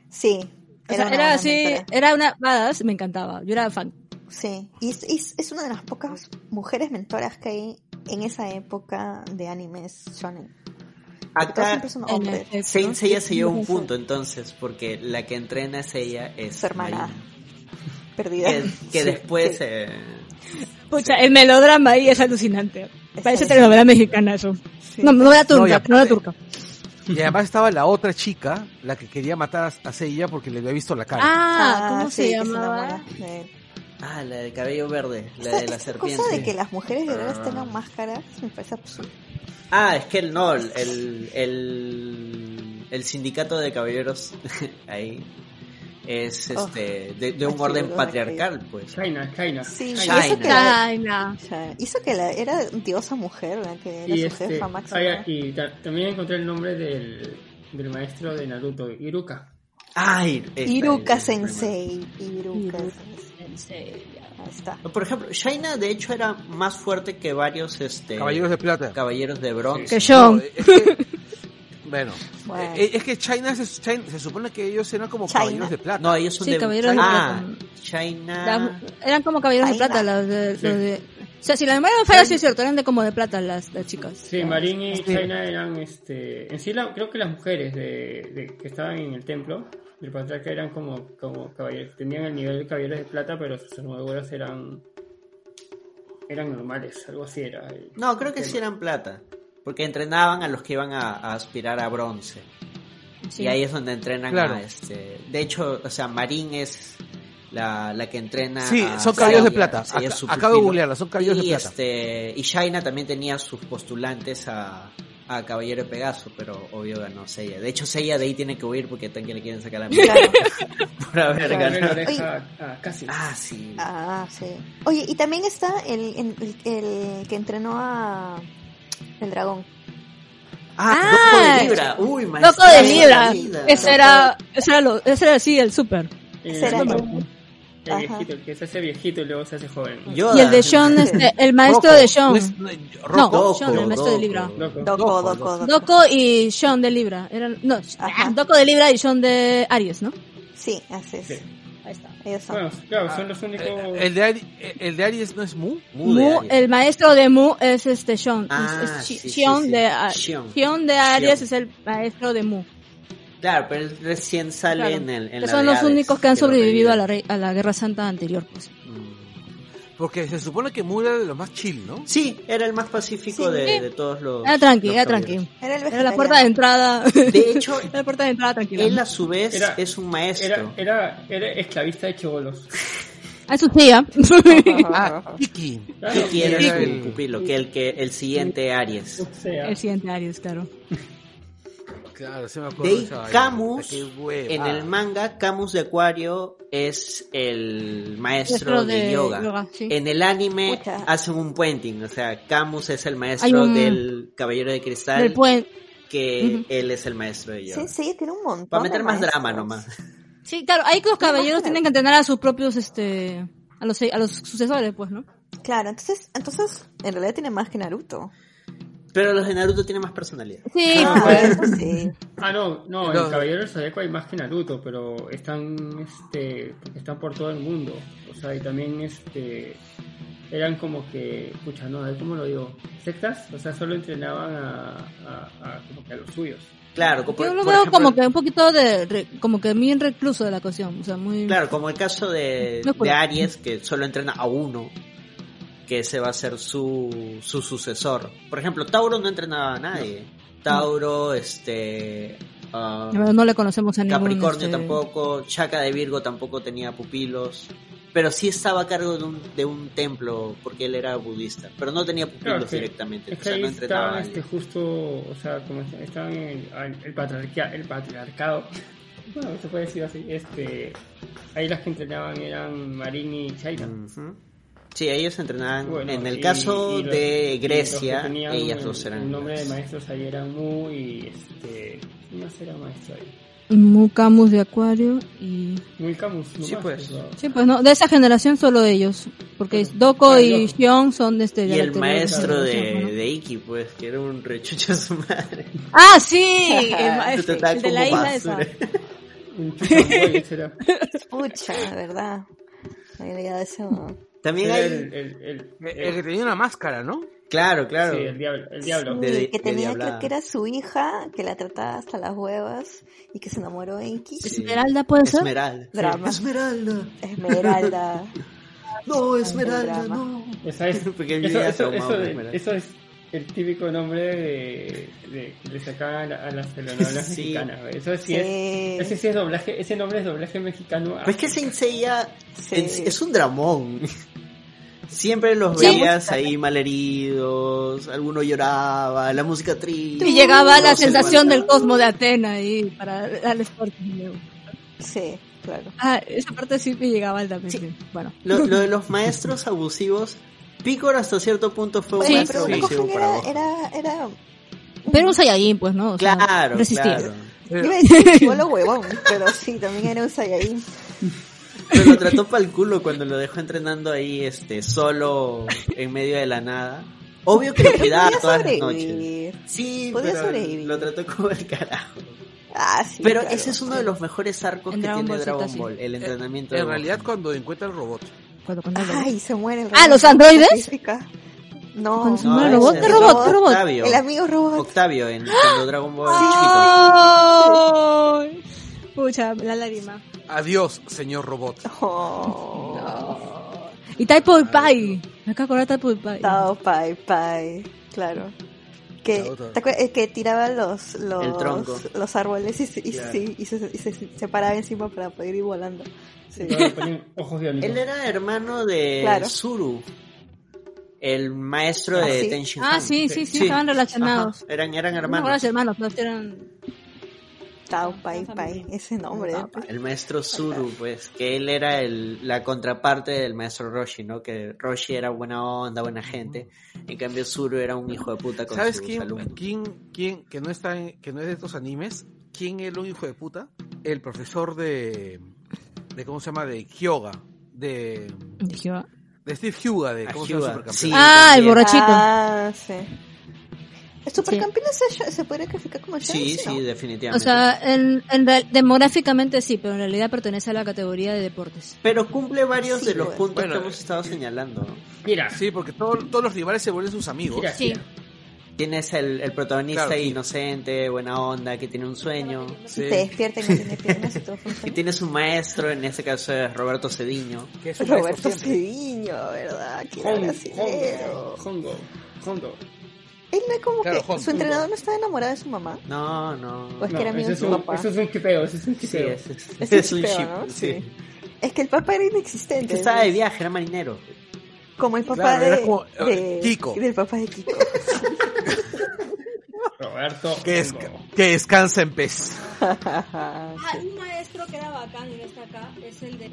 [SPEAKER 7] sí.
[SPEAKER 5] O sea,
[SPEAKER 7] una
[SPEAKER 5] era
[SPEAKER 7] buena
[SPEAKER 5] así,
[SPEAKER 7] mentora.
[SPEAKER 5] era una badass, me encantaba. Yo era fan.
[SPEAKER 7] Sí, y es, es- es una de las pocas mujeres mentoras que hay en esa época de animes shonen. Porque todos
[SPEAKER 3] Acá
[SPEAKER 7] siempre son
[SPEAKER 5] En
[SPEAKER 7] hombres.
[SPEAKER 5] el- ¿no?
[SPEAKER 3] Saint Seiya se lleva un
[SPEAKER 5] Ujú.
[SPEAKER 3] punto, entonces, porque la que entrena a Seiya es.
[SPEAKER 7] Su hermana.
[SPEAKER 3] Marina.
[SPEAKER 7] Perdidas.
[SPEAKER 3] Que, que
[SPEAKER 7] Sí,
[SPEAKER 3] después.
[SPEAKER 7] sí.
[SPEAKER 3] eh,
[SPEAKER 5] Pucha, el melodrama ahí es alucinante. Parece
[SPEAKER 7] alucinante.
[SPEAKER 5] telenovela mexicana eso.
[SPEAKER 7] Sí.
[SPEAKER 5] No, no era
[SPEAKER 4] No, y
[SPEAKER 5] turca,
[SPEAKER 4] aparte-
[SPEAKER 5] no era turca.
[SPEAKER 4] Y además estaba la otra chica, la que quería matar a Seiya porque le había visto la cara.
[SPEAKER 5] Ah, ¿cómo
[SPEAKER 7] sí,
[SPEAKER 5] se
[SPEAKER 7] que
[SPEAKER 5] llamaba?
[SPEAKER 7] enamora de él.
[SPEAKER 3] Ah, la del cabello verde, la
[SPEAKER 7] Esa-
[SPEAKER 3] de la
[SPEAKER 7] esa
[SPEAKER 3] serpiente.
[SPEAKER 7] cosa de que las mujeres de verdad
[SPEAKER 2] Ah.
[SPEAKER 7] tengan máscaras me parece absurdo.
[SPEAKER 3] Ah, es que el no, el, el, el- el sindicato de caballeros ahí es
[SPEAKER 7] Oh,
[SPEAKER 3] este de, de un
[SPEAKER 7] así
[SPEAKER 3] orden
[SPEAKER 7] lo
[SPEAKER 3] patriarcal, pues.
[SPEAKER 2] China, China.
[SPEAKER 7] Sí,
[SPEAKER 3] China.
[SPEAKER 7] y eso que, la,
[SPEAKER 5] Ay, no.
[SPEAKER 7] o sea, y eso que la- era diosa mujer, ¿verdad? que era
[SPEAKER 2] Y,
[SPEAKER 7] su
[SPEAKER 2] este,
[SPEAKER 7] jefa máxima.
[SPEAKER 2] ah, ya, y ta- también encontré el nombre del, del maestro de Naruto, Iruka.
[SPEAKER 3] Ay,
[SPEAKER 2] este,
[SPEAKER 3] esta
[SPEAKER 7] Iruka
[SPEAKER 3] es el problema.
[SPEAKER 7] Sensei,
[SPEAKER 5] Iruka.
[SPEAKER 7] Iruka Sensei. Ahí está.
[SPEAKER 3] No, Por ejemplo, Shaina de hecho era más fuerte que varios este
[SPEAKER 4] Caballeros de Plata.
[SPEAKER 3] caballeros de
[SPEAKER 5] Que
[SPEAKER 3] bronce.
[SPEAKER 4] No,
[SPEAKER 5] yo.
[SPEAKER 4] es que- bueno,
[SPEAKER 7] Bueno.
[SPEAKER 4] eh, es que China se, China- se supone que ellos eran como
[SPEAKER 7] China.
[SPEAKER 4] caballeros de plata.
[SPEAKER 3] No, ellos son
[SPEAKER 5] Sí,
[SPEAKER 3] de
[SPEAKER 5] caballeros de
[SPEAKER 3] Ah,
[SPEAKER 5] plata.
[SPEAKER 3] Shaina.
[SPEAKER 5] La- eran como caballeros de
[SPEAKER 7] Ahí va.
[SPEAKER 5] plata las de,
[SPEAKER 2] Sí.
[SPEAKER 5] los de- O sea, si la memoria no falla, sí es cierto, eran de como de plata las, las chicas.
[SPEAKER 2] Sí, Marín y
[SPEAKER 4] Sí.
[SPEAKER 2] China eran, este, en sí la- creo que las mujeres de, de- que estaban en el templo del patriarca eran como, como caballeros, tenían el nivel de caballeros de plata, pero sus armaduras eran, eran normales, algo así era. el-
[SPEAKER 3] No, creo que
[SPEAKER 2] el
[SPEAKER 3] sí
[SPEAKER 2] tema.
[SPEAKER 3] eran plata, porque entrenaban a los que iban a- a aspirar a bronce.
[SPEAKER 5] Sí.
[SPEAKER 3] Y ahí es donde entrenan
[SPEAKER 4] Claro.
[SPEAKER 3] a este. De hecho, o sea, Marín es la, la que entrena.
[SPEAKER 4] Sí,
[SPEAKER 3] a
[SPEAKER 4] son caballos de
[SPEAKER 3] Seiya.
[SPEAKER 4] plata.
[SPEAKER 3] Seiya es
[SPEAKER 4] Ac-
[SPEAKER 3] su
[SPEAKER 4] acabo de
[SPEAKER 3] pupilo.
[SPEAKER 4] googlearla, son caballos
[SPEAKER 3] y
[SPEAKER 4] de plata.
[SPEAKER 3] Este, y Shaina también tenía sus postulantes a, a Caballero de Pegaso, pero obvio ganó Seiya. De hecho, Seiya de ahí tiene que huir porque tan que le quieren sacar la mierda
[SPEAKER 7] Claro.
[SPEAKER 3] por haber
[SPEAKER 2] Claro,
[SPEAKER 3] ganado.
[SPEAKER 2] la oreja a Cassius.
[SPEAKER 3] Ah, sí.
[SPEAKER 7] Ah, sí. Oye, y también está el, el, el que entrenó a el dragón.
[SPEAKER 3] Ah,
[SPEAKER 5] Ah,
[SPEAKER 3] Loco de Libra. Uy,
[SPEAKER 5] Loco
[SPEAKER 3] maestro
[SPEAKER 5] de
[SPEAKER 7] Ay,
[SPEAKER 5] Libra.
[SPEAKER 7] vida.
[SPEAKER 5] Ese era, ese era, lo, ese era sí, el super.
[SPEAKER 2] Eh,
[SPEAKER 7] Será
[SPEAKER 2] el
[SPEAKER 7] el- Ajá.
[SPEAKER 2] viejito, que se hace viejito y luego se hace joven.
[SPEAKER 3] Yoda.
[SPEAKER 5] Y el de Sean, este, el maestro
[SPEAKER 4] Rocco,
[SPEAKER 5] de Sean.
[SPEAKER 4] no
[SPEAKER 3] pues,
[SPEAKER 4] es- no, Rocco.
[SPEAKER 5] No,
[SPEAKER 3] Doco,
[SPEAKER 5] Sean, el maestro de
[SPEAKER 3] Doco.
[SPEAKER 5] Libra.
[SPEAKER 2] Loco.
[SPEAKER 7] Doco, Doco, Doco.
[SPEAKER 5] Doco y Sean de Libra. Eran, no,
[SPEAKER 7] Ajá.
[SPEAKER 5] Doco de Libra y Sean de Aries, ¿no?
[SPEAKER 7] Sí, así es.
[SPEAKER 2] Sí.
[SPEAKER 5] Ahí está.
[SPEAKER 7] Ellos son.
[SPEAKER 2] Bueno, claro, son los únicos.
[SPEAKER 4] Eh, El de, Ari- eh, el de Aries no es Mu.
[SPEAKER 3] Mu de
[SPEAKER 5] Mu,
[SPEAKER 3] Aries.
[SPEAKER 5] el maestro de Mu es este Sean.
[SPEAKER 3] Ah,
[SPEAKER 5] es, es
[SPEAKER 3] sí,
[SPEAKER 5] Shi-
[SPEAKER 3] sí,
[SPEAKER 5] Shion
[SPEAKER 3] sí.
[SPEAKER 5] de A-
[SPEAKER 3] Shion.
[SPEAKER 5] Shion de Aries
[SPEAKER 3] Shion.
[SPEAKER 5] es el maestro de Mu.
[SPEAKER 3] Claro, pero él recién sale
[SPEAKER 5] Claro.
[SPEAKER 3] en el. en
[SPEAKER 5] que
[SPEAKER 3] la
[SPEAKER 5] son
[SPEAKER 3] de
[SPEAKER 5] los
[SPEAKER 3] Hades,
[SPEAKER 5] únicos que han
[SPEAKER 3] lo
[SPEAKER 5] sobrevivido a
[SPEAKER 3] reviven.
[SPEAKER 5] la, rey- a la Guerra Santa anterior. Pues.
[SPEAKER 4] Porque se supone que Mu era de los más chill, ¿no?
[SPEAKER 3] Sí, era el más pacífico
[SPEAKER 7] Sí.
[SPEAKER 3] de, de todos los.
[SPEAKER 5] Era tranqui,
[SPEAKER 3] los
[SPEAKER 5] era
[SPEAKER 3] caballeros.
[SPEAKER 5] tranqui.
[SPEAKER 7] Era el
[SPEAKER 5] Era la puerta de
[SPEAKER 7] vegetariano.
[SPEAKER 5] entrada.
[SPEAKER 3] De hecho,
[SPEAKER 5] era la puerta de entrada tranquila.
[SPEAKER 3] él a su vez
[SPEAKER 2] Era-
[SPEAKER 3] es un
[SPEAKER 2] Era,
[SPEAKER 3] maestro.
[SPEAKER 2] era, era esclavista de chivolos.
[SPEAKER 5] Ah, Eso sí, ¿ah?
[SPEAKER 4] Ah, Tiki.
[SPEAKER 2] Claro,
[SPEAKER 3] Que quiere
[SPEAKER 4] Era
[SPEAKER 3] su
[SPEAKER 4] el-
[SPEAKER 3] pupilo, que el, que el siguiente Aries.
[SPEAKER 2] o sea,
[SPEAKER 5] El siguiente Aries, claro.
[SPEAKER 4] Claro, se me acuerdo.
[SPEAKER 3] De ahí,
[SPEAKER 4] esa vaina.
[SPEAKER 3] Camus,
[SPEAKER 4] Qué hueva.
[SPEAKER 3] en el manga, Camus de Acuario es el maestro
[SPEAKER 5] Maestro
[SPEAKER 3] de,
[SPEAKER 5] de
[SPEAKER 3] yoga.
[SPEAKER 5] yoga, sí.
[SPEAKER 3] En el anime
[SPEAKER 7] Pucha.
[SPEAKER 3] hacen un puenting, o sea, Camus es el
[SPEAKER 5] Hay
[SPEAKER 3] maestro
[SPEAKER 5] un-
[SPEAKER 3] del Caballero de Cristal,
[SPEAKER 5] Del puente.
[SPEAKER 3] que
[SPEAKER 5] Ujú.
[SPEAKER 3] él es el maestro de yoga.
[SPEAKER 7] Sí, sí, tiene un montón.
[SPEAKER 3] Para meter
[SPEAKER 7] de
[SPEAKER 3] más
[SPEAKER 7] maestros.
[SPEAKER 3] drama nomás.
[SPEAKER 5] Sí, claro, ahí que los caballeros
[SPEAKER 7] imagínate.
[SPEAKER 5] tienen que entrenar a sus propios, este, a los, a los sucesores, pues, ¿no?
[SPEAKER 7] Claro, entonces, entonces en realidad tiene más que Naruto.
[SPEAKER 3] Pero los de Naruto tienen más personalidad.
[SPEAKER 5] Sí,
[SPEAKER 2] Ah,
[SPEAKER 5] pues.
[SPEAKER 2] bueno.
[SPEAKER 7] Eso sí.
[SPEAKER 2] Ah, no, no,
[SPEAKER 4] No.
[SPEAKER 2] en Caballero del Zodíaco hay más que Naruto, pero están, este, están por todo el mundo. O sea, y también, este, eran como que, escucha, no, a ver, ¿cómo lo digo? Sectas, o sea, solo entrenaban a, a- a- como que a los suyos.
[SPEAKER 3] Claro, como-
[SPEAKER 5] Yo lo
[SPEAKER 3] por
[SPEAKER 5] veo
[SPEAKER 3] ejemplo,
[SPEAKER 5] como que un poquito de, re- como que bien recluso de la cuestión, o sea, muy...
[SPEAKER 3] Claro, como el caso de,
[SPEAKER 5] No pues. es por-
[SPEAKER 3] de Aries, que solo entrena a uno, que ese va a ser su, su sucesor. Por ejemplo, Tauro no entrenaba a nadie. Tauro, este. ah,
[SPEAKER 5] La verdad, No le conocemos a ningún...
[SPEAKER 3] Capricornio
[SPEAKER 5] este,
[SPEAKER 3] tampoco. Chaca de Virgo tampoco tenía pupilos. Pero sí estaba a cargo de un, de un templo, porque él era budista. Pero no tenía pupilos
[SPEAKER 2] Claro, es que-
[SPEAKER 3] directamente.
[SPEAKER 2] Es
[SPEAKER 3] O
[SPEAKER 2] que
[SPEAKER 3] sea,
[SPEAKER 2] ahí
[SPEAKER 3] no entrenaba.
[SPEAKER 2] está
[SPEAKER 3] a
[SPEAKER 2] este,
[SPEAKER 3] alguien.
[SPEAKER 2] justo, o sea, como es- está en el, al- el, patriarca- el patriarcado, bueno, se puede decir así, este, ahí las que entrenaban eran Marín y Shaira.
[SPEAKER 3] Ujú. Mm. Sí, ellos entrenaban.
[SPEAKER 2] Bueno,
[SPEAKER 3] en el
[SPEAKER 2] y-
[SPEAKER 3] caso
[SPEAKER 2] y los-
[SPEAKER 3] de
[SPEAKER 2] y los que
[SPEAKER 3] Grecia,
[SPEAKER 2] tenían
[SPEAKER 3] ellas dos
[SPEAKER 2] el-
[SPEAKER 3] eran.
[SPEAKER 2] El nombre de
[SPEAKER 3] las-
[SPEAKER 2] maestros ahí era Mu y este, ¿quién más era maestro ahí?
[SPEAKER 5] Mucamus de Acuario y...
[SPEAKER 2] Muy Camus,
[SPEAKER 3] Sí, pues.
[SPEAKER 5] Sí, pues no, de esa generación solo ellos, porque es- Doko
[SPEAKER 2] Ah,
[SPEAKER 5] y
[SPEAKER 2] Doko.
[SPEAKER 5] Shion son de este...
[SPEAKER 3] Y
[SPEAKER 5] de la
[SPEAKER 3] el
[SPEAKER 5] anterior
[SPEAKER 3] maestro de,
[SPEAKER 5] generación, ¿no?
[SPEAKER 3] de Iki, pues, que era un rechucha a su madre.
[SPEAKER 5] Ah, sí, el, ma-
[SPEAKER 3] Te
[SPEAKER 5] este,
[SPEAKER 3] trataba
[SPEAKER 5] el de la
[SPEAKER 3] como
[SPEAKER 5] isla esa.
[SPEAKER 3] basura.
[SPEAKER 2] Un chupamuelle, será.
[SPEAKER 7] Pucha, de verdad. La idea de eso.
[SPEAKER 3] También
[SPEAKER 2] Era
[SPEAKER 3] hay.
[SPEAKER 2] el, el, el,
[SPEAKER 4] El, el Eh, que tenía una máscara, ¿no?
[SPEAKER 3] Claro, claro.
[SPEAKER 2] sí, el diablo. El diablo.
[SPEAKER 3] De-
[SPEAKER 7] Sí,
[SPEAKER 3] de
[SPEAKER 7] que tenía,
[SPEAKER 3] diablada.
[SPEAKER 7] creo que era su hija, que la trataba hasta las huevas y que se enamoró de Inky.
[SPEAKER 3] Sí.
[SPEAKER 5] Esmeralda puede ser.
[SPEAKER 3] Esmeralda.
[SPEAKER 7] Drama.
[SPEAKER 3] Esmeralda.
[SPEAKER 7] Esmeralda.
[SPEAKER 3] No,
[SPEAKER 7] Esmeralda, drama.
[SPEAKER 3] no.
[SPEAKER 2] Esa es-
[SPEAKER 3] Porque él
[SPEAKER 2] eso,
[SPEAKER 3] vivía
[SPEAKER 2] eso,
[SPEAKER 3] traumado
[SPEAKER 2] eso,
[SPEAKER 3] por
[SPEAKER 2] de-
[SPEAKER 3] Esmeralda.
[SPEAKER 2] eso es el típico nombre de, de, que le sacaban a, a las telenovelas
[SPEAKER 3] Sí.
[SPEAKER 2] mexicanas. güey. Eso sí, es.
[SPEAKER 7] Sí.
[SPEAKER 2] Ese sí es doblaje, ese nombre es doblaje mexicano. a-
[SPEAKER 3] Pues que Saint Seiya
[SPEAKER 7] Sí.
[SPEAKER 3] es, es un dramón. Siempre los
[SPEAKER 5] Sí.
[SPEAKER 3] veías ahí malheridos, alguno lloraba, la música triste.
[SPEAKER 5] Y llegaba la
[SPEAKER 3] no se
[SPEAKER 5] sensación del
[SPEAKER 3] levantaba.
[SPEAKER 5] cosmo de Atena ahí para darle fuerte.
[SPEAKER 7] Sí, claro.
[SPEAKER 5] Ah, esa parte sí me llegaba al también.
[SPEAKER 3] Sí.
[SPEAKER 5] sí. Bueno,
[SPEAKER 3] Lo, lo de los maestros abusivos, Picor hasta cierto punto fue un
[SPEAKER 7] Bueno,
[SPEAKER 3] maestro
[SPEAKER 7] pero
[SPEAKER 3] abusivo
[SPEAKER 7] Gohan
[SPEAKER 3] para
[SPEAKER 7] era,
[SPEAKER 3] vos.
[SPEAKER 7] era, era,
[SPEAKER 5] pero un Saiyajin, pues, ¿no? O sea,
[SPEAKER 3] Uh. Claro,
[SPEAKER 5] resistía.
[SPEAKER 3] claro.
[SPEAKER 7] iba a decir chivolo huevón, pero sí, también era un Saiyajin.
[SPEAKER 3] Pero lo trató pa'l culo cuando lo dejó entrenando ahí, este, solo en medio de la nada. Obvio que lo cuidaba
[SPEAKER 7] Podía
[SPEAKER 3] todas las noches.
[SPEAKER 7] sobrevivir.
[SPEAKER 3] Sí,
[SPEAKER 7] Podía
[SPEAKER 3] pero
[SPEAKER 7] sobrevivir.
[SPEAKER 3] lo trató como el carajo.
[SPEAKER 7] Ah, sí,
[SPEAKER 3] Pero
[SPEAKER 7] claro.
[SPEAKER 3] ese es uno de los mejores arcos
[SPEAKER 5] En
[SPEAKER 3] que
[SPEAKER 5] Dragon
[SPEAKER 3] tiene
[SPEAKER 5] Ball Z,
[SPEAKER 3] Dragon
[SPEAKER 5] sí.
[SPEAKER 3] Ball, el entrenamiento. de
[SPEAKER 4] En
[SPEAKER 3] Gohan.
[SPEAKER 4] realidad, cuando encuentra el robot.
[SPEAKER 5] Cuando con el robot.
[SPEAKER 7] Ay, se muere el
[SPEAKER 5] Ah, ¿los androides?
[SPEAKER 7] Sacrifica. No,
[SPEAKER 5] Con su No,
[SPEAKER 3] ese
[SPEAKER 5] robot,
[SPEAKER 3] es
[SPEAKER 5] ¿qué robot, qué robot?
[SPEAKER 3] Octavio,
[SPEAKER 7] El amigo robot.
[SPEAKER 3] Octavio en cuando Dragon Ball chiquito.
[SPEAKER 5] ¡Ay! Pucha, la lágrima.
[SPEAKER 4] Adiós, señor robot.
[SPEAKER 7] Oh,
[SPEAKER 5] Y Taipo y Pai. Me acabo de acordar de Taipo y Pai.
[SPEAKER 7] Tao Pai Pai, claro. Que,
[SPEAKER 4] La otra.
[SPEAKER 7] ¿te acuer- eh, que tiraba los, los,
[SPEAKER 3] El tronco.
[SPEAKER 7] los árboles y, se- y,
[SPEAKER 3] Claro.
[SPEAKER 7] sí, y se, y se- se paraba encima para poder ir volando. Sí.
[SPEAKER 2] Luego le ponían ojos diabólicos.
[SPEAKER 3] Él era hermano de
[SPEAKER 7] Claro.
[SPEAKER 3] Zuru, el maestro
[SPEAKER 7] Ah,
[SPEAKER 3] de
[SPEAKER 7] sí.
[SPEAKER 3] Tenshin.
[SPEAKER 5] Ah,
[SPEAKER 3] Han.
[SPEAKER 5] sí, sí, sí,
[SPEAKER 3] Sí.
[SPEAKER 5] estaban
[SPEAKER 3] Ajá,
[SPEAKER 5] relacionados.
[SPEAKER 3] Eran, eran
[SPEAKER 5] No me acuerdo de los
[SPEAKER 3] hermanos.
[SPEAKER 5] hermanos, pero eran...
[SPEAKER 7] Tao Pai Pai, ese nombre.
[SPEAKER 5] Tao Pai.
[SPEAKER 3] El maestro Zuru, pues, que él era el, la contraparte del maestro Roshi, ¿no? Que Roshi era buena onda, buena gente. En cambio, Zuru era un hijo de puta con
[SPEAKER 4] ¿Sabes
[SPEAKER 3] sus
[SPEAKER 4] quién,
[SPEAKER 3] alumnos.
[SPEAKER 4] quién, quién, que no está en- que no es de estos animes? ¿Quién es un hijo de puta? El profesor de, de ¿cómo se llama? De Kyoga, de,
[SPEAKER 5] Dije, ah.
[SPEAKER 4] de Steve Hyuga, de
[SPEAKER 3] Ah,
[SPEAKER 4] ¿cómo se llama?
[SPEAKER 3] Hyuga,
[SPEAKER 4] Supercampeón.
[SPEAKER 3] sí.
[SPEAKER 5] Ah, el
[SPEAKER 3] también.
[SPEAKER 5] borrachito.
[SPEAKER 7] Ah, sí. Supercampeones se, se podría clasificar como
[SPEAKER 3] Sí,
[SPEAKER 7] shonen,
[SPEAKER 3] sí,
[SPEAKER 7] ¿no?
[SPEAKER 3] definitivamente.
[SPEAKER 5] O sea, en, en real- demográficamente sí, pero en realidad pertenece a la categoría de deportes.
[SPEAKER 3] Pero cumple varios
[SPEAKER 7] Sí,
[SPEAKER 3] de los
[SPEAKER 7] pues.
[SPEAKER 3] puntos
[SPEAKER 4] Bueno, eh,
[SPEAKER 3] que hemos estado señalando. ¿no?
[SPEAKER 2] Mira,
[SPEAKER 4] Sí, porque todo- todos los rivales se vuelven sus amigos.
[SPEAKER 2] mira,
[SPEAKER 5] Sí.
[SPEAKER 2] mira.
[SPEAKER 3] Tienes el, el protagonista
[SPEAKER 4] Claro, sí.
[SPEAKER 3] inocente, buena onda, que tiene un sueño.
[SPEAKER 4] Sí,
[SPEAKER 7] Y te despierta y no tiene piernas y todo
[SPEAKER 3] Y
[SPEAKER 7] funciona.
[SPEAKER 3] tienes un maestro, en este caso es Roberto Cediño.
[SPEAKER 4] que es un
[SPEAKER 7] Roberto
[SPEAKER 4] maestro siempre.
[SPEAKER 7] Cediño, ¿verdad? Que era
[SPEAKER 2] Hongo,
[SPEAKER 7] brasilero.
[SPEAKER 2] Hongo, Hongo, Hongo.
[SPEAKER 7] Él no es como
[SPEAKER 4] Claro,
[SPEAKER 7] que
[SPEAKER 4] Hongo.
[SPEAKER 7] su entrenador no estaba enamorado de su mamá.
[SPEAKER 3] No, no.
[SPEAKER 7] Pues que
[SPEAKER 2] No,
[SPEAKER 7] era
[SPEAKER 2] eso
[SPEAKER 7] amigo de
[SPEAKER 2] es
[SPEAKER 7] su
[SPEAKER 2] un-
[SPEAKER 7] papá.
[SPEAKER 2] Eso es un chipeo, eso es un
[SPEAKER 3] Sí,
[SPEAKER 2] chipeo.
[SPEAKER 3] es, es-
[SPEAKER 7] Es
[SPEAKER 3] es
[SPEAKER 7] un
[SPEAKER 3] un
[SPEAKER 7] chipeo,
[SPEAKER 3] ship.
[SPEAKER 7] ¿no?
[SPEAKER 3] sí.
[SPEAKER 7] Sí. Es que el papá era
[SPEAKER 3] Es
[SPEAKER 7] inexistente.
[SPEAKER 3] que estaba de
[SPEAKER 7] ¿no?
[SPEAKER 3] viaje, era marinero.
[SPEAKER 7] Como el papá
[SPEAKER 4] Claro, era
[SPEAKER 7] de,
[SPEAKER 4] como, eh,
[SPEAKER 7] de-
[SPEAKER 4] Kiko.
[SPEAKER 7] Del papá de Kiko.
[SPEAKER 2] Roberto
[SPEAKER 4] Que, es-
[SPEAKER 2] Hongo.
[SPEAKER 4] que descansa en pez.
[SPEAKER 5] Ah, un maestro que era bacán y no está acá es el de...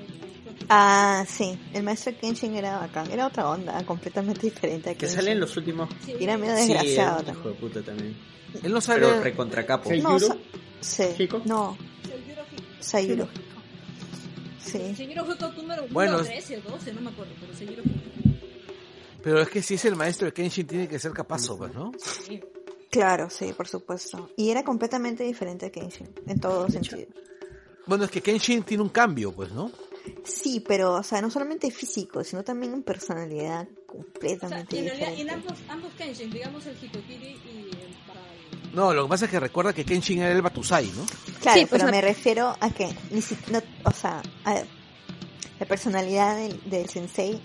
[SPEAKER 7] ah, sí. El maestro Kenshin era bacán. Era otra onda, completamente diferente a
[SPEAKER 3] Que
[SPEAKER 7] Kenshin.
[SPEAKER 3] sale en los últimos.
[SPEAKER 7] Era medio
[SPEAKER 3] Sí, era
[SPEAKER 7] desgraciado
[SPEAKER 3] un hijo de puta también.
[SPEAKER 4] Él
[SPEAKER 3] Pero
[SPEAKER 4] no sale.
[SPEAKER 3] recontracapo.
[SPEAKER 2] Sí.
[SPEAKER 7] también. No,
[SPEAKER 2] ¿Sayuro?
[SPEAKER 7] sa- sí.
[SPEAKER 2] ¿Kiko?
[SPEAKER 7] No, Sayuro. Sí.
[SPEAKER 5] Señor número
[SPEAKER 4] Bueno, es-
[SPEAKER 5] 13 o 12, no me acuerdo, pero señor
[SPEAKER 4] Pero es que si es el maestro de Kenshin, tiene que ser capaz, pues, ¿no?
[SPEAKER 7] Claro, sí, por supuesto. Y era completamente diferente a Kenshin, en todo sentido.
[SPEAKER 4] Bueno, es que Kenshin tiene un cambio, pues, ¿no?
[SPEAKER 7] Sí, pero, o sea, no solamente físico, sino también en personalidad completamente diferente.
[SPEAKER 5] ambos Kenshin, digamos el Hitokiri y el para...
[SPEAKER 4] No, lo que pasa es que recuerda que Kenshin era el Batusai, ¿no?
[SPEAKER 7] Claro,
[SPEAKER 5] Sí, pues,
[SPEAKER 7] pero
[SPEAKER 5] no-
[SPEAKER 7] me refiero a que, ni si- no- o sea, a- la personalidad del, del sensei,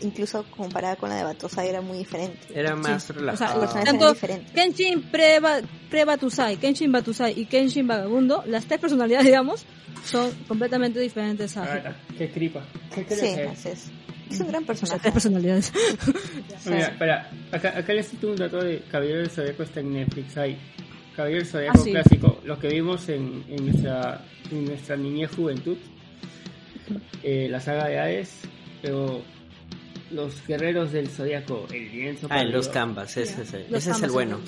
[SPEAKER 7] incluso comparada con la de Batosai, era muy diferente.
[SPEAKER 3] Era más
[SPEAKER 7] Los
[SPEAKER 3] relajado.
[SPEAKER 7] personajes
[SPEAKER 5] Tanto-
[SPEAKER 7] eran diferentes.
[SPEAKER 5] Kenshin pre-ba- pre-Batusai, Kenshin Batusai y Kenshin Vagabundo, las tres personalidades, digamos, son completamente diferentes a...
[SPEAKER 2] Ah, qué cripa. ¿Qué crees
[SPEAKER 7] Sí,
[SPEAKER 2] que es?
[SPEAKER 7] así es. Es un gran
[SPEAKER 5] O sea,
[SPEAKER 7] personaje.
[SPEAKER 5] tres personalidades.
[SPEAKER 7] Sí.
[SPEAKER 2] Mira, espera, acá, acá les cito un dato de Caballero del Zodíaco está en Netflix ahí. Caballero del Zodíaco
[SPEAKER 5] Ah, sí.
[SPEAKER 2] clásico, lo que vimos en, en nuestra, en nuestra niñez juventud, Eh, la saga de Hades, luego los guerreros del Zodíaco, el lienzo
[SPEAKER 3] Ah, en
[SPEAKER 2] perdido,
[SPEAKER 3] los canvas, ese es el,
[SPEAKER 5] Los
[SPEAKER 3] ese es el
[SPEAKER 5] canvas,
[SPEAKER 3] bueno.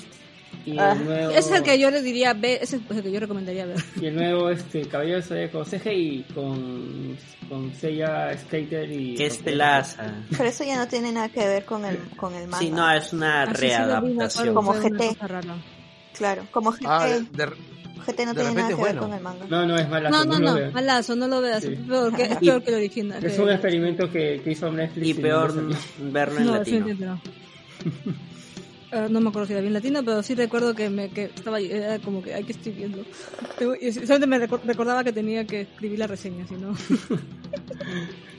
[SPEAKER 2] y el
[SPEAKER 7] Ah,
[SPEAKER 2] nuevo,
[SPEAKER 5] Ese es el que yo le diría ve, ese es el que yo recomendaría ver.
[SPEAKER 2] y el nuevo este Caballero del Zodíaco CGI con con Seiya Skater y
[SPEAKER 3] Que es pelaza.
[SPEAKER 7] Pero eso ya no tiene nada que ver con el, con el manga.
[SPEAKER 3] Sí, no, es una
[SPEAKER 5] Así sí lo vi, me acuerdo,
[SPEAKER 3] readaptación.
[SPEAKER 7] Como
[SPEAKER 5] fue una
[SPEAKER 7] GT.
[SPEAKER 5] cosa rara.
[SPEAKER 7] Claro, como GT,
[SPEAKER 4] Ah, de- de-
[SPEAKER 7] GT no
[SPEAKER 4] de
[SPEAKER 7] tiene
[SPEAKER 4] repente
[SPEAKER 7] nada que
[SPEAKER 4] es
[SPEAKER 7] ver
[SPEAKER 4] bueno.
[SPEAKER 7] con el manga.
[SPEAKER 2] No, no es mala.
[SPEAKER 5] No, no,
[SPEAKER 2] lo
[SPEAKER 5] no,
[SPEAKER 2] vean.
[SPEAKER 5] malazo, no lo veas.
[SPEAKER 2] Sí.
[SPEAKER 5] Es peor que, es
[SPEAKER 7] Y-
[SPEAKER 5] peor que el original. eh.
[SPEAKER 2] Es
[SPEAKER 5] que-
[SPEAKER 2] un experimento que, que hizo Netflix
[SPEAKER 3] Y peor
[SPEAKER 2] no salió.
[SPEAKER 3] verlo en
[SPEAKER 5] no,
[SPEAKER 3] latino.
[SPEAKER 5] definitivamente no. Eh, no me acuerdo si era bien latino, pero sí recuerdo que, me, que estaba era como que, ay, que estoy viendo. Tengo- y solamente me recor- recordaba que tenía que escribir la reseña, si no.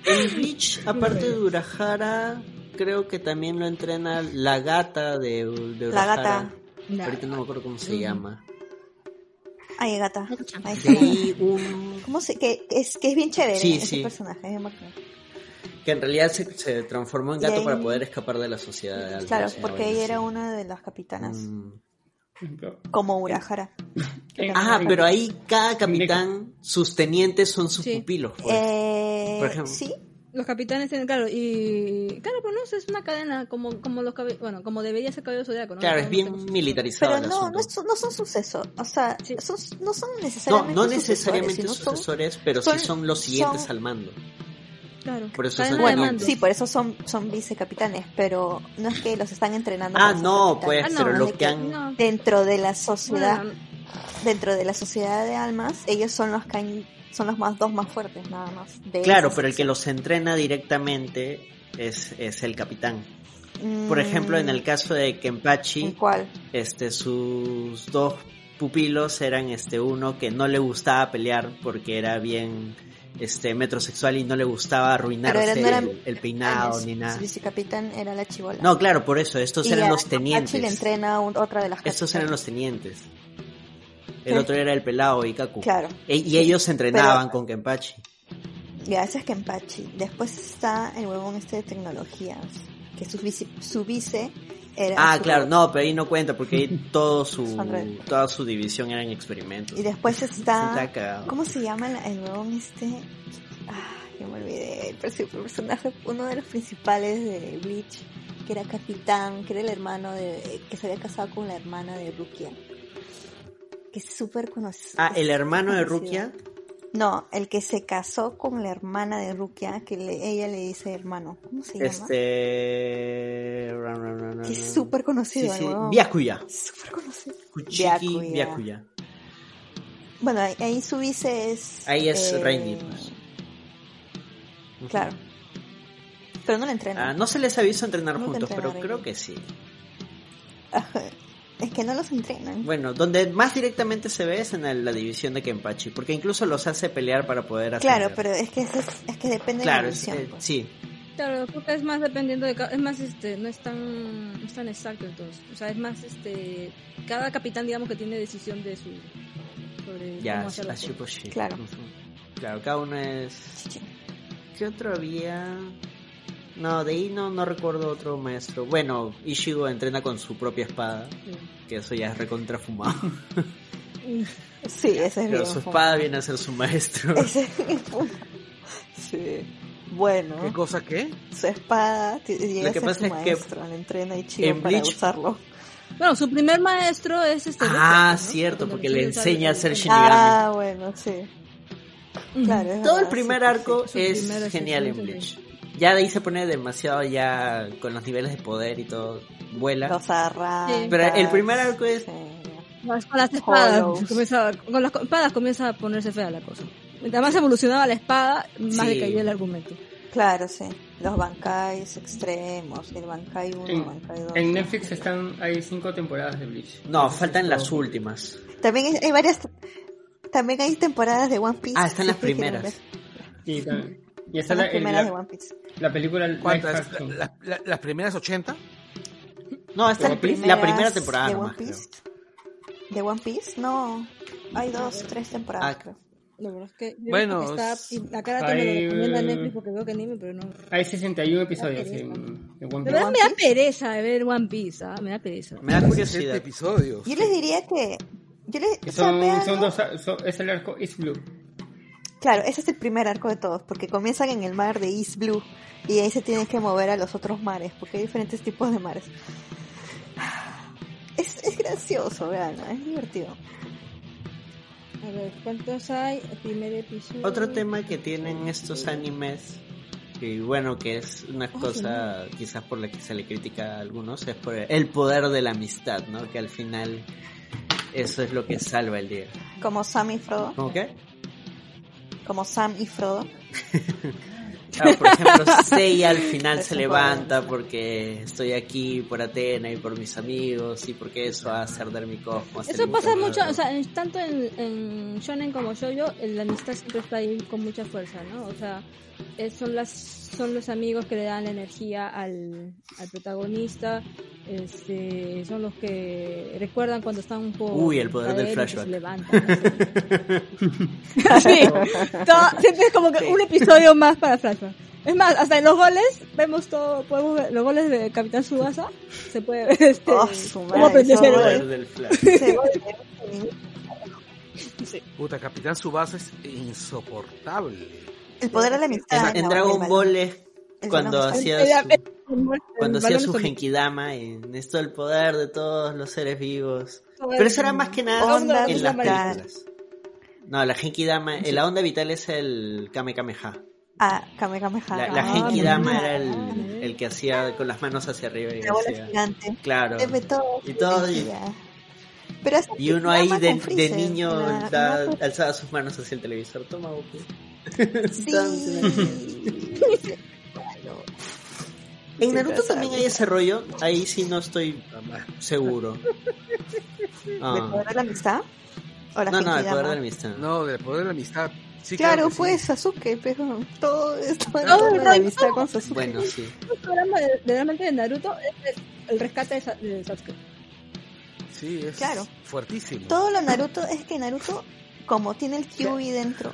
[SPEAKER 3] En Bleach, aparte de Urahara, creo que también lo entrena la gata de, de
[SPEAKER 7] La Mm.
[SPEAKER 3] Urahara.
[SPEAKER 7] gata.
[SPEAKER 5] Nah.
[SPEAKER 3] Ahorita no me acuerdo cómo se llama.
[SPEAKER 7] Ay, gata. Ahí
[SPEAKER 3] De
[SPEAKER 7] está.
[SPEAKER 3] ahí un...
[SPEAKER 7] ¿Cómo se, que, que es, que es bien chévere
[SPEAKER 3] Sí,
[SPEAKER 7] ese
[SPEAKER 3] sí.
[SPEAKER 7] personaje, es emocionante.
[SPEAKER 3] Que en realidad se, se transformó en
[SPEAKER 7] Y
[SPEAKER 3] gato
[SPEAKER 7] ahí-
[SPEAKER 3] para poder escapar de la sociedad. de algo,
[SPEAKER 7] Claro,
[SPEAKER 3] o sea,
[SPEAKER 7] porque ella era
[SPEAKER 3] buenísimo.
[SPEAKER 7] una de las capitanas,
[SPEAKER 3] Mm.
[SPEAKER 7] como Urahara.
[SPEAKER 2] En-
[SPEAKER 3] Ah,
[SPEAKER 2] en-
[SPEAKER 3] pero ahí cada capitán, sus tenientes son sus
[SPEAKER 5] Sí.
[SPEAKER 3] pupilos. pues.
[SPEAKER 7] Eh,
[SPEAKER 3] Por ejemplo.
[SPEAKER 7] sí,
[SPEAKER 5] Los capitanes tienen, claro, y. Claro, pero no sé, es una cadena como, como los cabe- Bueno, como debería ser cabello zodiaco, ¿no?
[SPEAKER 3] claro,
[SPEAKER 5] No
[SPEAKER 3] es
[SPEAKER 5] tenemos-
[SPEAKER 3] bien militarizado
[SPEAKER 7] pero
[SPEAKER 3] el
[SPEAKER 7] no, no,
[SPEAKER 3] asunto.
[SPEAKER 7] son- no son sucesos. O sea,
[SPEAKER 5] Sí.
[SPEAKER 7] son- no son
[SPEAKER 3] No,
[SPEAKER 7] necesariamente
[SPEAKER 3] no
[SPEAKER 7] sucesores,
[SPEAKER 3] necesariamente
[SPEAKER 7] sino
[SPEAKER 3] sucesores,
[SPEAKER 7] son-
[SPEAKER 3] pero
[SPEAKER 7] son-
[SPEAKER 3] sí son los siguientes
[SPEAKER 7] son-
[SPEAKER 3] al mando.
[SPEAKER 5] Claro.
[SPEAKER 3] Por eso
[SPEAKER 5] cadena
[SPEAKER 3] son
[SPEAKER 5] de
[SPEAKER 7] Bueno,
[SPEAKER 5] mandos.
[SPEAKER 7] sí, por eso son, son vicecapitanes, pero no es que los están entrenando.
[SPEAKER 3] Ah,
[SPEAKER 7] para ser
[SPEAKER 3] no,
[SPEAKER 7] capitanes.
[SPEAKER 3] pues,
[SPEAKER 5] Ah, no,
[SPEAKER 3] pero lo
[SPEAKER 7] de
[SPEAKER 3] que
[SPEAKER 7] que-
[SPEAKER 3] han...
[SPEAKER 5] No.
[SPEAKER 7] Dentro de la sociedad,
[SPEAKER 5] Bueno,
[SPEAKER 7] dentro de la sociedad de almas, ellos son los que han- son los más dos más fuertes, nada más. de
[SPEAKER 3] Claro,
[SPEAKER 7] esa
[SPEAKER 3] pero el que
[SPEAKER 7] sección.
[SPEAKER 3] los entrena directamente es, es el capitán. Por
[SPEAKER 7] Mm,
[SPEAKER 3] ejemplo, en el caso de
[SPEAKER 7] ¿en
[SPEAKER 3] Kenpachi,
[SPEAKER 7] cuál?
[SPEAKER 3] este, sus dos pupilos eran este uno que no le gustaba pelear porque era bien este metrosexual y no le gustaba arruinarse
[SPEAKER 7] Pero era- no
[SPEAKER 3] el,
[SPEAKER 7] era-
[SPEAKER 3] el peinado
[SPEAKER 7] Ah,
[SPEAKER 3] ni
[SPEAKER 7] su-
[SPEAKER 3] nada.
[SPEAKER 7] Su vicecapitán era la chivola.
[SPEAKER 3] No, claro, por eso, estos
[SPEAKER 7] Y
[SPEAKER 3] eran
[SPEAKER 7] a
[SPEAKER 3] los
[SPEAKER 7] Kachi le
[SPEAKER 3] tenientes.
[SPEAKER 7] entrena un- otra de las
[SPEAKER 3] Estos eran los
[SPEAKER 7] capitanas.
[SPEAKER 3] tenientes. El
[SPEAKER 7] Claro.
[SPEAKER 3] otro era el pelado y Kaku.
[SPEAKER 7] Claro,
[SPEAKER 3] E- y ellos se entrenaban con Kenpachi.
[SPEAKER 7] ya ese es Kenpachi. Después está el huevón este de tecnologías, que su vice, su vice era...
[SPEAKER 3] Ah,
[SPEAKER 7] su-
[SPEAKER 3] claro, no, pero ahí no cuenta porque ahí todo su,
[SPEAKER 7] Android.
[SPEAKER 3] toda su división eran experimentos.
[SPEAKER 7] Y después
[SPEAKER 3] Está
[SPEAKER 7] está...
[SPEAKER 3] cagado.
[SPEAKER 7] ¿Cómo se llama el, el huevón este? Ah, yo me olvidé. El perso- el personaje, uno de los principales de Bleach, que era capitán, que era el hermano de... que se había casado con la hermana de Rukia. Que es súper conocido.
[SPEAKER 3] Ah, el hermano de Rukia.
[SPEAKER 7] No, el que se casó con la hermana de Rukia, que le- ella le dice hermano. ¿Cómo se llama?
[SPEAKER 3] Este. ra, ra, ra, ra,
[SPEAKER 7] Que es
[SPEAKER 3] ra.
[SPEAKER 7] súper
[SPEAKER 3] Sí,
[SPEAKER 7] conocido,
[SPEAKER 3] sí.
[SPEAKER 7] el huevón.
[SPEAKER 3] Byakuya.
[SPEAKER 7] Súper conocido.
[SPEAKER 3] Kuchiki
[SPEAKER 7] Byakuya.
[SPEAKER 3] Byakuya.
[SPEAKER 7] Bueno, ahí, ahí su vice es. eh,
[SPEAKER 3] Ahí es Reini, pues.
[SPEAKER 7] Claro. Pero no la entrena.
[SPEAKER 3] Ah, no se les ha visto entrenar
[SPEAKER 7] Nunca
[SPEAKER 3] juntos, pero
[SPEAKER 7] entrenaron.
[SPEAKER 3] creo que sí.
[SPEAKER 7] Ajá. Es que no los entrenan.
[SPEAKER 3] Ah. Bueno, donde más directamente se ve es en el- la división de Kenpachi, porque incluso los hace pelear para poder hacer.
[SPEAKER 7] claro, pero es que, ese es, es que depende de
[SPEAKER 3] Claro,
[SPEAKER 7] la
[SPEAKER 3] es-
[SPEAKER 7] misión.
[SPEAKER 3] eh,
[SPEAKER 7] pues.
[SPEAKER 3] sí.
[SPEAKER 5] Claro, creo que es más dependiendo de ca- es más este, no es tan, no es tan exacto entonces, o sea, es más este, cada capitán digamos que tiene decisión de su sobre
[SPEAKER 3] Ya,
[SPEAKER 5] cómo hacer las
[SPEAKER 3] así
[SPEAKER 5] cosas.
[SPEAKER 3] pues sí.
[SPEAKER 7] Claro.
[SPEAKER 3] Ujú. Claro, cada uno es.
[SPEAKER 7] Chichi.
[SPEAKER 3] ¿Qué otro había? No, de ahí no, no recuerdo otro maestro. Bueno, Ishigo entrena con su propia espada, que eso ya es recontrafumado.
[SPEAKER 7] Sí, ese es
[SPEAKER 3] Pero
[SPEAKER 7] bien
[SPEAKER 3] su
[SPEAKER 7] fun.
[SPEAKER 3] espada viene a ser su maestro.
[SPEAKER 7] Ese es bien fun. Sí. Bueno,
[SPEAKER 4] ¿Qué cosa qué?
[SPEAKER 7] su espada t- llega
[SPEAKER 3] Lo que
[SPEAKER 7] a ser
[SPEAKER 3] pasa
[SPEAKER 7] su
[SPEAKER 3] es que
[SPEAKER 7] maestro, la entrena y chido
[SPEAKER 3] en
[SPEAKER 7] para
[SPEAKER 3] Bleach-
[SPEAKER 7] usarlo.
[SPEAKER 5] Bueno, su primer maestro es este
[SPEAKER 3] Ah,
[SPEAKER 5] Rukia, ¿no?
[SPEAKER 3] cierto,
[SPEAKER 5] Cuando
[SPEAKER 3] porque le enseña a
[SPEAKER 5] enseña usar el-
[SPEAKER 3] hacer
[SPEAKER 5] el-
[SPEAKER 3] shinigami.
[SPEAKER 7] Ah, bueno, sí.
[SPEAKER 5] Ujú.
[SPEAKER 7] Claro, es
[SPEAKER 3] Todo el
[SPEAKER 7] verdad,
[SPEAKER 3] primer
[SPEAKER 7] sí,
[SPEAKER 3] arco
[SPEAKER 5] sí, su
[SPEAKER 3] es
[SPEAKER 5] primera
[SPEAKER 3] genial en
[SPEAKER 5] sesión,
[SPEAKER 3] Bleach. Ya de ahí se pone demasiado ya con los niveles de poder y todo. Vuela.
[SPEAKER 7] Los arrancas.
[SPEAKER 5] Sí.
[SPEAKER 3] Pero el primer arco es-
[SPEAKER 7] sí.
[SPEAKER 5] Las- con las espadas
[SPEAKER 7] Hollows.
[SPEAKER 5] comienza- con las co- espadas comienza a ponerse fea la cosa. Mientras más evolucionaba la espada, más
[SPEAKER 3] Sí.
[SPEAKER 5] decaía el argumento.
[SPEAKER 7] Claro, sí. Los bancais extremos. El bancay 1,
[SPEAKER 2] En-
[SPEAKER 7] bancay 2.
[SPEAKER 2] En Netflix están hay cinco temporadas de Bleach.
[SPEAKER 3] No,
[SPEAKER 2] sé
[SPEAKER 3] faltan
[SPEAKER 2] si
[SPEAKER 3] las
[SPEAKER 2] todo-
[SPEAKER 3] últimas.
[SPEAKER 7] También hay, hay varias. También hay temporadas de One Piece.
[SPEAKER 3] Ah, están
[SPEAKER 7] si
[SPEAKER 3] las
[SPEAKER 7] es que quieren
[SPEAKER 3] primeras.
[SPEAKER 7] ver.
[SPEAKER 2] Y, también- y está
[SPEAKER 7] Están
[SPEAKER 2] la,
[SPEAKER 7] las
[SPEAKER 2] el-
[SPEAKER 7] primeras de
[SPEAKER 2] la,
[SPEAKER 7] One Piece.
[SPEAKER 2] la película Life
[SPEAKER 4] ¿Cuántas?
[SPEAKER 2] Action.
[SPEAKER 4] La- la- ¿Las primeras 80?
[SPEAKER 3] No, está
[SPEAKER 2] One
[SPEAKER 3] el
[SPEAKER 2] Piece?
[SPEAKER 3] pri- la primera
[SPEAKER 7] Primeras
[SPEAKER 3] temporada
[SPEAKER 7] de One
[SPEAKER 3] nomás. creo.
[SPEAKER 7] Piece. ¿De One Piece? No. Hay dos, tres temporadas.
[SPEAKER 3] Ah,
[SPEAKER 7] creo.
[SPEAKER 5] La verdad es que. yo
[SPEAKER 4] Bueno,
[SPEAKER 5] creo que está-
[SPEAKER 4] es-
[SPEAKER 5] y acá ahora me
[SPEAKER 2] ahí,
[SPEAKER 5] lo recomienda
[SPEAKER 2] eh,
[SPEAKER 5] Netflix porque veo que anime, pero no.
[SPEAKER 2] Hay 61 episodios
[SPEAKER 5] pereza.
[SPEAKER 2] en, en One
[SPEAKER 5] De
[SPEAKER 2] Piece.
[SPEAKER 5] verdad me da pereza de ver One Piece, ¿ah? Me da pereza.
[SPEAKER 3] Me da
[SPEAKER 4] Siete
[SPEAKER 3] curiosidad.
[SPEAKER 4] episodios.
[SPEAKER 7] Yo les diría que. Yo les,
[SPEAKER 2] Que
[SPEAKER 7] o sea,
[SPEAKER 2] Son,
[SPEAKER 7] vean-
[SPEAKER 2] son dos, son- es el arco East Blue.
[SPEAKER 7] Claro, ese es el primer arco de todos, porque comienzan en el mar de East Blue y ahí se tienen que mover a los otros mares, porque hay diferentes tipos de mares. Es, es gracioso, vean, es divertido.
[SPEAKER 5] A ver, ¿cuántos hay? El primer episodio.
[SPEAKER 3] Otro tema que tienen estos animes, y bueno, que es una
[SPEAKER 5] Oh,
[SPEAKER 3] cosa quizás por la que se le critica a algunos, es por el poder de la amistad, ¿no? Que al final eso es lo que salva el día.
[SPEAKER 7] Como Sam y Frodo,
[SPEAKER 3] ¿Cómo qué?
[SPEAKER 7] como Sam y Frodo.
[SPEAKER 3] Claro, Ah, por ejemplo, Seiya al final
[SPEAKER 7] Es
[SPEAKER 3] se
[SPEAKER 7] un
[SPEAKER 3] levanta porque estoy aquí por Atena y por mis amigos y porque eso hace arder mi cosmos.
[SPEAKER 5] Eso
[SPEAKER 3] el
[SPEAKER 5] pasa
[SPEAKER 3] mundo.
[SPEAKER 5] mucho, o sea, en- tanto en, en Shonen como Shoujo, la amistad siempre está ahí con mucha fuerza, ¿no? O sea, es- son, las, son los amigos que le dan la energía al, al protagonista, este, son los que recuerdan cuando están un poco...
[SPEAKER 3] Uy, el poder del
[SPEAKER 5] Se
[SPEAKER 3] flashback.
[SPEAKER 5] levantan. ¿no? Así, todo- siempre es como que un episodio más para flashback. Es más, hasta en los goles vemos todo, podemos ver los goles de Capitán Subasa, se puede ver este,
[SPEAKER 3] Ah,
[SPEAKER 7] Oh, su madre,
[SPEAKER 5] cómo aprendió a ser
[SPEAKER 7] esos
[SPEAKER 5] héroe.
[SPEAKER 3] Poder del flash.
[SPEAKER 7] Se vuelve-
[SPEAKER 4] Puta, Capitán Subasa es insoportable.
[SPEAKER 7] el poder de la amistad.
[SPEAKER 3] En,
[SPEAKER 5] Ah,
[SPEAKER 7] ¿no?
[SPEAKER 3] en
[SPEAKER 7] El
[SPEAKER 3] Dragon
[SPEAKER 7] valor-
[SPEAKER 3] Ball es
[SPEAKER 7] el
[SPEAKER 3] cuando
[SPEAKER 7] valor-
[SPEAKER 3] hacía
[SPEAKER 5] El-
[SPEAKER 3] su-
[SPEAKER 5] el- el-
[SPEAKER 3] cuando
[SPEAKER 5] el
[SPEAKER 3] hacía
[SPEAKER 5] balón
[SPEAKER 3] su
[SPEAKER 5] sónico.
[SPEAKER 3] Genkidama en esto el poder de todos los seres vivos. Pero eso era más que nada
[SPEAKER 7] Onda
[SPEAKER 3] en las
[SPEAKER 7] vital.
[SPEAKER 3] películas. No, la Genkidama, eh, la onda vital es el Kame Kameha.
[SPEAKER 7] Ah, Kamehameha.
[SPEAKER 3] La, la
[SPEAKER 5] Ah,
[SPEAKER 3] Genkidama
[SPEAKER 5] mira.
[SPEAKER 3] era el, el que hacía con las manos hacia arriba y
[SPEAKER 7] La bola
[SPEAKER 3] hacía-
[SPEAKER 7] gigante.
[SPEAKER 3] Claro.
[SPEAKER 7] Deme todo.
[SPEAKER 3] Y todo-
[SPEAKER 7] Ya. Pero esa
[SPEAKER 3] Y uno
[SPEAKER 7] nada
[SPEAKER 3] ahí
[SPEAKER 7] más
[SPEAKER 3] de,
[SPEAKER 7] con
[SPEAKER 3] de
[SPEAKER 7] Freezer,
[SPEAKER 3] niño
[SPEAKER 7] la-
[SPEAKER 3] da-
[SPEAKER 7] nada más
[SPEAKER 3] alzaba sus manos hacia el televisor. Toma, Goku.
[SPEAKER 7] Sí. Claro.
[SPEAKER 3] En
[SPEAKER 7] Sí,
[SPEAKER 3] Naruto
[SPEAKER 7] pasa
[SPEAKER 3] también
[SPEAKER 7] algo.
[SPEAKER 3] hay ese rollo. Ahí sí no estoy ah, seguro.
[SPEAKER 7] ¿De
[SPEAKER 3] Ah.
[SPEAKER 7] poder de la amistad? ¿O la
[SPEAKER 3] No, no, el
[SPEAKER 7] genkidama?
[SPEAKER 3] poder de la amistad.
[SPEAKER 4] No, del poder de la amistad. Sí,
[SPEAKER 7] Claro,
[SPEAKER 4] que sí.
[SPEAKER 7] pues Sasuke, pero todo esto todo
[SPEAKER 5] No,
[SPEAKER 7] de
[SPEAKER 5] no,
[SPEAKER 7] la amistad con Sasuke.
[SPEAKER 3] Bueno, sí.
[SPEAKER 5] El programa de, de realmente de Naruto es el, el rescate de, Sa- de Sasuke.
[SPEAKER 4] Sí, es
[SPEAKER 7] Claro.
[SPEAKER 4] fuertísimo.
[SPEAKER 7] Todo lo Naruto es que Naruto, como tiene el Kyuubi dentro,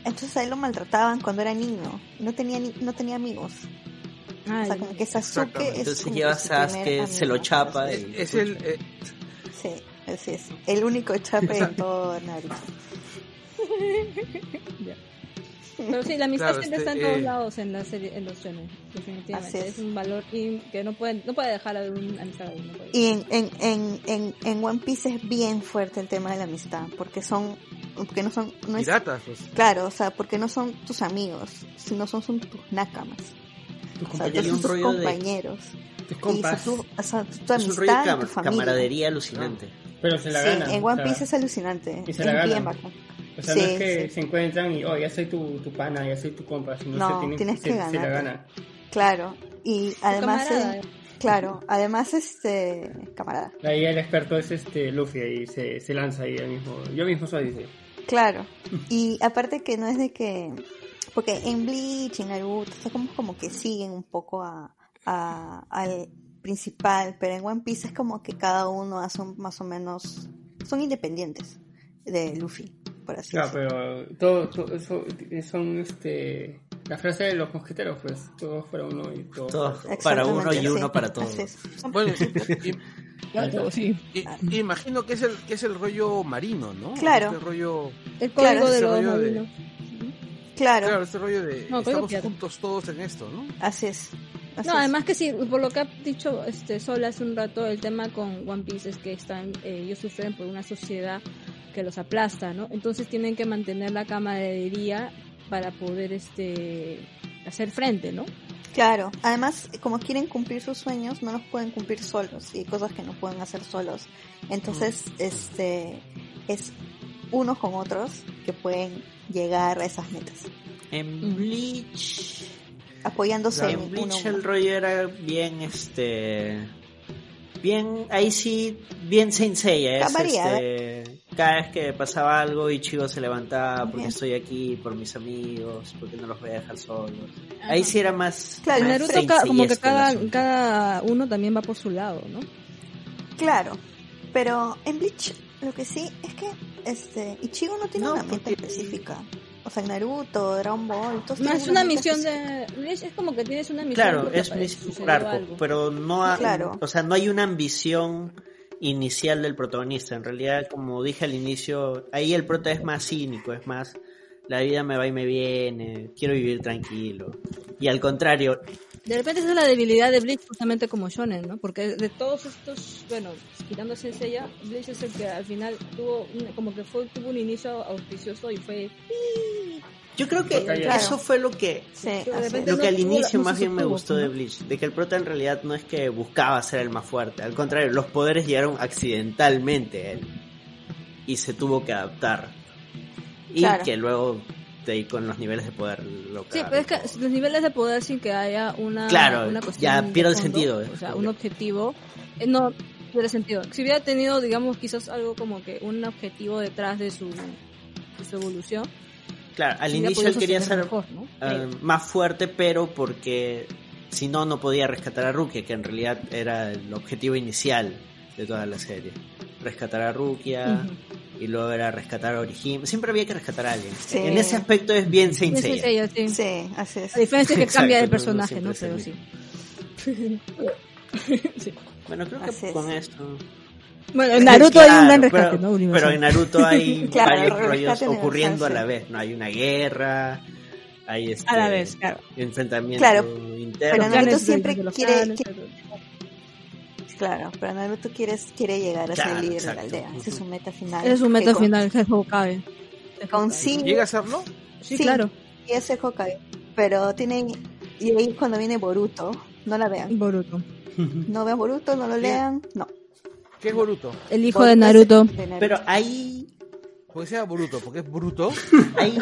[SPEAKER 7] entonces a él lo maltrataban cuando era niño. No tenía ni- no tenía amigos. o sea, como que Sasuke es
[SPEAKER 4] Exactamente.
[SPEAKER 3] Entonces
[SPEAKER 7] como
[SPEAKER 3] lleva a
[SPEAKER 7] que su primer
[SPEAKER 3] Sasuke, se
[SPEAKER 7] amigo.
[SPEAKER 3] lo chapa
[SPEAKER 4] Es,
[SPEAKER 3] y...
[SPEAKER 4] es el, eh,
[SPEAKER 7] Sí, así es. El único chape en todo Naruto.
[SPEAKER 5] Pero sí, la amistad
[SPEAKER 4] Claro,
[SPEAKER 5] siempre
[SPEAKER 4] este,
[SPEAKER 5] está en todos
[SPEAKER 4] eh,
[SPEAKER 5] lados en la serie, en los shonen, definitivamente.
[SPEAKER 7] Así
[SPEAKER 5] Es.
[SPEAKER 7] es.
[SPEAKER 5] un valor in- que no puede, no puede dejar a un amistad. no puede.
[SPEAKER 7] Y en, en, en, en, en One Piece es bien fuerte el tema de la amistad, porque son, porque no son, no es
[SPEAKER 4] piratas. pues.
[SPEAKER 7] Claro, o sea, porque no son tus amigos, sino son, son tus nakamas.
[SPEAKER 2] Tus
[SPEAKER 7] O sea,
[SPEAKER 3] Compañía,
[SPEAKER 2] compañeros,
[SPEAKER 3] hay
[SPEAKER 7] tus- son
[SPEAKER 3] un
[SPEAKER 7] tus
[SPEAKER 3] rollo de-
[SPEAKER 7] compañeros.
[SPEAKER 2] tus
[SPEAKER 7] Y son
[SPEAKER 2] compas.
[SPEAKER 7] tu, o sea, tu
[SPEAKER 3] Es un rollo de
[SPEAKER 7] amistad,
[SPEAKER 3] cam-
[SPEAKER 7] tu familia.
[SPEAKER 3] camaradería alucinante.
[SPEAKER 2] Pero se la
[SPEAKER 7] Sí,
[SPEAKER 2] ganan.
[SPEAKER 7] en
[SPEAKER 2] o
[SPEAKER 7] One
[SPEAKER 2] sea,
[SPEAKER 7] Piece es alucinante.
[SPEAKER 2] y
[SPEAKER 7] Es
[SPEAKER 2] se la ganan.
[SPEAKER 7] bien bacán.
[SPEAKER 2] O sea, no
[SPEAKER 7] Sí,
[SPEAKER 2] es que
[SPEAKER 7] sí.
[SPEAKER 2] se encuentran y, oh, ya soy tu, tu pana, ya soy tu compa, sino
[SPEAKER 7] No,
[SPEAKER 2] se tienen,
[SPEAKER 7] tienes
[SPEAKER 2] se,
[SPEAKER 7] que
[SPEAKER 2] se la
[SPEAKER 7] ganarte.
[SPEAKER 2] ganan.
[SPEAKER 7] Claro. Y además,
[SPEAKER 5] camarada.
[SPEAKER 7] es- claro, además este camarada.
[SPEAKER 2] Ahí el experto es este Luffy y se, se lanza ahí él mismo. Yo mismo soy, dice.
[SPEAKER 7] Claro. Y aparte que no es de que porque en Bleach, en Naruto, o sea, como, como que siguen un poco a, a- al principal, pero en One Piece es como que cada uno hace un- más o menos son independientes de Luffy, por así
[SPEAKER 2] Claro,
[SPEAKER 7] decirlo.
[SPEAKER 2] pero todo, todo- eso- son este la frase de los mosqueteros, pues, todos para uno y todos.
[SPEAKER 3] Todo
[SPEAKER 2] para todos.
[SPEAKER 3] para uno
[SPEAKER 7] Exactamente,
[SPEAKER 3] y
[SPEAKER 7] sí.
[SPEAKER 3] uno para todos.
[SPEAKER 7] Así es. Son-
[SPEAKER 4] Bueno, y-
[SPEAKER 5] Claro, sí.
[SPEAKER 4] y- imagino que es el que es el rollo marino, ¿no?
[SPEAKER 7] Claro.
[SPEAKER 4] Este rollo,
[SPEAKER 5] El
[SPEAKER 7] Claro,
[SPEAKER 5] código
[SPEAKER 4] ese
[SPEAKER 5] de los
[SPEAKER 4] rollo de-
[SPEAKER 5] marinos.
[SPEAKER 7] claro,
[SPEAKER 4] claro, este rollo de
[SPEAKER 5] No, rollo
[SPEAKER 4] estamos
[SPEAKER 5] pirata.
[SPEAKER 4] juntos todos en esto, ¿no?
[SPEAKER 7] así es. Así
[SPEAKER 5] No,
[SPEAKER 7] es.
[SPEAKER 5] además que sí, por lo que ha dicho este Sol hace un rato, el tema con One Piece es que están, eh, ellos sufren por una sociedad que los aplasta, ¿no? Entonces tienen que mantener la camaradería para poder este hacer frente, ¿no?
[SPEAKER 7] Claro, además, como quieren cumplir sus sueños, no los pueden cumplir solos y hay cosas que no pueden hacer solos. Entonces,
[SPEAKER 3] Mm.
[SPEAKER 7] este es unos con otros que pueden llegar a esas metas,
[SPEAKER 3] En Bleach...
[SPEAKER 7] apoyándose en
[SPEAKER 3] En
[SPEAKER 7] uno.
[SPEAKER 3] Bleach
[SPEAKER 7] a uno.
[SPEAKER 3] el rollo era bien, este... Bien, ahí sí, bien sensei. Es,
[SPEAKER 7] Camarilla,
[SPEAKER 3] este, cada vez que pasaba algo y Chigo se levantaba porque
[SPEAKER 7] Bien.
[SPEAKER 3] estoy aquí, por mis amigos, porque no los voy a dejar solos. Ahí sí era más...
[SPEAKER 7] Claro,
[SPEAKER 3] más
[SPEAKER 5] Naruto ca- como que
[SPEAKER 3] senseiesco el
[SPEAKER 5] cada,
[SPEAKER 3] asunto.
[SPEAKER 5] cada uno también va por su lado, ¿no?
[SPEAKER 7] Claro, pero en Bleach lo que sí es que Este, Ichigo no tiene
[SPEAKER 3] No,
[SPEAKER 7] una meta
[SPEAKER 3] porque-
[SPEAKER 7] específica. O sea, Naruto, Dragon Ball, todos
[SPEAKER 5] No,
[SPEAKER 7] tienen
[SPEAKER 5] es una
[SPEAKER 7] meta
[SPEAKER 5] misión
[SPEAKER 7] específica.
[SPEAKER 5] de... Es es como que tienes una misión.
[SPEAKER 3] Claro,
[SPEAKER 5] porque
[SPEAKER 3] es
[SPEAKER 5] apare-
[SPEAKER 3] misión por
[SPEAKER 5] sucedió
[SPEAKER 3] arco,
[SPEAKER 5] algo.
[SPEAKER 3] pero no ha-
[SPEAKER 7] Claro.
[SPEAKER 3] o sea, no hay una ambición inicial del protagonista. En realidad, como dije al inicio, ahí el prota es más cínico, es más la vida me va y me viene, quiero vivir tranquilo. Y al contrario,
[SPEAKER 5] De repente esa es la debilidad de Bleach justamente como Shonen, ¿no? Porque de todos estos, bueno, quitándose en ella, Bleach es el que al final tuvo, un- como que fue, tuvo un inicio auspicioso y fue...
[SPEAKER 3] yo creo que
[SPEAKER 2] Claro.
[SPEAKER 3] eso fue lo que
[SPEAKER 7] Sí,
[SPEAKER 5] De
[SPEAKER 7] así es.
[SPEAKER 5] repente
[SPEAKER 3] lo que al
[SPEAKER 5] no tuvo la-
[SPEAKER 3] inicio
[SPEAKER 5] no
[SPEAKER 3] más
[SPEAKER 5] se
[SPEAKER 3] bien me
[SPEAKER 5] sostuvo,
[SPEAKER 3] gustó de Bleach, de que el prota en realidad no es que buscaba ser el más fuerte, al contrario, los poderes llegaron accidentalmente a él y se tuvo que adaptar. Y
[SPEAKER 7] Claro.
[SPEAKER 3] que luego de ahí con los niveles de poder lo
[SPEAKER 5] Sí,
[SPEAKER 3] cagaron
[SPEAKER 5] pero es que
[SPEAKER 3] todo.
[SPEAKER 5] los niveles de poder sin que haya una,
[SPEAKER 3] Claro,
[SPEAKER 5] una
[SPEAKER 3] ya
[SPEAKER 5] cuestión de
[SPEAKER 3] pierde el
[SPEAKER 5] fondo,
[SPEAKER 3] sentido, ¿eh?
[SPEAKER 5] O sea, un objetivo. eh, No, pierde sentido. Si hubiera tenido, digamos, quizás algo como que un objetivo detrás de su, de su evolución.
[SPEAKER 3] Claro, al
[SPEAKER 5] hubiera
[SPEAKER 3] inicio
[SPEAKER 5] podido
[SPEAKER 3] él quería
[SPEAKER 5] sostener
[SPEAKER 3] ser
[SPEAKER 5] mejor, ¿no?
[SPEAKER 3] eh, más fuerte, pero porque si no, no podía rescatar a Rukia, que en realidad era el objetivo inicial de toda la serie. Rescatar a Rukia
[SPEAKER 5] Ujú.
[SPEAKER 3] y luego era rescatar a Orihime. Siempre había que rescatar a alguien.
[SPEAKER 7] Sí.
[SPEAKER 3] En ese aspecto es bien Saint
[SPEAKER 5] Sí, sí,
[SPEAKER 3] Seiya.
[SPEAKER 5] sí, sí.
[SPEAKER 7] Sí, así es.
[SPEAKER 5] La diferencia es que cambia de
[SPEAKER 3] Exacto, no, no
[SPEAKER 5] personaje, ¿no?
[SPEAKER 3] siempre
[SPEAKER 5] Pero
[SPEAKER 3] es el
[SPEAKER 5] sí.
[SPEAKER 3] Bueno, creo que
[SPEAKER 7] Así es.
[SPEAKER 3] con esto...
[SPEAKER 5] Bueno, en Naruto hay
[SPEAKER 3] Claro,
[SPEAKER 12] un gran rescate,
[SPEAKER 3] pero-
[SPEAKER 12] ¿no?
[SPEAKER 3] Pero,
[SPEAKER 12] Universal.
[SPEAKER 3] en Naruto hay
[SPEAKER 7] Claro,
[SPEAKER 3] varios
[SPEAKER 7] rescate
[SPEAKER 3] rollos
[SPEAKER 7] universal,
[SPEAKER 3] ocurriendo a
[SPEAKER 7] sí.
[SPEAKER 3] la vez, ¿no? Hay una guerra, hay este...
[SPEAKER 12] A la vez, claro.
[SPEAKER 3] Enfrentamiento
[SPEAKER 7] Claro,
[SPEAKER 3] interno.
[SPEAKER 7] Pero
[SPEAKER 5] Planes
[SPEAKER 7] Naruto
[SPEAKER 5] de-
[SPEAKER 7] siempre
[SPEAKER 5] de los
[SPEAKER 7] quiere-
[SPEAKER 5] planes,
[SPEAKER 7] quiere-
[SPEAKER 5] pero-
[SPEAKER 7] Claro, pero Naruto quiere, quiere llegar a ser
[SPEAKER 3] Claro,
[SPEAKER 7] el líder
[SPEAKER 3] exacto.
[SPEAKER 7] de la aldea. Esa es su meta final.
[SPEAKER 5] Ese es un meta
[SPEAKER 7] Que con-
[SPEAKER 5] final, que es Hokage.
[SPEAKER 7] Consigue,
[SPEAKER 4] ¿Llega a serlo?
[SPEAKER 5] Sí,
[SPEAKER 7] sí.
[SPEAKER 5] claro.
[SPEAKER 7] es el Hokage. Pero tienen. Y ahí cuando viene Boruto, no la vean.
[SPEAKER 12] Boruto.
[SPEAKER 7] No vean Boruto, no lo lean. No.
[SPEAKER 4] ¿Qué es Boruto?
[SPEAKER 5] El hijo
[SPEAKER 7] Boruto
[SPEAKER 5] de
[SPEAKER 7] es
[SPEAKER 5] Naruto.
[SPEAKER 7] de Naruto.
[SPEAKER 3] Pero ah, hay...
[SPEAKER 4] Porque sea Boruto, porque es bruto.
[SPEAKER 5] ¿Ah,
[SPEAKER 3] hay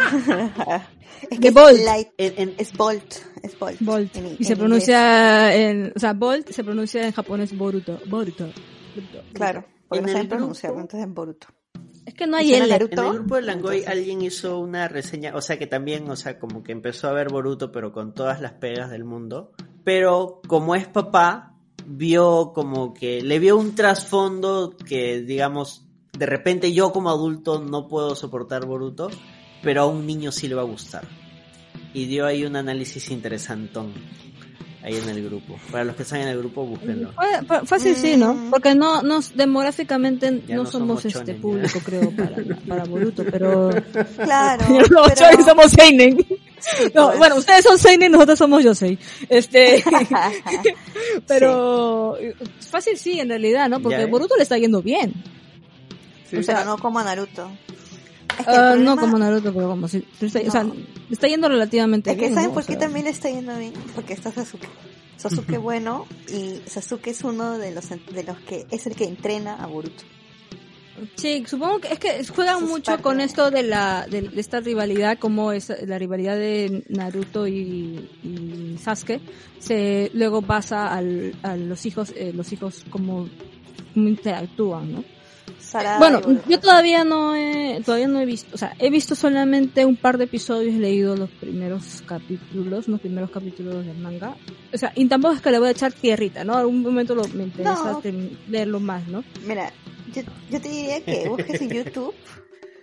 [SPEAKER 7] es
[SPEAKER 12] de
[SPEAKER 7] es
[SPEAKER 12] Bolt.
[SPEAKER 7] light-
[SPEAKER 3] en- en-
[SPEAKER 7] Es Bolt. Es Bolt.
[SPEAKER 12] Bolt.
[SPEAKER 7] en-
[SPEAKER 12] Y se
[SPEAKER 7] en
[SPEAKER 12] pronuncia en. O sea, Bolt se pronuncia en japonés Boruto. Boruto. Boruto.
[SPEAKER 7] inglés. Claro, porque
[SPEAKER 3] en
[SPEAKER 7] no
[SPEAKER 3] el
[SPEAKER 7] saben
[SPEAKER 3] grupo-
[SPEAKER 7] pronunciarlo, entonces en Boruto.
[SPEAKER 5] Es que no hay
[SPEAKER 7] Y suena
[SPEAKER 5] L.
[SPEAKER 7] Naruto.
[SPEAKER 3] En el grupo de Langoy alguien hizo una reseña, o sea que también, o sea, como que empezó a ver Boruto, pero con todas las pegas del mundo. Pero como es papá, vio como que le vio un trasfondo que, digamos, de repente yo como adulto no puedo soportar Boruto, pero a un niño sí le va a gustar. Y dio ahí un análisis interesantón ahí en el grupo. Para los que están en el grupo, búsquenlo.
[SPEAKER 5] Fue- fue- Fácil sí, ¿no?
[SPEAKER 7] Mm.
[SPEAKER 5] Porque no, no demográficamente
[SPEAKER 3] Ya
[SPEAKER 5] no
[SPEAKER 3] no
[SPEAKER 5] somos,
[SPEAKER 3] somos
[SPEAKER 5] este
[SPEAKER 3] shonen, ya.
[SPEAKER 5] público, creo, para, para Boruto, pero...
[SPEAKER 7] Claro.
[SPEAKER 12] Los shonen somos seinen.
[SPEAKER 7] sí,
[SPEAKER 12] No,
[SPEAKER 7] pues.
[SPEAKER 12] bueno, ustedes son seinen, nosotros somos yosei. Este, pero eh,
[SPEAKER 5] pues, Fácil sí, en realidad, ¿no? Porque
[SPEAKER 3] Ya, ¿eh?
[SPEAKER 5] Boruto le está yendo bien.
[SPEAKER 7] Sí, pero no como a Naruto. Es que el
[SPEAKER 5] Ah, No
[SPEAKER 7] problema-
[SPEAKER 5] como Naruto, pero como sí. Pero está, O sea,
[SPEAKER 7] No.
[SPEAKER 5] le está yendo relativamente
[SPEAKER 7] Es que
[SPEAKER 5] bien.
[SPEAKER 7] ¿saben
[SPEAKER 5] ¿no?
[SPEAKER 7] por
[SPEAKER 5] O
[SPEAKER 7] qué
[SPEAKER 5] sea,
[SPEAKER 7] también le está yendo bien? Porque está Sasuke. Sasuke bueno y Sasuke es uno de los de los que es el que entrena a Boruto.
[SPEAKER 5] Sí, supongo que es que juegan
[SPEAKER 7] Eso es
[SPEAKER 5] mucho
[SPEAKER 7] parte
[SPEAKER 5] con
[SPEAKER 7] de-
[SPEAKER 5] esto de la de, de esta rivalidad, como es la rivalidad de Naruto y, y Sasuke. Se luego pasa al, a los hijos, eh, los hijos como cómo interactúan, ¿no?
[SPEAKER 7] Sarada
[SPEAKER 5] Bueno,
[SPEAKER 7] y Boruto.
[SPEAKER 5] yo todavía no he, todavía no he visto, o sea, he visto solamente un par de episodios, he leído los primeros capítulos, los primeros capítulos del manga. O sea, y tampoco es que le voy a echar tierrita, ¿no? Algún momento lo, me interesa
[SPEAKER 7] No.
[SPEAKER 5] tem- leerlo más, ¿no?
[SPEAKER 7] Mira, yo, yo te diría que busques en YouTube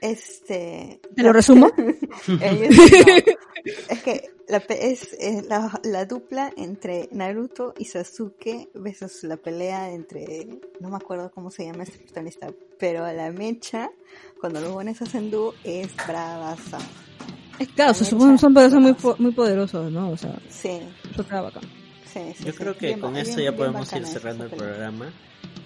[SPEAKER 7] este
[SPEAKER 12] te lo resumo.
[SPEAKER 7] eh, YouTube, no. es que la pe- es, eh, la, la dupla entre Naruto y Sasuke versus la pelea entre no me acuerdo cómo se llama este protagonista, pero a la mecha cuando los buenos hacen dúo es bravaza.
[SPEAKER 5] Es claro, se
[SPEAKER 7] Mecha,
[SPEAKER 5] supone son personas muy,
[SPEAKER 7] bravazo.
[SPEAKER 5] po- muy poderosos, ¿no? O sea,
[SPEAKER 7] Sí,
[SPEAKER 5] eso está bacán.
[SPEAKER 7] sí, sí.
[SPEAKER 3] Yo
[SPEAKER 7] sí.
[SPEAKER 3] creo que
[SPEAKER 7] Bien
[SPEAKER 3] con
[SPEAKER 7] ba-
[SPEAKER 3] esto ya
[SPEAKER 7] bien- bien
[SPEAKER 3] podemos ir
[SPEAKER 7] bacana esa
[SPEAKER 3] cerrando el
[SPEAKER 7] pelea.
[SPEAKER 3] programa.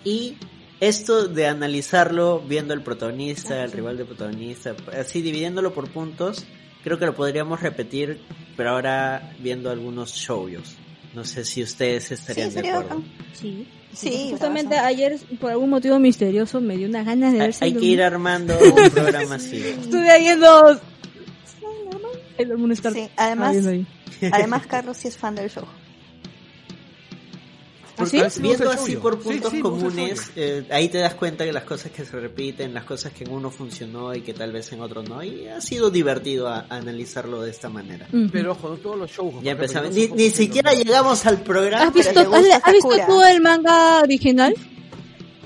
[SPEAKER 3] Y esto de analizarlo viendo el protagonista, el rival del protagonista, así dividiéndolo por puntos, creo que lo podríamos repetir, pero ahora viendo algunos shows. No sé si ustedes estarían
[SPEAKER 7] Sí,
[SPEAKER 3] de
[SPEAKER 7] sería
[SPEAKER 3] acuerdo.
[SPEAKER 7] bacán.
[SPEAKER 5] Sí.
[SPEAKER 7] Sí,
[SPEAKER 5] Justamente
[SPEAKER 7] bravazo.
[SPEAKER 5] ayer, por algún motivo misterioso, me dio unas ganas de
[SPEAKER 3] Hay,
[SPEAKER 5] ver
[SPEAKER 3] hay
[SPEAKER 5] Sailor
[SPEAKER 3] que ir
[SPEAKER 5] Moon.
[SPEAKER 3] armando un programa así.
[SPEAKER 12] Estuve viendo. El Moon Star.
[SPEAKER 7] Sí, además,
[SPEAKER 12] viendo ahí.
[SPEAKER 7] además Carlos sí es fan del show.
[SPEAKER 3] Porque
[SPEAKER 4] ¿Ah, sí?
[SPEAKER 3] viendo
[SPEAKER 4] Me gusta el
[SPEAKER 3] así
[SPEAKER 4] shoujo.
[SPEAKER 3] por
[SPEAKER 4] Sí,
[SPEAKER 3] puntos
[SPEAKER 4] sí, me gusta el
[SPEAKER 3] comunes, eh, ahí te das cuenta que las cosas que se repiten, las cosas que en uno funcionó y que tal vez en otro no, y ha sido divertido a- analizarlo de esta manera.
[SPEAKER 5] Ujú.
[SPEAKER 4] Pero ojo, no todos los shows.
[SPEAKER 3] Ya empezamos. Ni, ni siquiera llegamos al
[SPEAKER 5] ¿Has
[SPEAKER 3] programa.
[SPEAKER 7] pero
[SPEAKER 5] visto,
[SPEAKER 7] le gusta
[SPEAKER 5] has- has visto
[SPEAKER 7] Sakura.
[SPEAKER 5] tú el manga original?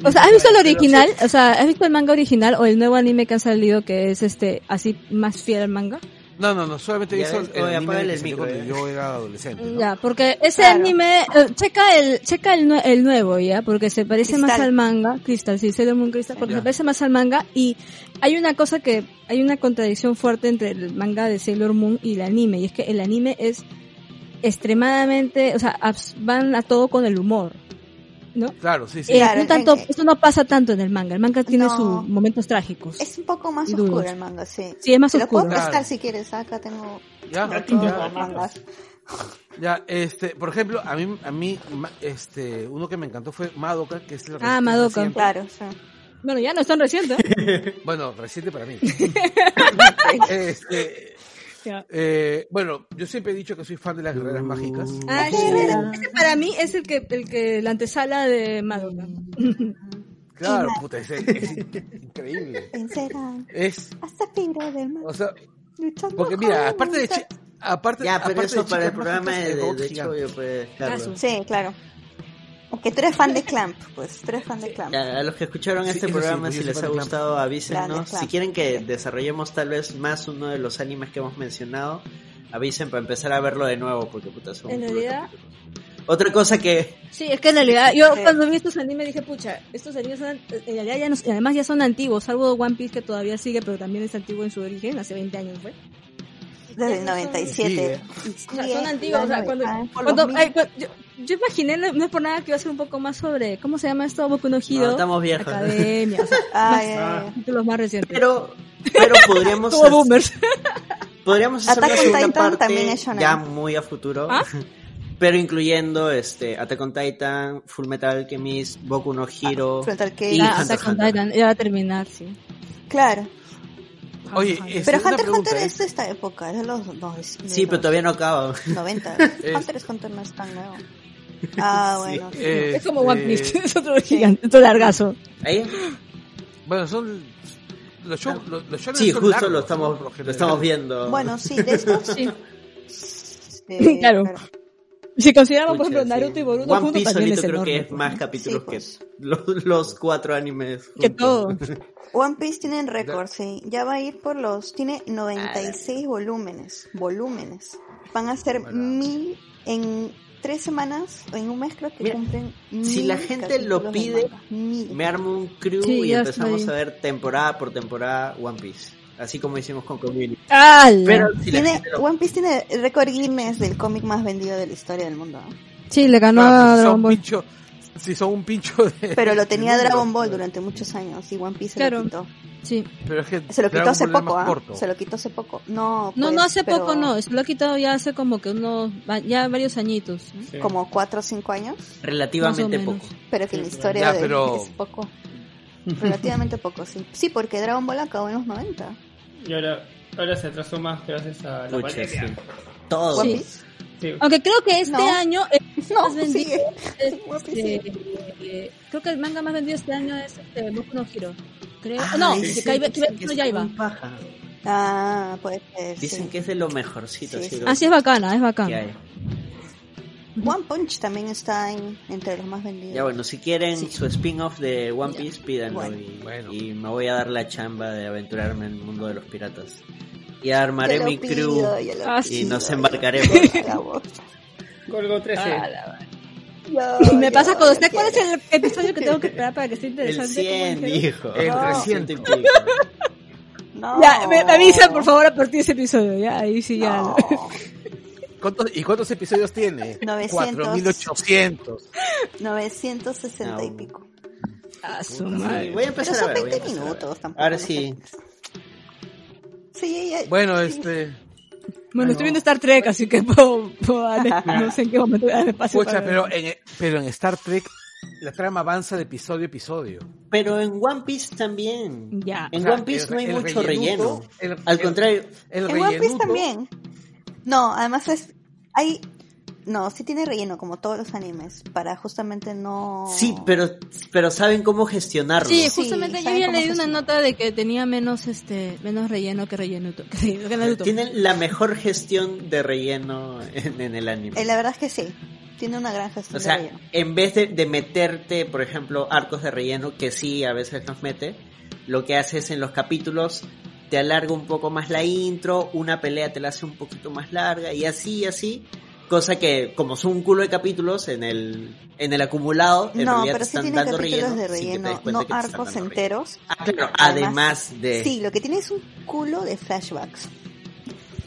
[SPEAKER 5] O sea, ¿has visto el original? O sea, ¿has visto el manga original o el nuevo anime que han salido que es este así más fiel al manga?
[SPEAKER 4] No, no, no, solamente
[SPEAKER 3] Ya
[SPEAKER 4] hizo
[SPEAKER 3] ves,
[SPEAKER 4] el
[SPEAKER 3] oye,
[SPEAKER 4] anime
[SPEAKER 3] apágale
[SPEAKER 4] que
[SPEAKER 3] el
[SPEAKER 4] salió
[SPEAKER 3] micro,
[SPEAKER 4] cuando
[SPEAKER 3] eh.
[SPEAKER 4] yo era adolescente. ¿no?
[SPEAKER 5] Ya, porque ese
[SPEAKER 11] Claro.
[SPEAKER 5] anime, eh, checa el checa el, nue- el nuevo, ya, porque se parece más
[SPEAKER 7] Cristal.
[SPEAKER 5] al manga, Crystal, sí, Sailor Moon Crystal, porque
[SPEAKER 4] Ya.
[SPEAKER 5] se parece más al manga y hay una cosa que hay una contradicción fuerte entre el manga de Sailor Moon y el anime, y es que el anime es extremadamente, o sea, abs- van a todo con el humor.
[SPEAKER 4] Claro, sí, sí.
[SPEAKER 5] Eh,
[SPEAKER 7] Claro,
[SPEAKER 5] no tanto,
[SPEAKER 7] en-
[SPEAKER 5] esto no pasa tanto en el manga. El manga tiene
[SPEAKER 7] No.
[SPEAKER 5] sus momentos trágicos.
[SPEAKER 7] Es un poco más
[SPEAKER 5] Y duros.
[SPEAKER 7] oscuro el manga, sí.
[SPEAKER 5] sí, es más
[SPEAKER 7] Te lo puedo
[SPEAKER 5] oscuro.
[SPEAKER 4] Claro.
[SPEAKER 7] prestar si quieres. Acá tengo
[SPEAKER 4] Ya,
[SPEAKER 7] tengo
[SPEAKER 4] ya,
[SPEAKER 7] todos
[SPEAKER 4] ya.
[SPEAKER 7] los mangas.
[SPEAKER 4] Ya, este, por ejemplo, a mí, a mí, ma- este, uno que me encantó fue Madoka, que es el
[SPEAKER 5] Ah, Madoka.
[SPEAKER 4] reciente.
[SPEAKER 7] Claro, sí.
[SPEAKER 5] Bueno, ya no están recientes.
[SPEAKER 4] Bueno, reciente para mí. Este,
[SPEAKER 5] Ya.
[SPEAKER 4] eh, bueno, yo siempre he dicho que soy fan de las guerreras mágicas.
[SPEAKER 7] Uh.
[SPEAKER 5] Ah, sí, ese- ese para mí es el que, el que, la antesala de Madoka.
[SPEAKER 4] Claro, puta, es, es increíble.
[SPEAKER 7] Vencerán
[SPEAKER 4] Es,
[SPEAKER 7] hasta fibra del mar.
[SPEAKER 4] o sea,
[SPEAKER 7] Luchando
[SPEAKER 4] porque mira,
[SPEAKER 7] con
[SPEAKER 4] aparte de,
[SPEAKER 7] lucha-
[SPEAKER 4] chi- aparte,
[SPEAKER 3] Ya, pero
[SPEAKER 4] aparte
[SPEAKER 3] eso
[SPEAKER 4] de
[SPEAKER 3] para el
[SPEAKER 4] chicas
[SPEAKER 3] programa
[SPEAKER 4] mágicas,
[SPEAKER 3] de,
[SPEAKER 4] el
[SPEAKER 3] de,
[SPEAKER 4] robot
[SPEAKER 3] de
[SPEAKER 4] gigante.
[SPEAKER 3] Choyo, pues, Carlos.
[SPEAKER 7] Sí, claro. Aunque tú eres fan de Clamp, pues. Tú eres fan de Clamp.
[SPEAKER 3] A a los que escucharon
[SPEAKER 4] Sí,
[SPEAKER 3] este
[SPEAKER 4] eso sí,
[SPEAKER 3] programa,
[SPEAKER 4] pues yo
[SPEAKER 3] si
[SPEAKER 4] soy
[SPEAKER 3] les
[SPEAKER 4] fan
[SPEAKER 3] ha
[SPEAKER 4] de Clamp.
[SPEAKER 3] gustado, avísennos.
[SPEAKER 7] Grande, Clamp.
[SPEAKER 3] Si quieren que desarrollemos tal vez más uno de los animes que hemos mencionado, avisen para empezar a verlo de nuevo, porque puta, son
[SPEAKER 5] En
[SPEAKER 3] puros
[SPEAKER 5] realidad-
[SPEAKER 3] capítulos. Otra cosa que...
[SPEAKER 5] Sí, es que en realidad, yo
[SPEAKER 7] Sí.
[SPEAKER 5] cuando vi estos animes dije, pucha, estos animes son, en realidad ya no- y además ya son antiguos, salvo One Piece que todavía sigue, pero también es antiguo en su origen, hace 20 años fue.
[SPEAKER 7] Desde el 97.
[SPEAKER 4] eh.
[SPEAKER 5] O sea, son antiguos, o sea, cuando, cuando- ay, cuando- yo, yo imaginé, no, no es por nada que iba a ser un poco más sobre, ¿cómo se llama esto? Boku no
[SPEAKER 3] No,
[SPEAKER 5] Hero,
[SPEAKER 3] estamos viejos.
[SPEAKER 5] Academia, o sea,
[SPEAKER 7] Ay,
[SPEAKER 2] Ah.
[SPEAKER 7] ay,
[SPEAKER 5] títulos más recientes.
[SPEAKER 3] Pero, pero podríamos,
[SPEAKER 5] Todo boomers.
[SPEAKER 3] podríamos hacer
[SPEAKER 7] Attack
[SPEAKER 3] una
[SPEAKER 7] on
[SPEAKER 3] segunda
[SPEAKER 7] Titan también
[SPEAKER 3] parte
[SPEAKER 7] es shonen.
[SPEAKER 3] ya muy a futuro.
[SPEAKER 5] ¿Ah?
[SPEAKER 3] Pero incluyendo este, Attack on Titan, Full Metal Alchemist, Boku no Hero.
[SPEAKER 7] ay. Frontal K.
[SPEAKER 3] Y-
[SPEAKER 5] Ya,
[SPEAKER 3] Hunter,
[SPEAKER 5] Attack on
[SPEAKER 3] Hunter.
[SPEAKER 5] Titan, ya va a terminar, sí.
[SPEAKER 7] Claro.
[SPEAKER 4] Oye,
[SPEAKER 5] Hunter.
[SPEAKER 4] este, una
[SPEAKER 7] Pero Hunter x
[SPEAKER 4] pregunta,
[SPEAKER 7] Hunter
[SPEAKER 4] ¿eh?
[SPEAKER 7] es de esta época, es de los, no, es de
[SPEAKER 3] Sí, pero
[SPEAKER 7] los
[SPEAKER 3] todavía no acaba.
[SPEAKER 7] 90. Hunter x Hunter no es tan nuevo. Ah, bueno.
[SPEAKER 3] Eh,
[SPEAKER 7] sí.
[SPEAKER 5] Es como One Piece,
[SPEAKER 4] Este,
[SPEAKER 5] es otro gigante, otro largazo.
[SPEAKER 3] Ahí,
[SPEAKER 4] Bueno, son los show, los, los shonen
[SPEAKER 3] sí,
[SPEAKER 4] son
[SPEAKER 3] justo
[SPEAKER 4] largos,
[SPEAKER 3] lo
[SPEAKER 4] ¿no? Por
[SPEAKER 3] estamos, lo
[SPEAKER 4] general.
[SPEAKER 3] estamos viendo.
[SPEAKER 7] Bueno, sí, de estos. este,
[SPEAKER 5] Sí.
[SPEAKER 7] sí,
[SPEAKER 5] Claro. Si consideramos, por ejemplo,
[SPEAKER 3] Pucha,
[SPEAKER 5] Naruto
[SPEAKER 3] sí.
[SPEAKER 5] y Boruto
[SPEAKER 3] One
[SPEAKER 5] juntos,
[SPEAKER 3] Piece
[SPEAKER 5] también
[SPEAKER 3] solito
[SPEAKER 5] es
[SPEAKER 3] creo
[SPEAKER 5] enorme.
[SPEAKER 3] que es más capítulos
[SPEAKER 7] Sí, pues.
[SPEAKER 3] que los, los cuatro animes.
[SPEAKER 5] Que
[SPEAKER 3] juntos.
[SPEAKER 5] todo.
[SPEAKER 7] One Piece tiene récord, sí. Ya va a ir por los. Tiene
[SPEAKER 3] Ah,
[SPEAKER 7] 96 volúmenes. Volúmenes. Van a ser mil en tres semanas o en un mes, creo que
[SPEAKER 3] Mira,
[SPEAKER 7] cumplen mil.
[SPEAKER 3] si la gente lo
[SPEAKER 7] capítulos de
[SPEAKER 3] pide,
[SPEAKER 7] manga. Mil.
[SPEAKER 3] Me armo un crew
[SPEAKER 5] Sí,
[SPEAKER 3] y
[SPEAKER 5] ya
[SPEAKER 3] empezamos
[SPEAKER 5] estoy.
[SPEAKER 3] a ver temporada por temporada One Piece. Así como hicimos con Community.
[SPEAKER 5] ¡Hala!
[SPEAKER 3] Pero si la
[SPEAKER 7] Tiene,
[SPEAKER 3] gente lo-
[SPEAKER 7] One Piece tiene el récord Guinness del cómic más vendido de la historia del mundo. ¿no?
[SPEAKER 5] sí, le ganó
[SPEAKER 4] Bueno,
[SPEAKER 5] a
[SPEAKER 4] Ah, si son
[SPEAKER 5] Dragon
[SPEAKER 4] un
[SPEAKER 5] Ball.
[SPEAKER 4] pincho, si son un pincho de...
[SPEAKER 7] Pero lo
[SPEAKER 4] de
[SPEAKER 7] tenía
[SPEAKER 4] números,
[SPEAKER 7] Dragon Ball
[SPEAKER 4] pero-
[SPEAKER 7] durante muchos años y One Piece se
[SPEAKER 5] Claro.
[SPEAKER 7] lo quitó.
[SPEAKER 5] Sí.
[SPEAKER 4] Pero es que
[SPEAKER 7] Se lo quitó
[SPEAKER 4] Dragon
[SPEAKER 7] hace
[SPEAKER 4] Ball es
[SPEAKER 7] poco,
[SPEAKER 4] más
[SPEAKER 7] ¿ah?
[SPEAKER 4] corto.
[SPEAKER 7] Se lo quitó hace poco. No,
[SPEAKER 5] No, no
[SPEAKER 7] pues,
[SPEAKER 5] hace
[SPEAKER 7] pero
[SPEAKER 5] poco, no. Se lo ha quitado ya hace como que unos, va- ya varios añitos. ¿no?
[SPEAKER 2] Sí.
[SPEAKER 7] Como 4 o 5 años,
[SPEAKER 3] Relativamente
[SPEAKER 5] Más o
[SPEAKER 3] poco.
[SPEAKER 5] menos.
[SPEAKER 7] pero que la
[SPEAKER 2] Sí,
[SPEAKER 7] historia
[SPEAKER 4] ya,
[SPEAKER 7] de-
[SPEAKER 4] pero-
[SPEAKER 7] es poco. Relativamente poco, sí. Sí, porque Dragon Ball acabó en los 90.
[SPEAKER 2] Y ahora, ahora se atrasó más gracias a la
[SPEAKER 3] Pucha, sí.
[SPEAKER 2] pandemia.
[SPEAKER 3] Todo.
[SPEAKER 7] One
[SPEAKER 5] Sí.
[SPEAKER 7] Piece.
[SPEAKER 2] Sí.
[SPEAKER 7] Ah.
[SPEAKER 5] Aunque creo que este
[SPEAKER 7] No.
[SPEAKER 5] año el
[SPEAKER 7] No,
[SPEAKER 5] más vendido
[SPEAKER 7] sigue.
[SPEAKER 5] es,
[SPEAKER 7] One Piece.
[SPEAKER 5] este, eh, creo que el manga más vendido este año es este, Boku no Hiro. Creo.
[SPEAKER 3] Ah,
[SPEAKER 5] no,
[SPEAKER 3] dicen
[SPEAKER 5] que Kaibe-
[SPEAKER 3] que
[SPEAKER 5] Kimetsu
[SPEAKER 3] es
[SPEAKER 5] no Yaiba.
[SPEAKER 3] muy baja.
[SPEAKER 7] Ah, puede ser.
[SPEAKER 3] Dicen
[SPEAKER 7] sí.
[SPEAKER 3] que es de lo mejorcito.
[SPEAKER 7] Sí,
[SPEAKER 3] así
[SPEAKER 7] sí.
[SPEAKER 3] lo-
[SPEAKER 5] Ah, sí, es bacana, es
[SPEAKER 3] que hay.
[SPEAKER 5] bacana.
[SPEAKER 7] One Punch también está en- entre los más vendidos.
[SPEAKER 3] Ya bueno, si quieren
[SPEAKER 7] Sí.
[SPEAKER 3] su spin-off de One
[SPEAKER 7] Ya.
[SPEAKER 3] Piece, pídanlo.
[SPEAKER 7] Bueno.
[SPEAKER 3] Y,
[SPEAKER 4] Bueno.
[SPEAKER 3] y me voy a dar la chamba de aventurarme en el mundo de los piratas. Y armaré
[SPEAKER 7] Yo lo
[SPEAKER 3] mi
[SPEAKER 7] pido,
[SPEAKER 3] crew.
[SPEAKER 7] yo lo
[SPEAKER 5] Ah,
[SPEAKER 3] sí.
[SPEAKER 7] pido,
[SPEAKER 3] Y nos
[SPEAKER 7] yo lo
[SPEAKER 3] embarcaremos.
[SPEAKER 7] pido, por favor.
[SPEAKER 2] Golgo 13.
[SPEAKER 7] Ah, Yo-
[SPEAKER 5] Me
[SPEAKER 7] yo-
[SPEAKER 5] pasa cuando
[SPEAKER 7] yo
[SPEAKER 5] está. ¿Cuál es
[SPEAKER 7] quiero.
[SPEAKER 5] el episodio que tengo que esperar para que esté
[SPEAKER 3] El
[SPEAKER 5] interesante? ¿Cómo
[SPEAKER 3] 100,
[SPEAKER 5] dijeron?
[SPEAKER 3] dijo.
[SPEAKER 4] El
[SPEAKER 7] No.
[SPEAKER 4] 300 y pico.
[SPEAKER 7] No.
[SPEAKER 5] Ya, me, me avisan por favor a partir de ese episodio, ya, ahí sí ya.
[SPEAKER 7] No.
[SPEAKER 4] ¿Cuántos- ¿Y cuántos episodios tiene?
[SPEAKER 7] 900.
[SPEAKER 4] 4800.
[SPEAKER 7] 960 y
[SPEAKER 3] No.
[SPEAKER 7] pico.
[SPEAKER 5] A su
[SPEAKER 3] Sí, voy
[SPEAKER 5] madre.
[SPEAKER 3] a
[SPEAKER 7] Pero
[SPEAKER 3] empezar a
[SPEAKER 7] son
[SPEAKER 3] ver. voy a empezar
[SPEAKER 7] 20
[SPEAKER 3] a ver.
[SPEAKER 7] minutos tampoco.
[SPEAKER 3] Ahora
[SPEAKER 7] no
[SPEAKER 3] sí.
[SPEAKER 7] Sí, ya-
[SPEAKER 4] Bueno, este.
[SPEAKER 5] Bueno, estoy viendo Star Trek, así que puedo, puedo darle- no sé en qué momento ya me pase.
[SPEAKER 4] Pucha,
[SPEAKER 5] para-
[SPEAKER 4] pero en, pero en Star Trek la trama avanza de episodio a episodio.
[SPEAKER 3] Pero en One Piece también.
[SPEAKER 5] Ya.
[SPEAKER 3] En
[SPEAKER 4] O sea,
[SPEAKER 3] One Piece
[SPEAKER 4] el-
[SPEAKER 3] no hay
[SPEAKER 4] el
[SPEAKER 3] mucho
[SPEAKER 4] rellenuto,
[SPEAKER 3] relleno.
[SPEAKER 4] el-
[SPEAKER 3] Al
[SPEAKER 4] el-
[SPEAKER 3] contrario,
[SPEAKER 4] El
[SPEAKER 7] En One Piece
[SPEAKER 4] rellenuto-
[SPEAKER 7] también. No, además es. Hay. No, sí tiene relleno, como todos los animes. Para justamente no.
[SPEAKER 3] sí, pero, pero saben cómo gestionarlo.
[SPEAKER 5] Sí,
[SPEAKER 7] Oh. Sí,
[SPEAKER 5] justamente yo
[SPEAKER 7] saben
[SPEAKER 5] ya
[SPEAKER 7] cómo
[SPEAKER 5] leí una
[SPEAKER 7] funciona.
[SPEAKER 5] nota de que tenía menos este menos relleno que relleno que Naruto.
[SPEAKER 3] Tienen la mejor gestión de relleno en, en el anime.
[SPEAKER 7] Eh, la verdad es que sí. Tiene una gran gestión
[SPEAKER 3] O
[SPEAKER 7] de
[SPEAKER 3] sea,
[SPEAKER 7] relleno.
[SPEAKER 3] en vez de, de meterte, por ejemplo, arcos de relleno, que sí a veces nos mete, lo que hace es en los capítulos te alarga un poco más la intro, una pelea te la hace un poquito más larga y así, así. Cosa que, como son un culo de capítulos en el, en el acumulado, en
[SPEAKER 7] No,
[SPEAKER 3] realidad
[SPEAKER 7] pero
[SPEAKER 3] te
[SPEAKER 7] sí
[SPEAKER 3] están
[SPEAKER 7] tiene
[SPEAKER 3] dando
[SPEAKER 7] capítulos
[SPEAKER 3] relleno.
[SPEAKER 7] de
[SPEAKER 3] sin que te des
[SPEAKER 7] relleno,
[SPEAKER 3] cuenta
[SPEAKER 7] no
[SPEAKER 3] que te están
[SPEAKER 7] arcos
[SPEAKER 3] dando relleno.
[SPEAKER 7] enteros.
[SPEAKER 3] Ah, claro,
[SPEAKER 7] Además,
[SPEAKER 3] además, de.
[SPEAKER 7] Sí, lo que tiene es un culo de flashbacks.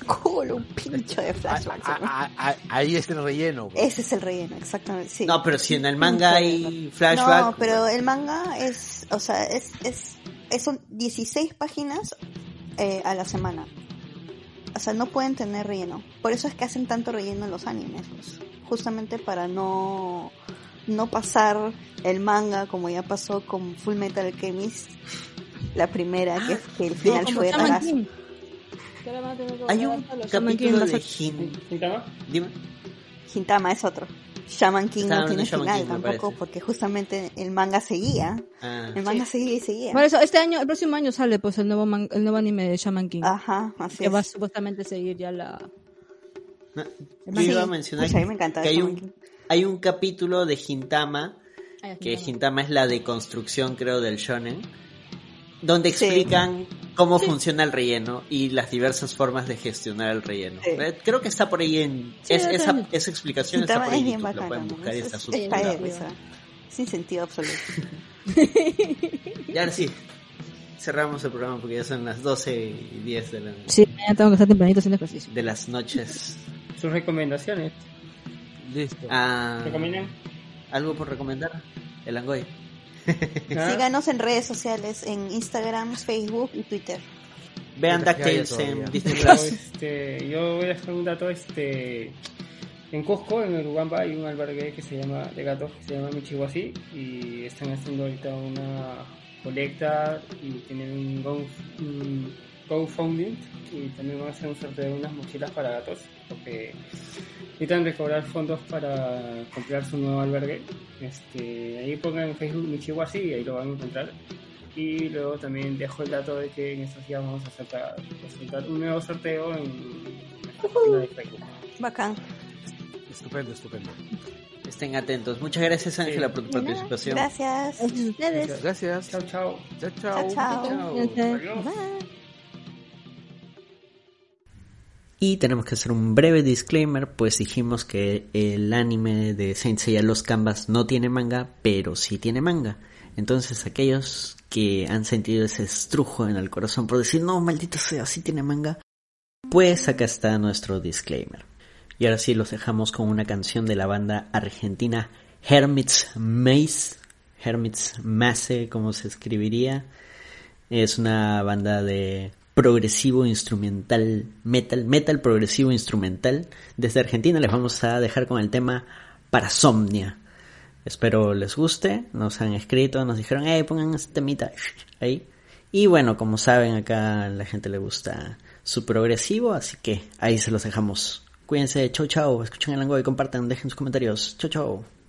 [SPEAKER 7] Culo, un pincho
[SPEAKER 3] Ah,
[SPEAKER 7] de
[SPEAKER 4] A-
[SPEAKER 7] flashbacks. hermano.
[SPEAKER 4] a- a- a- ahí es el relleno. pues.
[SPEAKER 7] Ese es el relleno, exactamente. Sí.
[SPEAKER 3] No, pero si en el manga hay flashback.
[SPEAKER 7] No, pero
[SPEAKER 3] bueno.
[SPEAKER 7] el manga es, o sea, es, es, es- son 16 páginas eh, a la semana. O sea, no pueden tener relleno. Por eso es que hacen tanto relleno en los animes, pues. Justamente para no, no pasar el manga como ya pasó con Full Metal Alchemist, la primera, que, que el final
[SPEAKER 5] Como
[SPEAKER 7] fue
[SPEAKER 5] Shaman
[SPEAKER 7] rarazo.
[SPEAKER 5] King.
[SPEAKER 3] Hay un capítulo de Jin-
[SPEAKER 2] ¿Sintama?
[SPEAKER 3] Dime.
[SPEAKER 7] Hintama es otro. Shaman King
[SPEAKER 3] Estaba
[SPEAKER 7] no
[SPEAKER 3] hablando
[SPEAKER 7] tiene
[SPEAKER 3] de Shaman
[SPEAKER 7] final
[SPEAKER 3] King, me
[SPEAKER 7] tampoco,
[SPEAKER 3] parece.
[SPEAKER 7] porque justamente el manga seguía.
[SPEAKER 3] Ah.
[SPEAKER 7] El manga seguía y seguía.
[SPEAKER 5] Por eso, este año, el próximo año sale pues el nuevo, man- el nuevo anime de Shaman King.
[SPEAKER 7] Ajá, así
[SPEAKER 5] que va a
[SPEAKER 7] es.
[SPEAKER 5] supuestamente seguir ya la...
[SPEAKER 3] No, Yo
[SPEAKER 7] Em, Sí,
[SPEAKER 3] iba a mencionar
[SPEAKER 7] pucha, a mí me encanta
[SPEAKER 3] que hay
[SPEAKER 7] Shaman
[SPEAKER 3] un,
[SPEAKER 7] King.
[SPEAKER 3] hay un capítulo de Hintama, que Hintama es la deconstrucción, creo, del shonen, donde
[SPEAKER 7] Sí.
[SPEAKER 3] explican cómo funciona el relleno y las diversas formas de gestionar el relleno.
[SPEAKER 7] Sí.
[SPEAKER 3] Eh, Creo que está por ahí en...
[SPEAKER 5] Sí,
[SPEAKER 3] es-
[SPEAKER 5] yo
[SPEAKER 3] esa,
[SPEAKER 5] también.
[SPEAKER 3] esa explicación está
[SPEAKER 7] Hintama
[SPEAKER 3] por ahí
[SPEAKER 7] es
[SPEAKER 3] en
[SPEAKER 7] bien
[SPEAKER 3] YouTube, lo
[SPEAKER 7] bacana.
[SPEAKER 3] pueden buscar y está
[SPEAKER 7] Es,
[SPEAKER 3] súper
[SPEAKER 7] es cae de
[SPEAKER 3] bueno.
[SPEAKER 7] risa. Sin sentido absoluto.
[SPEAKER 3] Y ahora sí, cerramos el programa porque ya son las 12 y 10 de la,
[SPEAKER 5] Sí, mañana tengo que estar tempranito haciendo ejercicio.
[SPEAKER 3] de las noches.
[SPEAKER 2] Sus recomendaciones.
[SPEAKER 4] Listo.
[SPEAKER 3] Ah,
[SPEAKER 2] ¿Recomiendan?
[SPEAKER 3] ¿Algo por recomendar? El Angoy.
[SPEAKER 2] Nada.
[SPEAKER 7] Síganos en redes sociales, en Instagram, Facebook y Twitter.
[SPEAKER 3] Vean
[SPEAKER 4] Mientras que haya
[SPEAKER 3] DuckTales en
[SPEAKER 4] todavía.
[SPEAKER 3] Disney
[SPEAKER 2] Yo,
[SPEAKER 3] Plus.
[SPEAKER 2] este, yo voy a dejar un dato, este, en Cusco, en Urubamba, hay un albergue que se llama, de gatos, que se llama Michihuasi, y están haciendo ahorita una colecta y tienen un, go, un GoFundMe, y también van a hacer un sorteo de unas mochilas para gatos, porque necesitan recobrar fondos para comprar su nuevo albergue. Este, ahí pongan en Facebook Michihuasi y ahí lo van a encontrar. Y luego también dejo el dato de que en estos días vamos a aceptar, presentar un nuevo sorteo en la página de Facebook.
[SPEAKER 7] Bacán.
[SPEAKER 4] Estupendo, estupendo.
[SPEAKER 3] Estén atentos. Muchas gracias, Ángela, por tu
[SPEAKER 7] De nada,
[SPEAKER 3] participación.
[SPEAKER 7] Gracias.
[SPEAKER 5] Gracias a ustedes.
[SPEAKER 2] Muchas
[SPEAKER 4] Gracias.
[SPEAKER 2] Chao, chao.
[SPEAKER 4] Chao, chao.
[SPEAKER 7] Chao, chao.
[SPEAKER 5] Eh,
[SPEAKER 2] Adiós.
[SPEAKER 3] Y tenemos que hacer un breve disclaimer, pues dijimos que el anime de Saint Seiya Los Canvas no tiene manga, pero sí tiene manga. Entonces aquellos que han sentido ese estrujo en el corazón por decir, no, maldito sea, sí tiene manga, pues acá está nuestro disclaimer. Y ahora sí los dejamos con una canción de la banda argentina Hermits Maze, Hermits Mace, como se escribiría. Es una banda de progresivo instrumental, metal, metal progresivo instrumental. Desde Argentina les vamos a dejar con el tema Parasomnia. Espero les guste, nos han escrito, nos dijeron, hey, pongan este temita ahí. Y bueno, como saben, acá a la gente le gusta su progresivo, así que ahí se los dejamos. Cuídense, chau chau, escuchen el lenguaje y compartan, dejen sus comentarios. Chau chau.